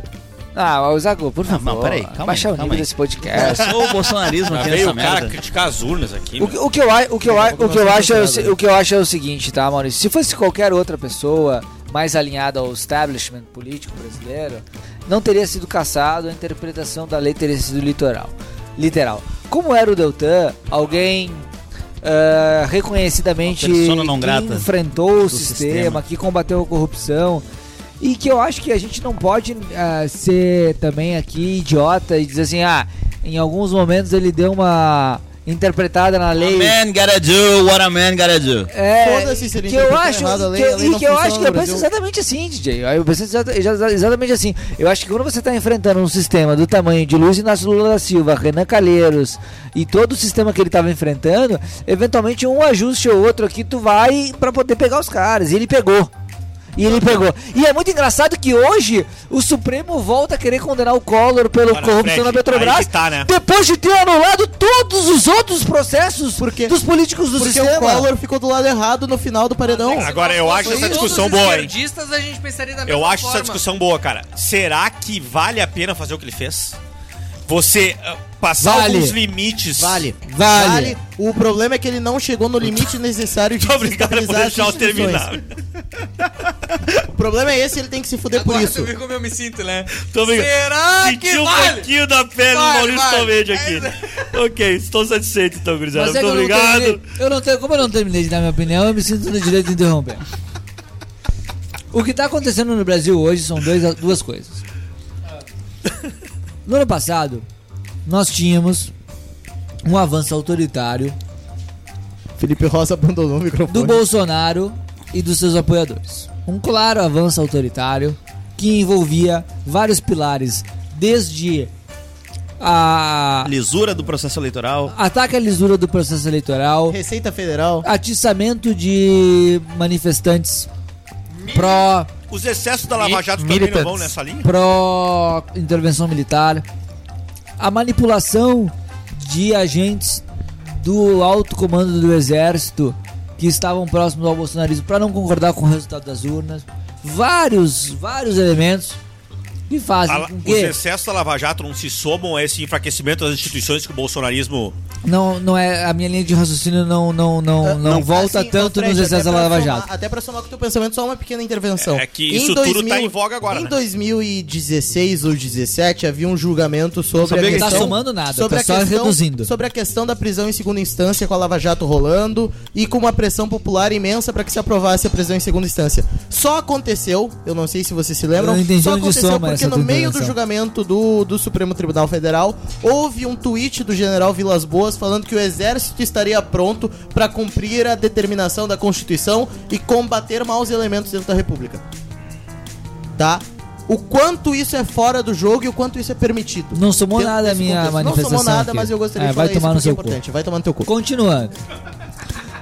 Ah, o Zago, por favor.
mas peraí, calma aí,
Baixar o
calma
nível
aí.
desse podcast.
sou o bolsonarismo
Tá
Já veio o cara criticar as urnas aqui.
O,
meu.
que- o que eu, ai- o que eu, ai- o que eu acho é o, se-
né?
o que eu acho é o seguinte, tá, Maurício? Se fosse qualquer outra pessoa mais alinhada ao establishment político brasileiro, não teria sido caçado, a interpretação da lei teria sido litoral, literal. Como era o Deltan, alguém ah, reconhecidamente
Uma persona não
que
grata
enfrentou o
do
sistema,
sistema.
que combateu a corrupção, e que eu acho que a gente não pode ah, ser também aqui idiota e dizer assim, ah, em alguns momentos ele deu uma interpretada na
A
lei.
man gotta do what a man gotta do.
É,
Foda-se se ele
que eu
interpretou
acho
errado a lei,
que-
a lei
e
não
que eu
funciona
acho que
no
eu penso
Brasil.
exatamente assim, DJ. Eu penso exata- exa- exatamente assim. Eu acho que quando você está enfrentando um sistema do tamanho de Luiz Inácio Lula da Silva, Renan Calheiros e todo o sistema que ele estava enfrentando, eventualmente um ajuste ou outro aqui tu vai para poder pegar os caras. E ele pegou. E ele pegou. E é muito engraçado que hoje o Supremo volta a querer condenar o Collor pelo
Agora,
corrupção
Fred,
na Petrobras.
aí que tá, né?
Depois de ter anulado todos os outros processos
Porque-
dos políticos do
Porque
sistema.
o Collor ficou do lado errado no final do paredão.
É, Agora, eu acho
é
essa discussão
Todos os
boa, hein?
esquerdistas, a gente pensaria da mesma
Eu acho essa
forma.
discussão boa, cara. Será que vale a pena fazer o que ele fez? Você ah, passar
Vale.
alguns limites.
Vale.
Vale.
O problema é que ele não chegou no limite necessário de
Muito obrigado por
desestabilizar as
deixar eu
instituições.
terminar.
O problema é esse, ele tem que se fuder por
Agora
isso.
tu viu como eu me sinto, né?
Tô brincando.
Será
Senti
que
um
vale?
pouquinho da pele
Vale,
do Maurício
vale.
Tomedi aqui. ok, estou satisfeito então,
é
gurizada. Muito obrigado.
Eu não tenho, como eu não terminei de dar minha opinião, eu me sinto no direito de interromper. O que está acontecendo no Brasil hoje são dois, duas coisas. No ano passado, nós tínhamos um avanço autoritário
Felipe Rosa abandonou o microfone.
do Bolsonaro e dos seus apoiadores. Um claro avanço autoritário que envolvia vários pilares, desde a
Lisura do processo eleitoral.
ataque à lisura do processo eleitoral,
Receita Federal.
atiçamento de manifestantes pró
Os excessos da Lava Jato também não vão
militantes.
nessa linha?
pró intervenção militar, a manipulação de agentes do alto comando do exército que estavam próximos ao bolsonarismo para não concordar com o resultado das urnas, vários, vários elementos que fazem
A-
com
os
que
excessos da Lava Jato não se somam a esse enfraquecimento das instituições que o bolsonarismo.
não, não é a minha linha de raciocínio não não não, não, volta
Assim, ô,
tanto
Fred,
nos excessos
até
da Lava
pra somar-
Jato.
Até pra somar com o teu pensamento, só uma pequena intervenção.
É, é que isso tudo tá em voga agora,
Em
né?
2016 ou 17 havia um julgamento sobre a
que
questão...
tá somando nada,
sobre
tá
a
só
questão-
reduzindo.
Sobre a questão da prisão em segunda instância com a Lava Jato rolando e com uma pressão popular imensa pra que se aprovasse a prisão em segunda instância. Só aconteceu, eu não sei se vocês se lembram,
Eu não entendi
só
onde
aconteceu
soma
porque
essa
no
tua
meio do
intervenção.
julgamento do, do Supremo Tribunal Federal houve um tweet do general Vilas Boas falando que o exército estaria pronto pra cumprir a determinação da Constituição e combater maus elementos dentro da República. Tá? O quanto isso é fora do jogo e o quanto isso é permitido.
Não somou
Dentro
nada a
desse
minha
contexto.
manifestação
Não somou nada,
aqui.
mas eu gostaria
É,
de
vai
falar isso
tomar no
porque é
seu cu.
importante. Vai tomar no teu cu.
Continuando.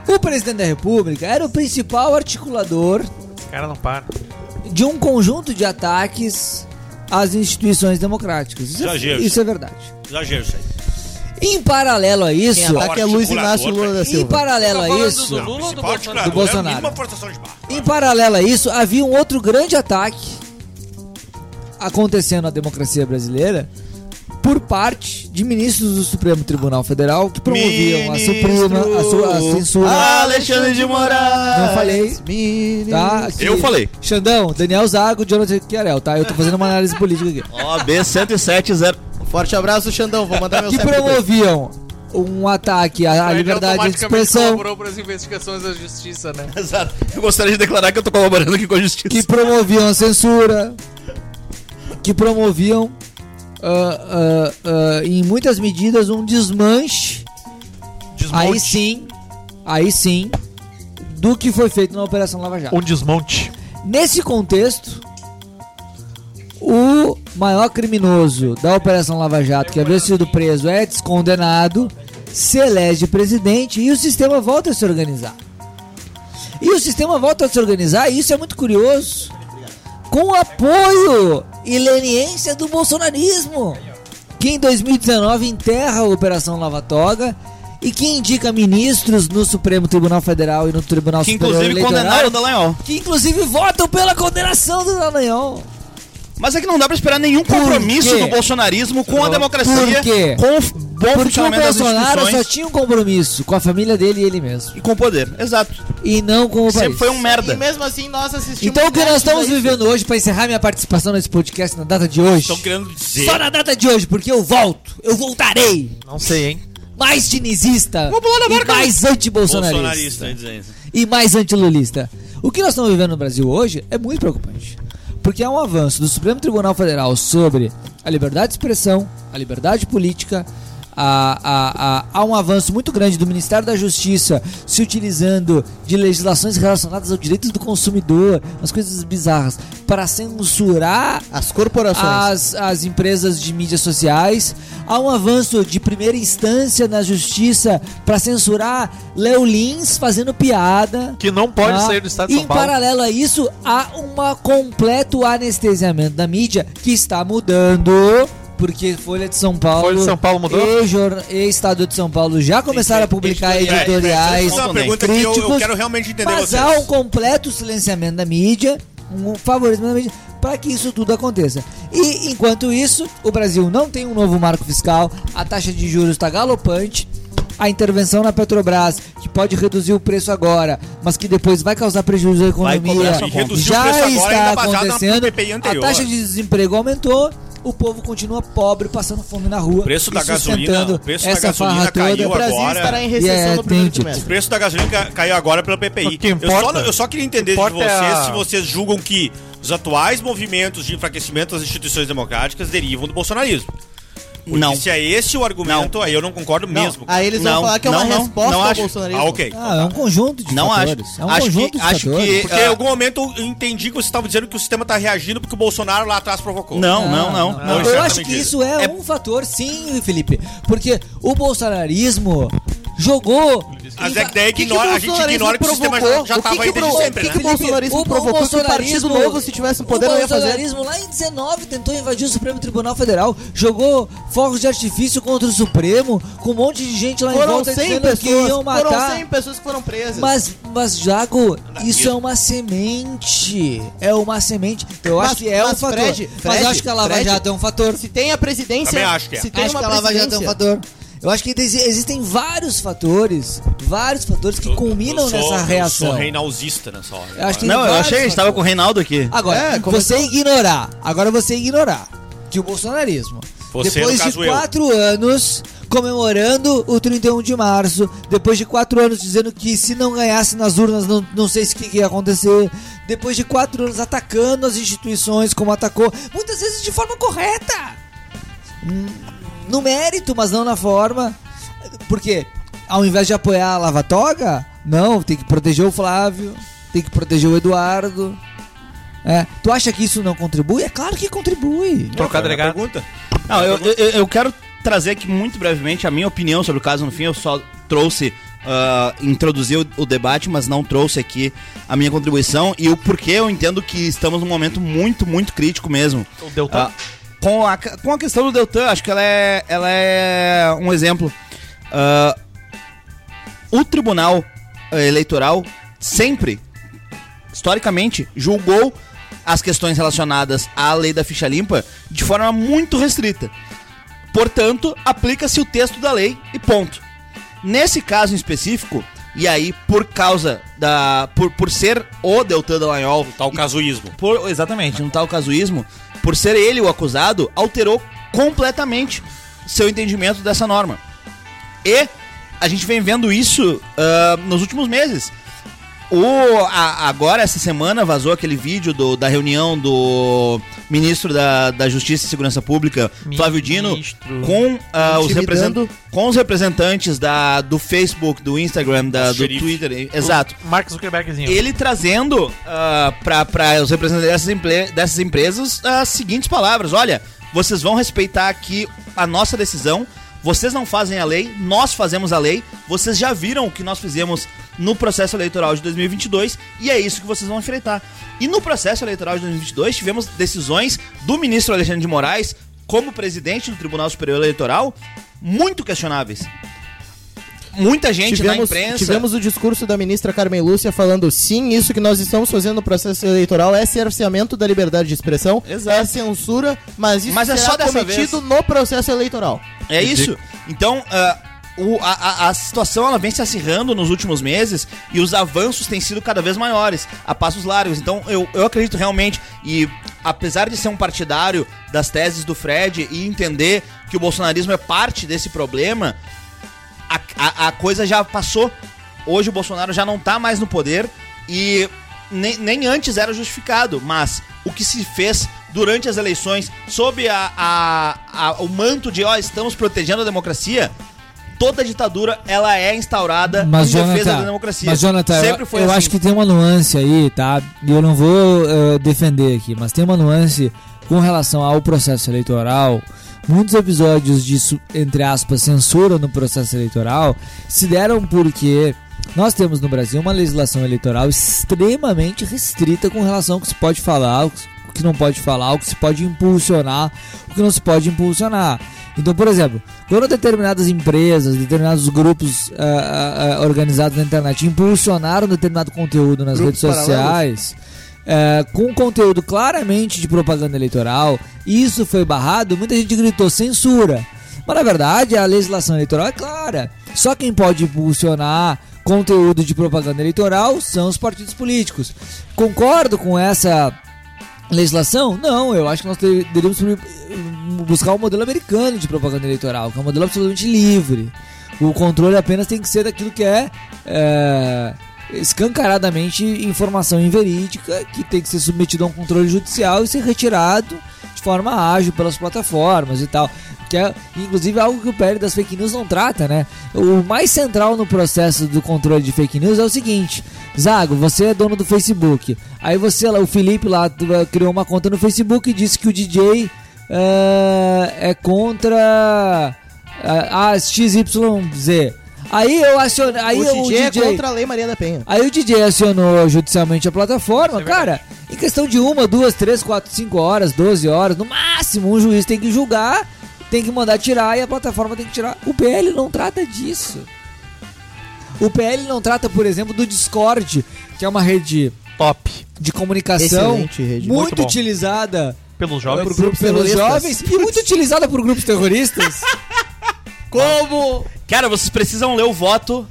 O presidente da República era o principal articulador
Os caras não param.
de um conjunto de ataques às instituições democráticas. Isso, é,
Exagero.
isso é verdade.
Exagero isso aí.
Em paralelo a
Quem
isso,
ataca é Luiz Inácio Lula da
em
Silva.
paralelo
Tá
a
falando
isso,
do Lula ou do
Esse
Bolsonaro?
particular
Do Bolsonaro.
é a mínima forçação de barra.
em paralelo a isso, havia um outro grande ataque acontecendo à democracia brasileira por parte de ministros do Supremo Tribunal Federal que promoviam a suprema, a, su- a censura.
Ah,
Alexandre de Moraes.
Não falei. Tá, aqui.
Eu falei.
Xandão, Daniel Zago, Jonathan Chiarel, tá? Eu tô fazendo uma análise política aqui.
OB 107 0.
Forte abraço, Xandão. Vou mandar meu
que
zap pra ele.
promoviam um ataque
Então
à, à
Ele
liberdade de
automaticamente
expressão,
colaborou para as investigações da justiça, né?
Exato. Eu gostaria de declarar que eu tô colaborando aqui com a justiça.
que promoviam a censura, que promoviam, ah, ah, ah, em muitas medidas, um desmanche, aí sim, aí sim, do que foi feito na Operação Lava Jato.
Um desmonte.
Nesse contexto, o maior criminoso da Operação Lava Jato, que havia sido preso, é descondenado, se elege presidente e o sistema volta a se organizar. E o sistema volta a se organizar, e isso é muito curioso, com o apoio e leniência do bolsonarismo, que em 2019 enterra a Operação Lava Toga e que indica ministros no Supremo Tribunal Federal e no Tribunal
Que
Superior
inclusive
Eleitoral,
condenaram o Dallagnol.
que inclusive votam pela condenação do Dallagnol.
Mas é que não dá pra esperar nenhum compromisso
quê?
do bolsonarismo com a democracia,
Por quê?
com o f- bom
Porque o
funcionamento das
Bolsonaro só
instituições
tinha um compromisso com a família dele e ele mesmo,
e com o poder. Exato.
e não com o
Sempre
país.
foi um merda.
E mesmo assim nós assistimos.
Então o que nós estamos
isso.
vivendo hoje, pra encerrar minha participação nesse podcast na data de hoje,
Estão querendo dizer.
só na data de hoje, porque eu volto, eu voltarei,
Não sei, hein?
mais dinizista
lá,
e mais anti-bolsonarista
bolsonarista, né, dizendo.
e mais anti-lulista. O que nós estamos vivendo no Brasil hoje é muito preocupante. Porque há um avanço do Supremo Tribunal Federal sobre a liberdade de expressão, a liberdade política. Há, há- há- há um avanço muito grande do Ministério da Justiça se utilizando de legislações relacionadas aos direitos do consumidor, as coisas bizarras, para censurar
As corporações.
as, as empresas de mídias sociais. Há um avanço de primeira instância na justiça para censurar Léo Lins fazendo piada.
Que não pode
tá?
sair do estado de
E
São Paulo.
Em paralelo a isso, há um completo anestesiamento da mídia que está mudando. Porque Folha de São Paulo.
Folha de São Paulo mudou?
E, jorna- e Estado de São Paulo já começaram a publicar
editoriais,
editoriais.
Isso é uma pergunta
que eu- eu
críticos,
quero realmente entender
Mas
vocês.
há um completo silenciamento da mídia, um favorecimento da mídia, para que isso tudo aconteça. E, enquanto isso, o Brasil não tem um novo marco fiscal, a taxa de juros está galopante, a intervenção na Petrobras, que pode reduzir o preço agora, mas que depois vai causar prejuízo à
Vai cobrar
economia,
sua
E reduzir o
já
preço agora,
está
ainda baseado na
acontecendo.
PPI
A
anterior.
taxa de desemprego aumentou, o povo continua pobre, passando fome na rua.
O preço da
e sustentando
gasolina, o preço da
essa farra
gasolina
toda.
caiu
O Brasil estará
agora.
em recessão
É,
no primeiro
tem,
O
trimestre.
preço da gasolina ca- caiu agora pela
Mas
PPI.
o que
eu, só,
importa-
eu só queria entender de
importa
vocês
é a-
se vocês julgam que os atuais movimentos de enfraquecimento das instituições democráticas derivam do bolsonarismo. Porque
Não.
se é esse o argumento, aí eu não concordo
Não,
mesmo.
Aí eles
Não,
vão falar que é
não,
uma
não,
resposta
não
ao
acho.
bolsonarismo.
Ah, ok.
Ah, é um conjunto de
Não
fatores.
acho.
É um
Acho
conjunto
que-
de
acho
fatores.
que- é
Porque em algum momento eu entendi que vocês estavam dizendo que o sistema está reagindo porque o Bolsonaro lá atrás provocou.
Não, não, não.
não. isso é
Eu acho que
mentira.
isso é, um fator, sim, Felipe. Porque o bolsonarismo jogou.
Mas é que daí
O que que o
ignora, a gente ignora que o sistema já-
bolsonarismo
já
provocou?
estava aí
O que que
desde
o-
sempre,
o que
né?
que o bolsonarismo provocou que o Partido Novo, se tivesse um poder,
o
não ia fazer?
bolsonarismo lá em 19 tentou invadir o Supremo Tribunal Federal, jogou fogos de artifício contra o Supremo, com um monte de gente lá em
Foram
volta
100
dizendo
pessoas,
que iam
tá foram
matar.
100 pessoas que foram presas.
Mas, mas Jago, isso
isso.
é uma semente. É uma semente. Eu
Mas-
acho que é um
mas
fator.
Fred,
mas
Fred,
eu acho que a Lava
Fred,
Jato é um fator.
se tem a presidência,
Também acho que é.
se tem
acho
uma
que a Lava Jato é um
presidência,
fator. Eu acho que exi- existem vários fatores, vários fatores que culminam
Eu sou-
nessa reação.
Eu sou reinalzista nessa hora.
Eu acho que tem
Não, eu
vários
achei que a gente tava com o
fatores.
Reinaldo aqui.
Agora,
É,
você ignorar. Agora você ignorar que o bolsonarismo.
Você,
depois
no caso,
de
eu.
quatro anos comemorando o 31 de março, depois de quatro anos dizendo que se não ganhasse nas urnas não, não sei se o que que ia acontecer, depois de quatro anos atacando as instituições como atacou, muitas vezes de forma correta Hum, no mérito, mas não na forma. Porque ao invés de apoiar a Lava Toga, não, tem que proteger o Flávio, tem que proteger o Eduardo. É, tu acha que isso não contribui? É claro que contribui.
Trocar delegado.
Pergunta?
Não, eu, eu, eu quero trazer aqui muito brevemente a minha opinião sobre o caso. No fim, eu só trouxe, ah, introduzi o, o debate, mas não trouxe aqui a minha contribuição e o porquê eu entendo que estamos num momento muito, muito crítico mesmo.
O Deltan.
Ah, com, a, com a questão do Deltan, acho que ela é, ela é um exemplo. Ah, o Tribunal eh, Eleitoral sempre, historicamente, julgou as questões relacionadas à lei da ficha limpa de forma muito restrita. Portanto, aplica-se o texto da lei e ponto. Nesse caso em específico, e aí por causa da. por, por ser o Deltan Dallagnol
Tá o casuísmo.
por, exatamente, um tal casuísmo, por ser ele o acusado, alterou completamente seu entendimento dessa norma. E a gente vem vendo isso ah, nos últimos meses. O, a- agora, essa semana, vazou aquele vídeo do- da reunião do ministro da, da Justiça e Segurança Pública, Flávio Dino,
Ministro.
com, ah, os
Intimidando.
represent- com os representantes da, do Facebook, do Instagram, da-
Nosso
do
xerife.
Twitter. Exato
Mark Zuckerbergzinho.
Ah. ele trazendo
ah,
para os representantes dessas, emple- dessas empresas as seguintes palavras: olha, vocês vão respeitar aqui a nossa decisão, vocês não fazem a lei, nós fazemos a lei, vocês já viram o que nós fizemos
no processo eleitoral de 2022 e é isso que vocês vão enfrentar. E no processo eleitoral de 2022 tivemos decisões do ministro Alexandre de Moraes como presidente do Tribunal Superior Eleitoral muito questionáveis. Muita gente na
Tivemos,
imprensa
tivemos o discurso da ministra Carmen Lúcia falando sim, isso que nós estamos fazendo no processo eleitoral é cerceamento da liberdade de expressão,
Exato.
é censura, mas isso
Mas é
será
só dessa
cometido no processo eleitoral.
É isso. Então, ah, o- a, a- a situação ela vem se acirrando nos últimos meses e os avanços têm sido cada vez maiores, a passos largos. Então, eu, eu acredito realmente, e apesar de ser um partidário das teses do Fred e entender que o bolsonarismo é parte desse problema, a, a- a coisa já passou. Hoje o Bolsonaro já não tá mais no poder e nem, nem antes era justificado, mas o que se fez durante as eleições, sob a, a- a- o manto de, ó, estamos protegendo a democracia, toda ditadura, ela é instaurada
Mas,
em
Jonathan,
defesa da democracia.
mas Jonathan,
Sempre
eu,
foi
eu
assim.
acho que tem uma nuance aí, tá? E eu não vou eh, defender aqui, mas tem uma nuance com relação ao processo eleitoral. Muitos episódios disso, entre aspas, censura no processo eleitoral se deram porque nós temos no Brasil uma legislação eleitoral extremamente restrita com relação ao que se pode falar, o que se- o que não pode falar, o que se pode impulsionar, o que não se pode impulsionar. Então, por exemplo, quando determinadas empresas, determinados grupos ah, ah, ah, organizados na internet impulsionaram determinado conteúdo nas
Grupos
redes
paralelos.
sociais, eh, com conteúdo claramente de propaganda eleitoral, e isso foi barrado, muita gente gritou censura. Mas na verdade a legislação eleitoral é clara. Só quem pode impulsionar conteúdo de propaganda eleitoral são os partidos políticos. Concordo com essa legislação? Não, eu acho que nós te- deveríamos pri- buscar o modelo americano de propaganda eleitoral, que é um modelo absolutamente livre. O controle apenas tem que ser daquilo que é, é, escancaradamente informação inverídica, que tem que ser submetido a um controle judicial e ser retirado de forma ágil pelas plataformas e tal. Que é, inclusive, algo que o PL das fake news não trata, né? O mais central no processo do controle de fake news é o seguinte: Zago, você é dono do Facebook. Aí você lá, o Felipe lá tu, eh, criou uma conta no Facebook e disse que o DJ eh, é contra eh, a, a XYZ. Aí eu acionei. Aí
o,
eu-
DJ é contra a Lei Maria da Penha.
Aí o DJ acionou judicialmente a plataforma,
É
cara. Em questão de uma, duas, três, quatro, cinco horas, 12 horas, no máximo, um juiz tem que julgar, tem que mandar tirar e a plataforma tem que tirar. O PL não trata disso. O PL não trata, por exemplo, do Discord, que é uma rede
Top.
de comunicação
Excelente rede.
muito,
Muito bom.
utilizada
Pelos jovens.
por- pelos
terroristas.
jovens e muito utilizada por grupos terroristas.
Como? Cara, vocês precisam ler o voto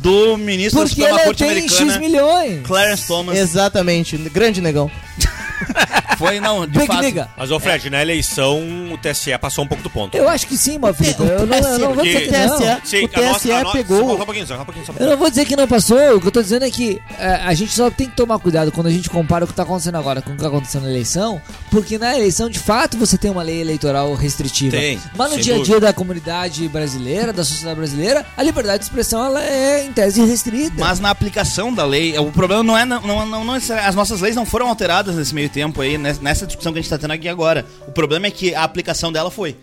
do ministro
Porque ele tem
Americana,
X milhões.
Clarence Thomas.
Exatamente, grande negão.
Foi, não, de
Big
fato.
nigga.
Mas, ô Fred, na eleição o TSE passou um pouco do ponto.
Eu acho que sim, meu Felipe. Eu não, eu não vou dizer que
Porque-
não.
o TSE pegou-
Só um pouquinho, só um pouquinho, só um
Eu
pouquinho.
não vou dizer que não passou. O que eu tô dizendo é que é, a gente só tem que tomar cuidado quando a gente compara o que tá acontecendo agora com o que aconteceu na eleição, porque na eleição, de fato, você tem uma lei eleitoral restritiva.
Tem,
Mas no
sem
dia a dia
dúvida.
da comunidade brasileira, da sociedade brasileira, a liberdade de expressão ela é, em tese, restrita.
Mas na aplicação da lei, o problema não é. Não, não, não, não- as nossas leis não foram alteradas nesse meio tempo aí, nessa nessa discussão que a gente tá tendo aqui agora. O problema é que a aplicação dela foi.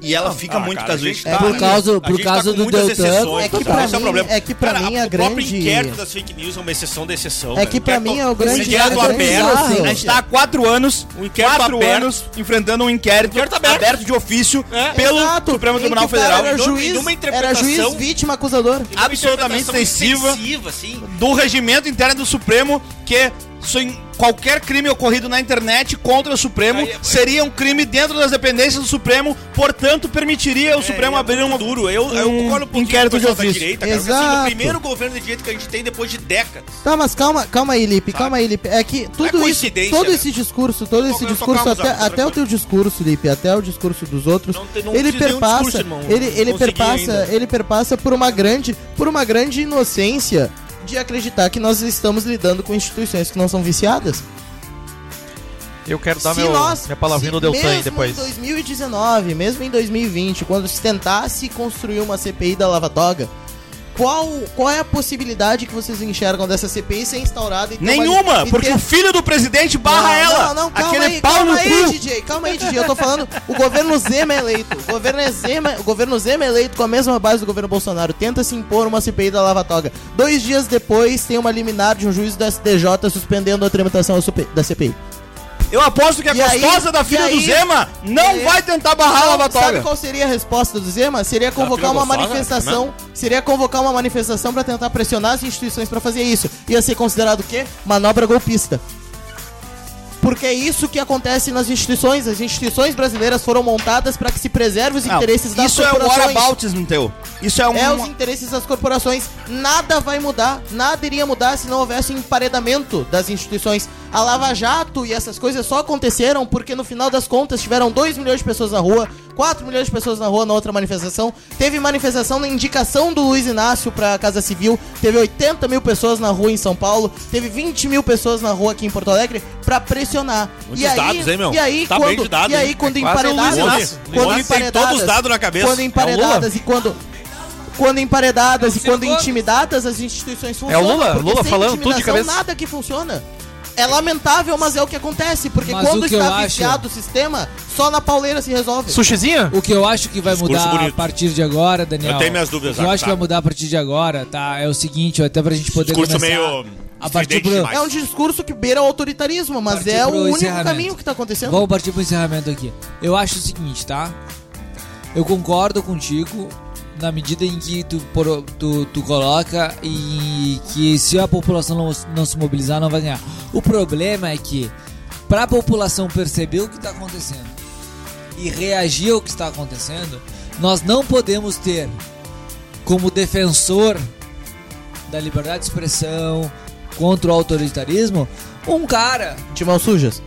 E ela fica
Ah,
muito
cara, a gente
casuística.
tá-
Por
a
causa-
gente- a
por
gente tá
causa
com
do
muitas
Deltan,
exceções,
é que
cara,
pra
esse o
mim-
problema.
é que pra
Cara,
mim a
O próprio
grande-
inquérito das fake news é uma exceção da exceção.
É que
velho.
pra
Inquérito-
mim é assim. o
Um
grande
inquérito
negócio
aberto.
bizarro.
A gente tá há quatro anos,
Um inquérito
quatro
aberto.
anos, enfrentando um inquérito,
Inquérito aberto.
aberto. de ofício pelo
É. Exato,
Supremo
em
Tribunal
que o cara
Federal.
Era
Então, tem
juiz,
uma
era
interpretação-
juiz, vítima, acusador.
absolutamente
extensiva.
extensiva
assim.
do regimento interno do Supremo que só em qualquer crime ocorrido na internet contra o Supremo
Aí é-
seria um crime dentro das dependências do Supremo, portanto permitiria o Supremo abrir um
É, duro. Eu, eu
um
concordo um pouquinho
inquérito
com o pessoal
de
da
ofício.
direita, cara. porque, assim,
Exato.
o primeiro governo de direito que a gente tem depois de décadas.
Tá, mas calma, calma aí, Lipe, calma aí, Lipe. É que tudo isso,
coincidência,
todo
né?
esse discurso, todo esse
Tô- eu tô
discurso,
calmo,
até,
Zago,
até o teu discurso, Lipe, até o discurso dos outros,
Não tem- não
ele
fiz nenhum
perpassa,
discurso, irmão.
ele, ele
Consegui
perpassa,
ainda.
ele perpassa por uma grande, por uma grande inocência de acreditar que nós estamos lidando com instituições que não são viciadas.
Eu quero dar meu, minha palavrinha no Deltan aí
mesmo
depois.
em 2019, mesmo em 2020, quando se tentasse construir uma CPI da Lava Toga, Qual, qual é a possibilidade que vocês enxergam dessa CPI ser instaurada e ter
Nenhuma,
uma- e
porque
ter-
o filho do presidente barra
não,
ela.
Não, não, calma
Aquele
aí,
pau
calma
no
aí,
cu.
DJ, calma aí, DJ. Eu tô falando, o governo Zema é eleito. O governo, é Zema, o governo Zema é eleito com a mesma base do governo Bolsonaro. Tenta se impor uma CPI da Lava Toga. Dois dias depois, tem uma liminar de um juiz do STJ suspendendo a tramitação da supe- da CPI.
Eu aposto que a
E aí-
gostosa da
e
filha do
aí-
Zema não
e aí-
vai tentar barrar a
Então,
Lava
Sabe
Toga.
qual seria a resposta do Zema? Seria convocar uma manifestação. Seria convocar uma manifestação pra tentar pressionar as instituições pra fazer isso. Ia ser considerado o quê? Manobra golpista. Porque é isso que acontece nas instituições. As instituições brasileiras foram montadas pra que se preserve os
Não,
interesses das
Isso é o
corporações.
whataboutism teu. Isso é um...
É os interesses das corporações. Nada vai mudar. Nada iria mudar se não houvesse um emparedamento das instituições. A Lava Jato e essas coisas só aconteceram porque no final das contas tiveram 2 milhões de pessoas na rua, 4 milhões de pessoas na rua na outra manifestação. Teve manifestação na indicação do Luiz Inácio pra Casa Civil. Teve 80 mil pessoas na rua em São Paulo. Teve 20 mil pessoas na rua aqui em Porto Alegre pra pressionar.
Muitos dados, hein, meu?
E aí,
Tá
quando,
bem de dado,
e aí,
hein?
quando
É quase um Luiz
emparedadas,
Inácio.
Luiz
quando
Inácio tem
emparedadas-
todos os dados na cabeça.
Quando
É o
emparedadas e quando quando emparedadas e
Ciro
quando
Gomes.
intimidadas, as instituições funcionam.
Lula,
porque
Lula
sem
falando tudo de
intimidação,
cabeça.
nada que funciona. É lamentável, mas é o que acontece, porque
Mas
quando
o que eu
está
acho-
viciado o sistema, só na pauleira se resolve.
Sushizinha?
O que eu acho que vai
Discurso
mudar a
bonito.
partir de agora, Daniel.
Eu tenho minhas dúvidas,
O que eu
Zago,
acho que
tá.
vai mudar a partir de agora, tá? É o seguinte, até pra gente poder
Discurso
começar
meio
a partir
estridente
pro-
demais.
É um discurso que beira o autoritarismo, mas
Partir
é o
pro
único
encerramento.
caminho que tá acontecendo.
Vamos partir pro encerramento aqui. Eu acho o seguinte, tá? Eu concordo contigo na medida em que tu, por- tu, tu coloca e que se a população não, não se mobilizar, não vai ganhar. O problema é que, pra população perceber o que tá acontecendo e reagir ao que está acontecendo, nós não podemos ter como defensor da liberdade de expressão contra o autoritarismo um cara
De mãos sujas.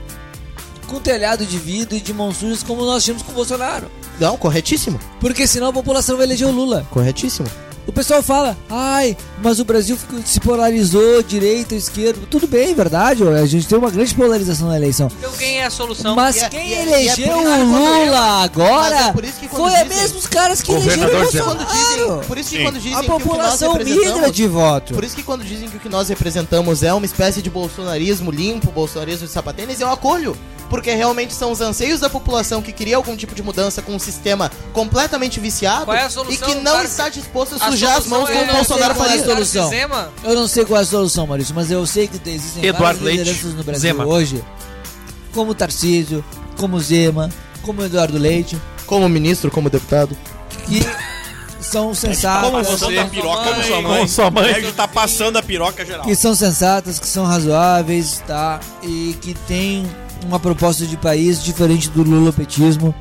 com telhado de vidro e de mãos sujas como nós tínhamos com o Bolsonaro.
Não, corretíssimo.
Porque senão a população vai eleger o Lula.
Corretíssimo.
O pessoal fala, ai, mas o Brasil ficou- se polarizou, direita, esquerda. Tudo bem, é verdade, ó, a gente tem uma grande polarização na eleição.
Então quem é a solução?
Mas
E é-
quem
e é- e é por
elegeu
isso que
o
quando eu-
Lula
Mas
agora
é por isso que quando
foi a
dizem-
mesmos caras que elegeram o
Governador Zema.
Quando dizem,
Bolsonaro.
por isso que
Sim.
quando dizem
A
que o que nós
população
representamos-
migra de voto.
Por isso que quando dizem que o que nós representamos é uma espécie de bolsonarismo limpo, bolsonarismo de sapatênis, eu acolho. Porque realmente são os anseios da população que queria algum tipo de mudança com um sistema completamente viciado
Qual é a solução,
e que não
Tarso?
está disposto a
A
sujar as
solução
mãos
é
como o
não
Bolsonaro
ser
faria.
polarizado.
Eduardo
solução.
Zema?
Eu não sei qual é a solução, Maurício, mas eu sei que existem
Eduardo
várias
Leite,
lideranças no Brasil
Zema.
hoje, como Tarcísio, como Zema, como Eduardo Leite,
Como ministro, como deputado.
que
É
são
Tá
Como
sensatas,
você, piroca
mãe.
com sua mãe.
Com sua mãe.
Ele tá passando a piroca geral.
que são sensatas, que são razoáveis, tá? E que tem uma proposta de país diferente do lulopetismo,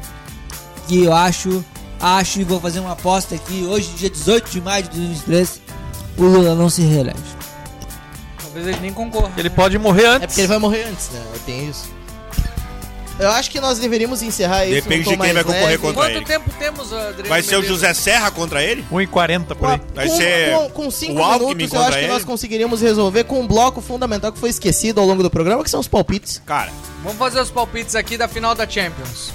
que eu acho, acho e vou fazer uma aposta aqui, hoje, dia 18 de maio de 2023, o Lula não se reelege.
Talvez ele nem concorra.
Ele pode morrer
É
antes.
porque ele vai morrer antes, né? Tem isso. Eu acho que nós deveríamos encerrar isso.
Depende
num tom
de quem
mais
vai concorrer
leve.
contra
Quanto
ele.
tempo temos, André?
Vai ser o José Serra contra ele?
1,40 por aí.
Vai ser
com, com cinco
o Alckmin
minutos, eu
contra
acho que
ele?
nós conseguiríamos resolver com um bloco fundamental que foi esquecido ao longo do programa, que são os palpites.
Cara,
Vamos fazer os palpites aqui da final da Champions.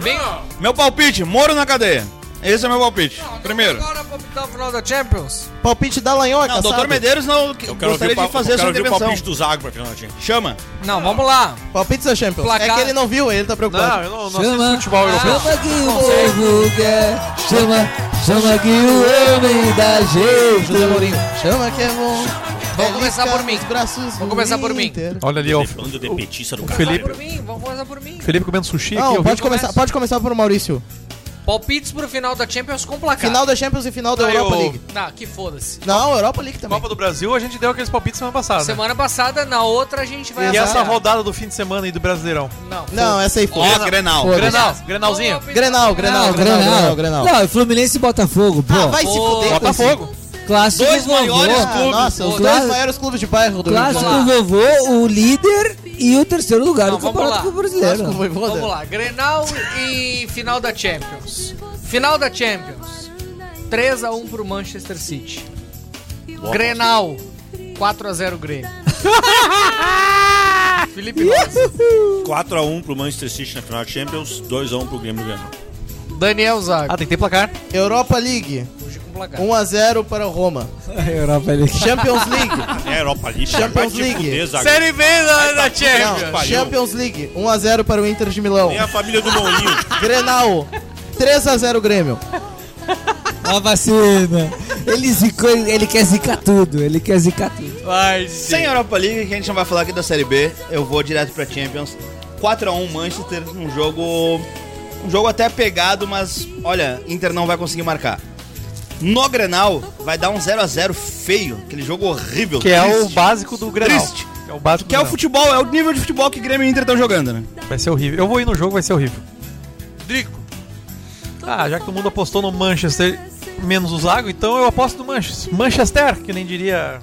Vem.
Meu palpite, Moro na cadeia. Esse é meu palpite. Primeiro.
Agora palpitar a final da Champions.
Palpite da Lanhon é
Não, o
caçado.
doutor Medeiros não
eu quero
gostaria
ouvir,
de
o,
fazer a sua
o
intervenção.
palpite do Zago pra final, gente.
Chama.
Não, vamos lá.
Palpite da Champions.
Placar.
É que ele não viu, ele tá preocupado.
Não, eu não, não assisto
Chama,
futebol europeu.
chama que o povo quer, chama, chama que o homem dá
José
jeito.
Mourinho. Chama que é bom.
Vamos
Ele
começar
fica
por
nos
mim.
Braços
Vamos começar
do
por mim.
Inter.
Olha ali, ó. o
Bando de petista do
Vamos
caralho.
por mim, vamos começar por mim.
Felipe comendo sushi aqui.
Não,
eu vi.
pode começar,
começa.
pode começar por Maurício.
Palpites pro final da Champions com placar.
Final da Champions e final da
Aí,
Europa
ô.
League.
Não, que foda-se.
Não, Europa League também.
Copa do Brasil, a gente deu aqueles palpites semana
Tá,
passada. né?
Semana passada, na outra a gente vai
E essa
avaliar.
rodada do fim de semana aí do Brasileirão?
Não.
Não, essa aí foi.
Ó, Grenal.
Foda-se.
Grenal, Grenalzinho.
Grenal, Grenal, Grenal, Grenal, Grenal.
Não, é Fluminense e Botafogo, pô.
Ah, vai se fuder.
Botafogo.
Clássico
Dois
vovô.
maiores
Ah, nossa, os
Clá-
dois maiores clubes de bairro do
Clássico
Vamos lá.
vovô, o líder e o terceiro lugar
Não,
do
vamos
Campeonato
lá.
Brasileiro.
Clássico foi foda.
Vamos lá, Grenal e final da Champions. Final da Champions. 3x1 pro Manchester City. Grenal. 4x0 Grêmio. Felipe Rossi.
4x1 pro Manchester City na final da Champions, 2x1 pro um Grêmio no Grêmio.
Daniel Zago.
Ah, tem que ter placar.
Europa League.
placar.
1x0 para o Roma.
É,
Europa League.
Champions League.
É, Europa League.
Champions
Vai te
League.
fuder, zagueiro.
Série B da,
né,
da
Não,
Champions.
pariu.
Champions League. 1x0 para o Inter de Milão.
Nem a família do Mourinho.
Grenal. 3x0 Grêmio.
A vacina. Ele zicou, ele quer zicar tudo. Ele quer zicar tudo.
Vai,
Sem Europa League, que a gente não vai falar aqui da Série B, eu vou direto pra Champions. 4x1 Manchester, um jogo. Um jogo até pegado, mas olha, Inter não vai conseguir marcar. No Grenal, vai dar um 0x0 feio, aquele jogo horrível.
Que é o
triste.
básico do Grenal.
Triste.
Que é o básico
Que
do
é o
Grenal.
futebol, é o nível de futebol que Grêmio e Inter estão jogando, né?
Vai ser horrível. Eu vou ir no jogo, vai ser horrível.
Drico.
Ah, já que todo mundo apostou no Manchester menos o Zago, então eu aposto no Manchester. Manchester, que nem diria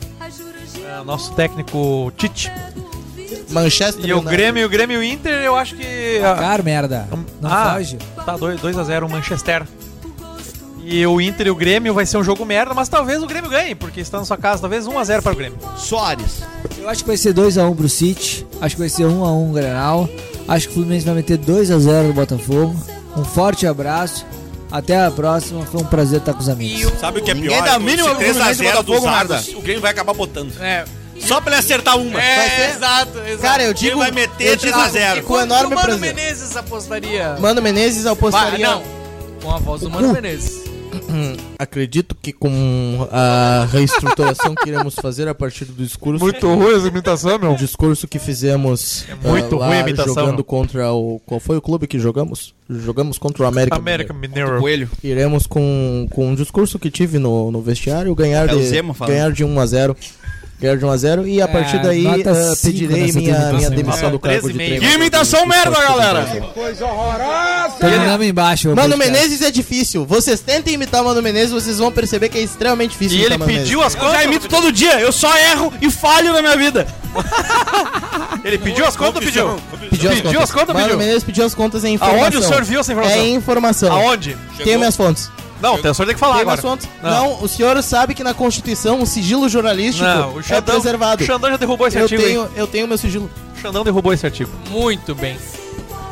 ah, nosso técnico Tite.
Manchester
E o
United.
Grêmio, o Grêmio e o Inter, eu acho que. ah,
Cara, merda.
Então,
Não
ah,
foge.
Tá 2x0 o Manchester. E o Inter e o Grêmio vai ser um jogo merda, mas talvez o Grêmio ganhe, porque está na sua casa, talvez 1x0 para o Grêmio.
Soares.
Eu acho que vai ser 2x1 pro City. Acho que vai ser 1x1 o Grenal. Acho que o Fluminense vai meter 2x0 no Botafogo. Um forte abraço. Até a próxima. Foi um prazer estar com os amigos.
Sabe o que é
Ninguém
pior?
dá a mínima pro Fluminense,
3x0 dos
Botafogo,
Ardas,
nada.
o Grêmio vai acabar botando.
É,
Só pra ele acertar uma.
é,
ser?
exato, exato.
Cara, eu
Ele
digo.
vai
eu
meter
digo-
3x0.
Com enorme
Mano
prazer.
Menezes apostaria.
Mano Menezes
Bah,
apostaria.
não. Com a voz do Mano Menezes.
Acredito que com a reestruturação que iremos fazer a partir do discurso.
ruim essa imitação, meu.
O discurso que fizemos é
muito ruim a imitação.
jogando contra o qual foi o clube que jogamos? Jogamos contra o América.
América Mineiro.
Tá Coelho.
Iremos com, com um discurso que tive no, no vestiário ganhar
É o
de
Zema falando.
ganhar de 1 a 0. Ganhar de 1 a 0 e a partir daí
É, nota
ah,
cinco
pedirei
nessa
minha,
apresentação.
minha demissão do cargo de
13,5.
treinador.
Que imitação merda, galera!
Terminamos embaixo. o
Mano
podcast.
Menezes é difícil. Vocês tentem imitar o Mano Menezes, vocês vão perceber que é extremamente difícil
E
imitar
ele
Mano Menezes.
pediu as
Eu já
contas.
imito todo dia, eu só erro e falho na minha vida.
Ele pediu as contas ou pediu?
Pediu as
Pediu
contas.
as contas,
Mano
pediu?
Menezes pediu as contas em informação.
Aonde o senhor viu essa
É
informação?
informação.
Aonde?
Tenho minhas fontes.
Não, tem- o senhor tem que falar
Tem
agora.
mais fontes?
Não.
Não. o senhor sabe que na Constituição o sigilo jornalístico
Não, o
é
Xandão,
preservado.
o Xandão já derrubou esse
eu,
artigo
tenho, eu tenho meu sigilo.
aí. O Xandão derrubou esse artigo.
Muito bem.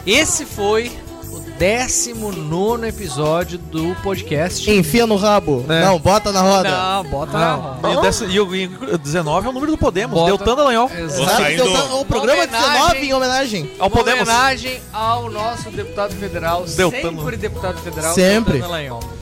Esse foi o 19 episódio do podcast.
Enfia no rabo.
É.
Não, bota na roda.
Não, bota na roda.
E, o dez- e o, e o 19 é o número do Podemos.
Ah,
Deu
Bota-
Tandalanhol.
Exato.
Sabe
saindo.
que eu- o programa é
Homenagem.
19 em homenagem.
Ao
Uma
Podemos.
homenagem ao nosso deputado federal,
Deltano.
sempre deputado federal,
Sempre.
Deltano Dallagnol.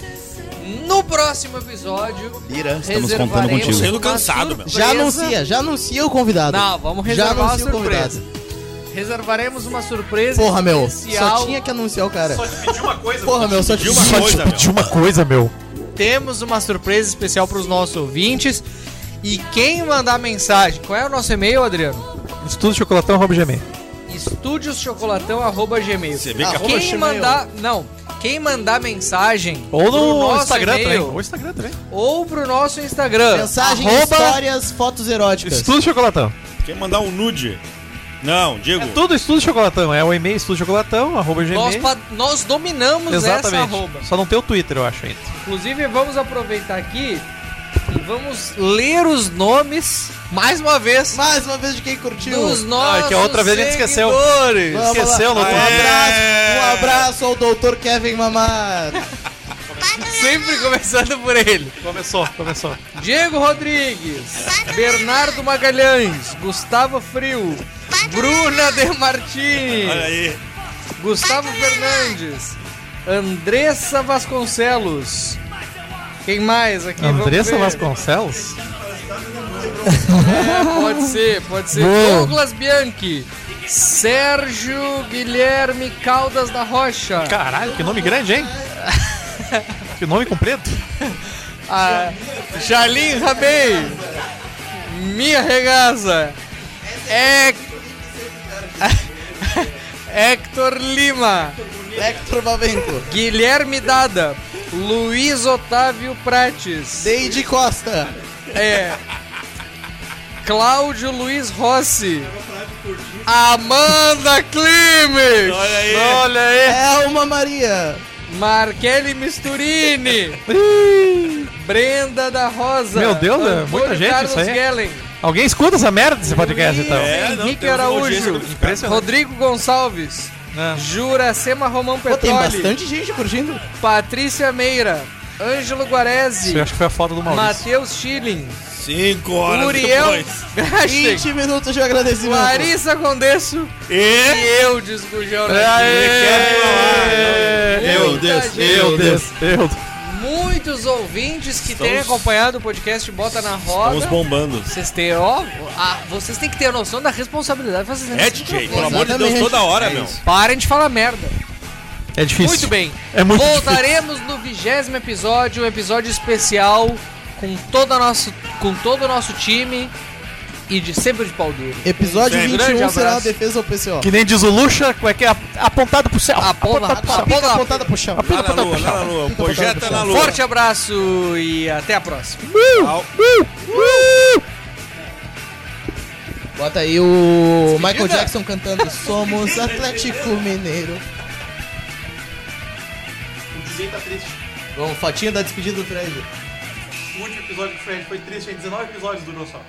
No próximo episódio,
Lira, estamos contando
reservaremos
contigo.
Sendo
uma
cansado, meu.
surpresa.
Já anuncia, já anuncia o convidado.
Não, vamos
já
reservar a
anuncia o
surpresa.
convidado.
Reservaremos uma surpresa
Porra, meu.
especial.
Só tinha que anunciar o cara.
te pedi uma coisa.
Porra, meu, só
tipo De
tinha
uma coisa, meu.
uma coisa, meu.
Temos uma surpresa especial para os nossos ouvintes. E quem mandar mensagem, qual é o nosso e-mail, Adriano?
Estudo chocolatão, Rob Gmail.
estúdiochocolatão.gmail.
Você vê que arroba
Quem
Gmail.
mandar. Não. Quem mandar mensagem
Ou
pro
no
nosso
Instagram também.
e-mail
Ou Instagram também.
ou pro nosso Instagram.
Mensagem,
Arroba-
histórias, fotos eróticas.
Estudo chocolatão.
Quer mandar um nude? Não, Diego.
É tudo estudo chocolatão. É o e-mail estudo chocolatão, arroba gmail.
Ah, Nós, pa- nós dominamos essa arroba.
Exatamente. Só não tem o Twitter, eu acho ainda.
Inclusive, vamos aproveitar aqui e vamos ler os nomes mais uma vez
Mais uma vez de quem curtiu.
dos nossos
Ah, que a outra vez a gente esqueceu.
seguidores.
Vamos lá.
Esqueceu, não
um
tem.
abraço,
É.
um abraço ao doutor Kevin Mamar.
Sempre começando por ele.
Começou, começou.
Diego Rodrigues, Bernardo Magalhães, Gustavo Frio, Bruna De Martini,
Olha aí.
Gustavo Fernandes, Andressa Vasconcelos. Quem mais aqui? Vamos
Andressa
ver.
Vasconcelos?
É, pode ser, pode ser. Douglas Bianchi, Sérgio Guilherme Caldas da Rocha.
Caralho, que nome grande, hein? que nome comprido.
Ah, Jalim Rabei, Minha Regaza, Hec- Hector Lima,
Hector Babenco.
Guilherme Dada, Luiz Otávio Prates,
Deide Costa.
é, Cláudio Luiz Rossi, Amanda Climes,
Olha aí.
Olha aí.
É.
Elma Maria.
Marquele Misturini, Brenda da Rosa,
Meu Deus, é muita gente
Carlos
isso aí.
Gellen,
Alguém escuta essa merda desse podcast, então?
É, não,
Henrique
tem uma audiência
Araújo,
Impressionante.
Rodrigo Gonçalves,
É.
Juracema Romão
Pô, tem
Petroli,
bastante gente curtindo.
Patrícia Meira, Ângelo Guarese.
Isso eu acho que foi a foto do Maurício.
Matheus Schilling.
Cinco horas
Uriel
depois.
20 minutos de agradecimento.
Larissa Condesso.
E...
É.
E eu, Desgujão. né?
Meu Deus, meu Deus.
Deus.
Muitos ouvintes que têm acompanhado o podcast Bota na
Estamos
Roda.
bombando.
Vocês têm, ó, a- vocês têm que ter noção da responsabilidade. que Vocês têm
É
nesse
DJ, pelo
microfone.
amor de Deus, toda hora, meu.
Parem de falar merda.
É difícil.
Muito bem.
É muito
Voltaremos no vigésimo episódio, um episódio especial com todo o nosso, com todo o nosso time e de sempre de pau duro.
Episódio
Grande
21 será a
abraço.
defesa ao PCO.
Que nem diz o Lucha, como é que é? Apontado pro céu.
Ah,
Aponta-
A
aponta
pica
lá.
apontada pro chão.
Lá na lua, lá na lua. Projeta na lua.
tá Forte abraço e até a próxima.
Bota aí o Michael Jackson cantando Somos Atlético Mineiro. O DJ tá triste. Vamos, fotinha da despedida do Fred.
O último episódio do Fred foi triste, tinha 19 episódios do só.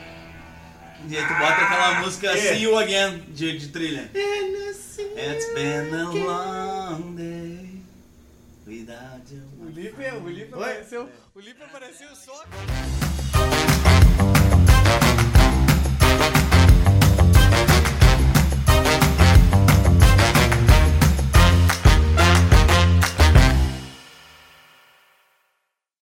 E aí tu bota aquela música See You Again de, de trilha. It's been a long day without you.
O Lipe, o Lipe apareceu, o Lipe apareceu só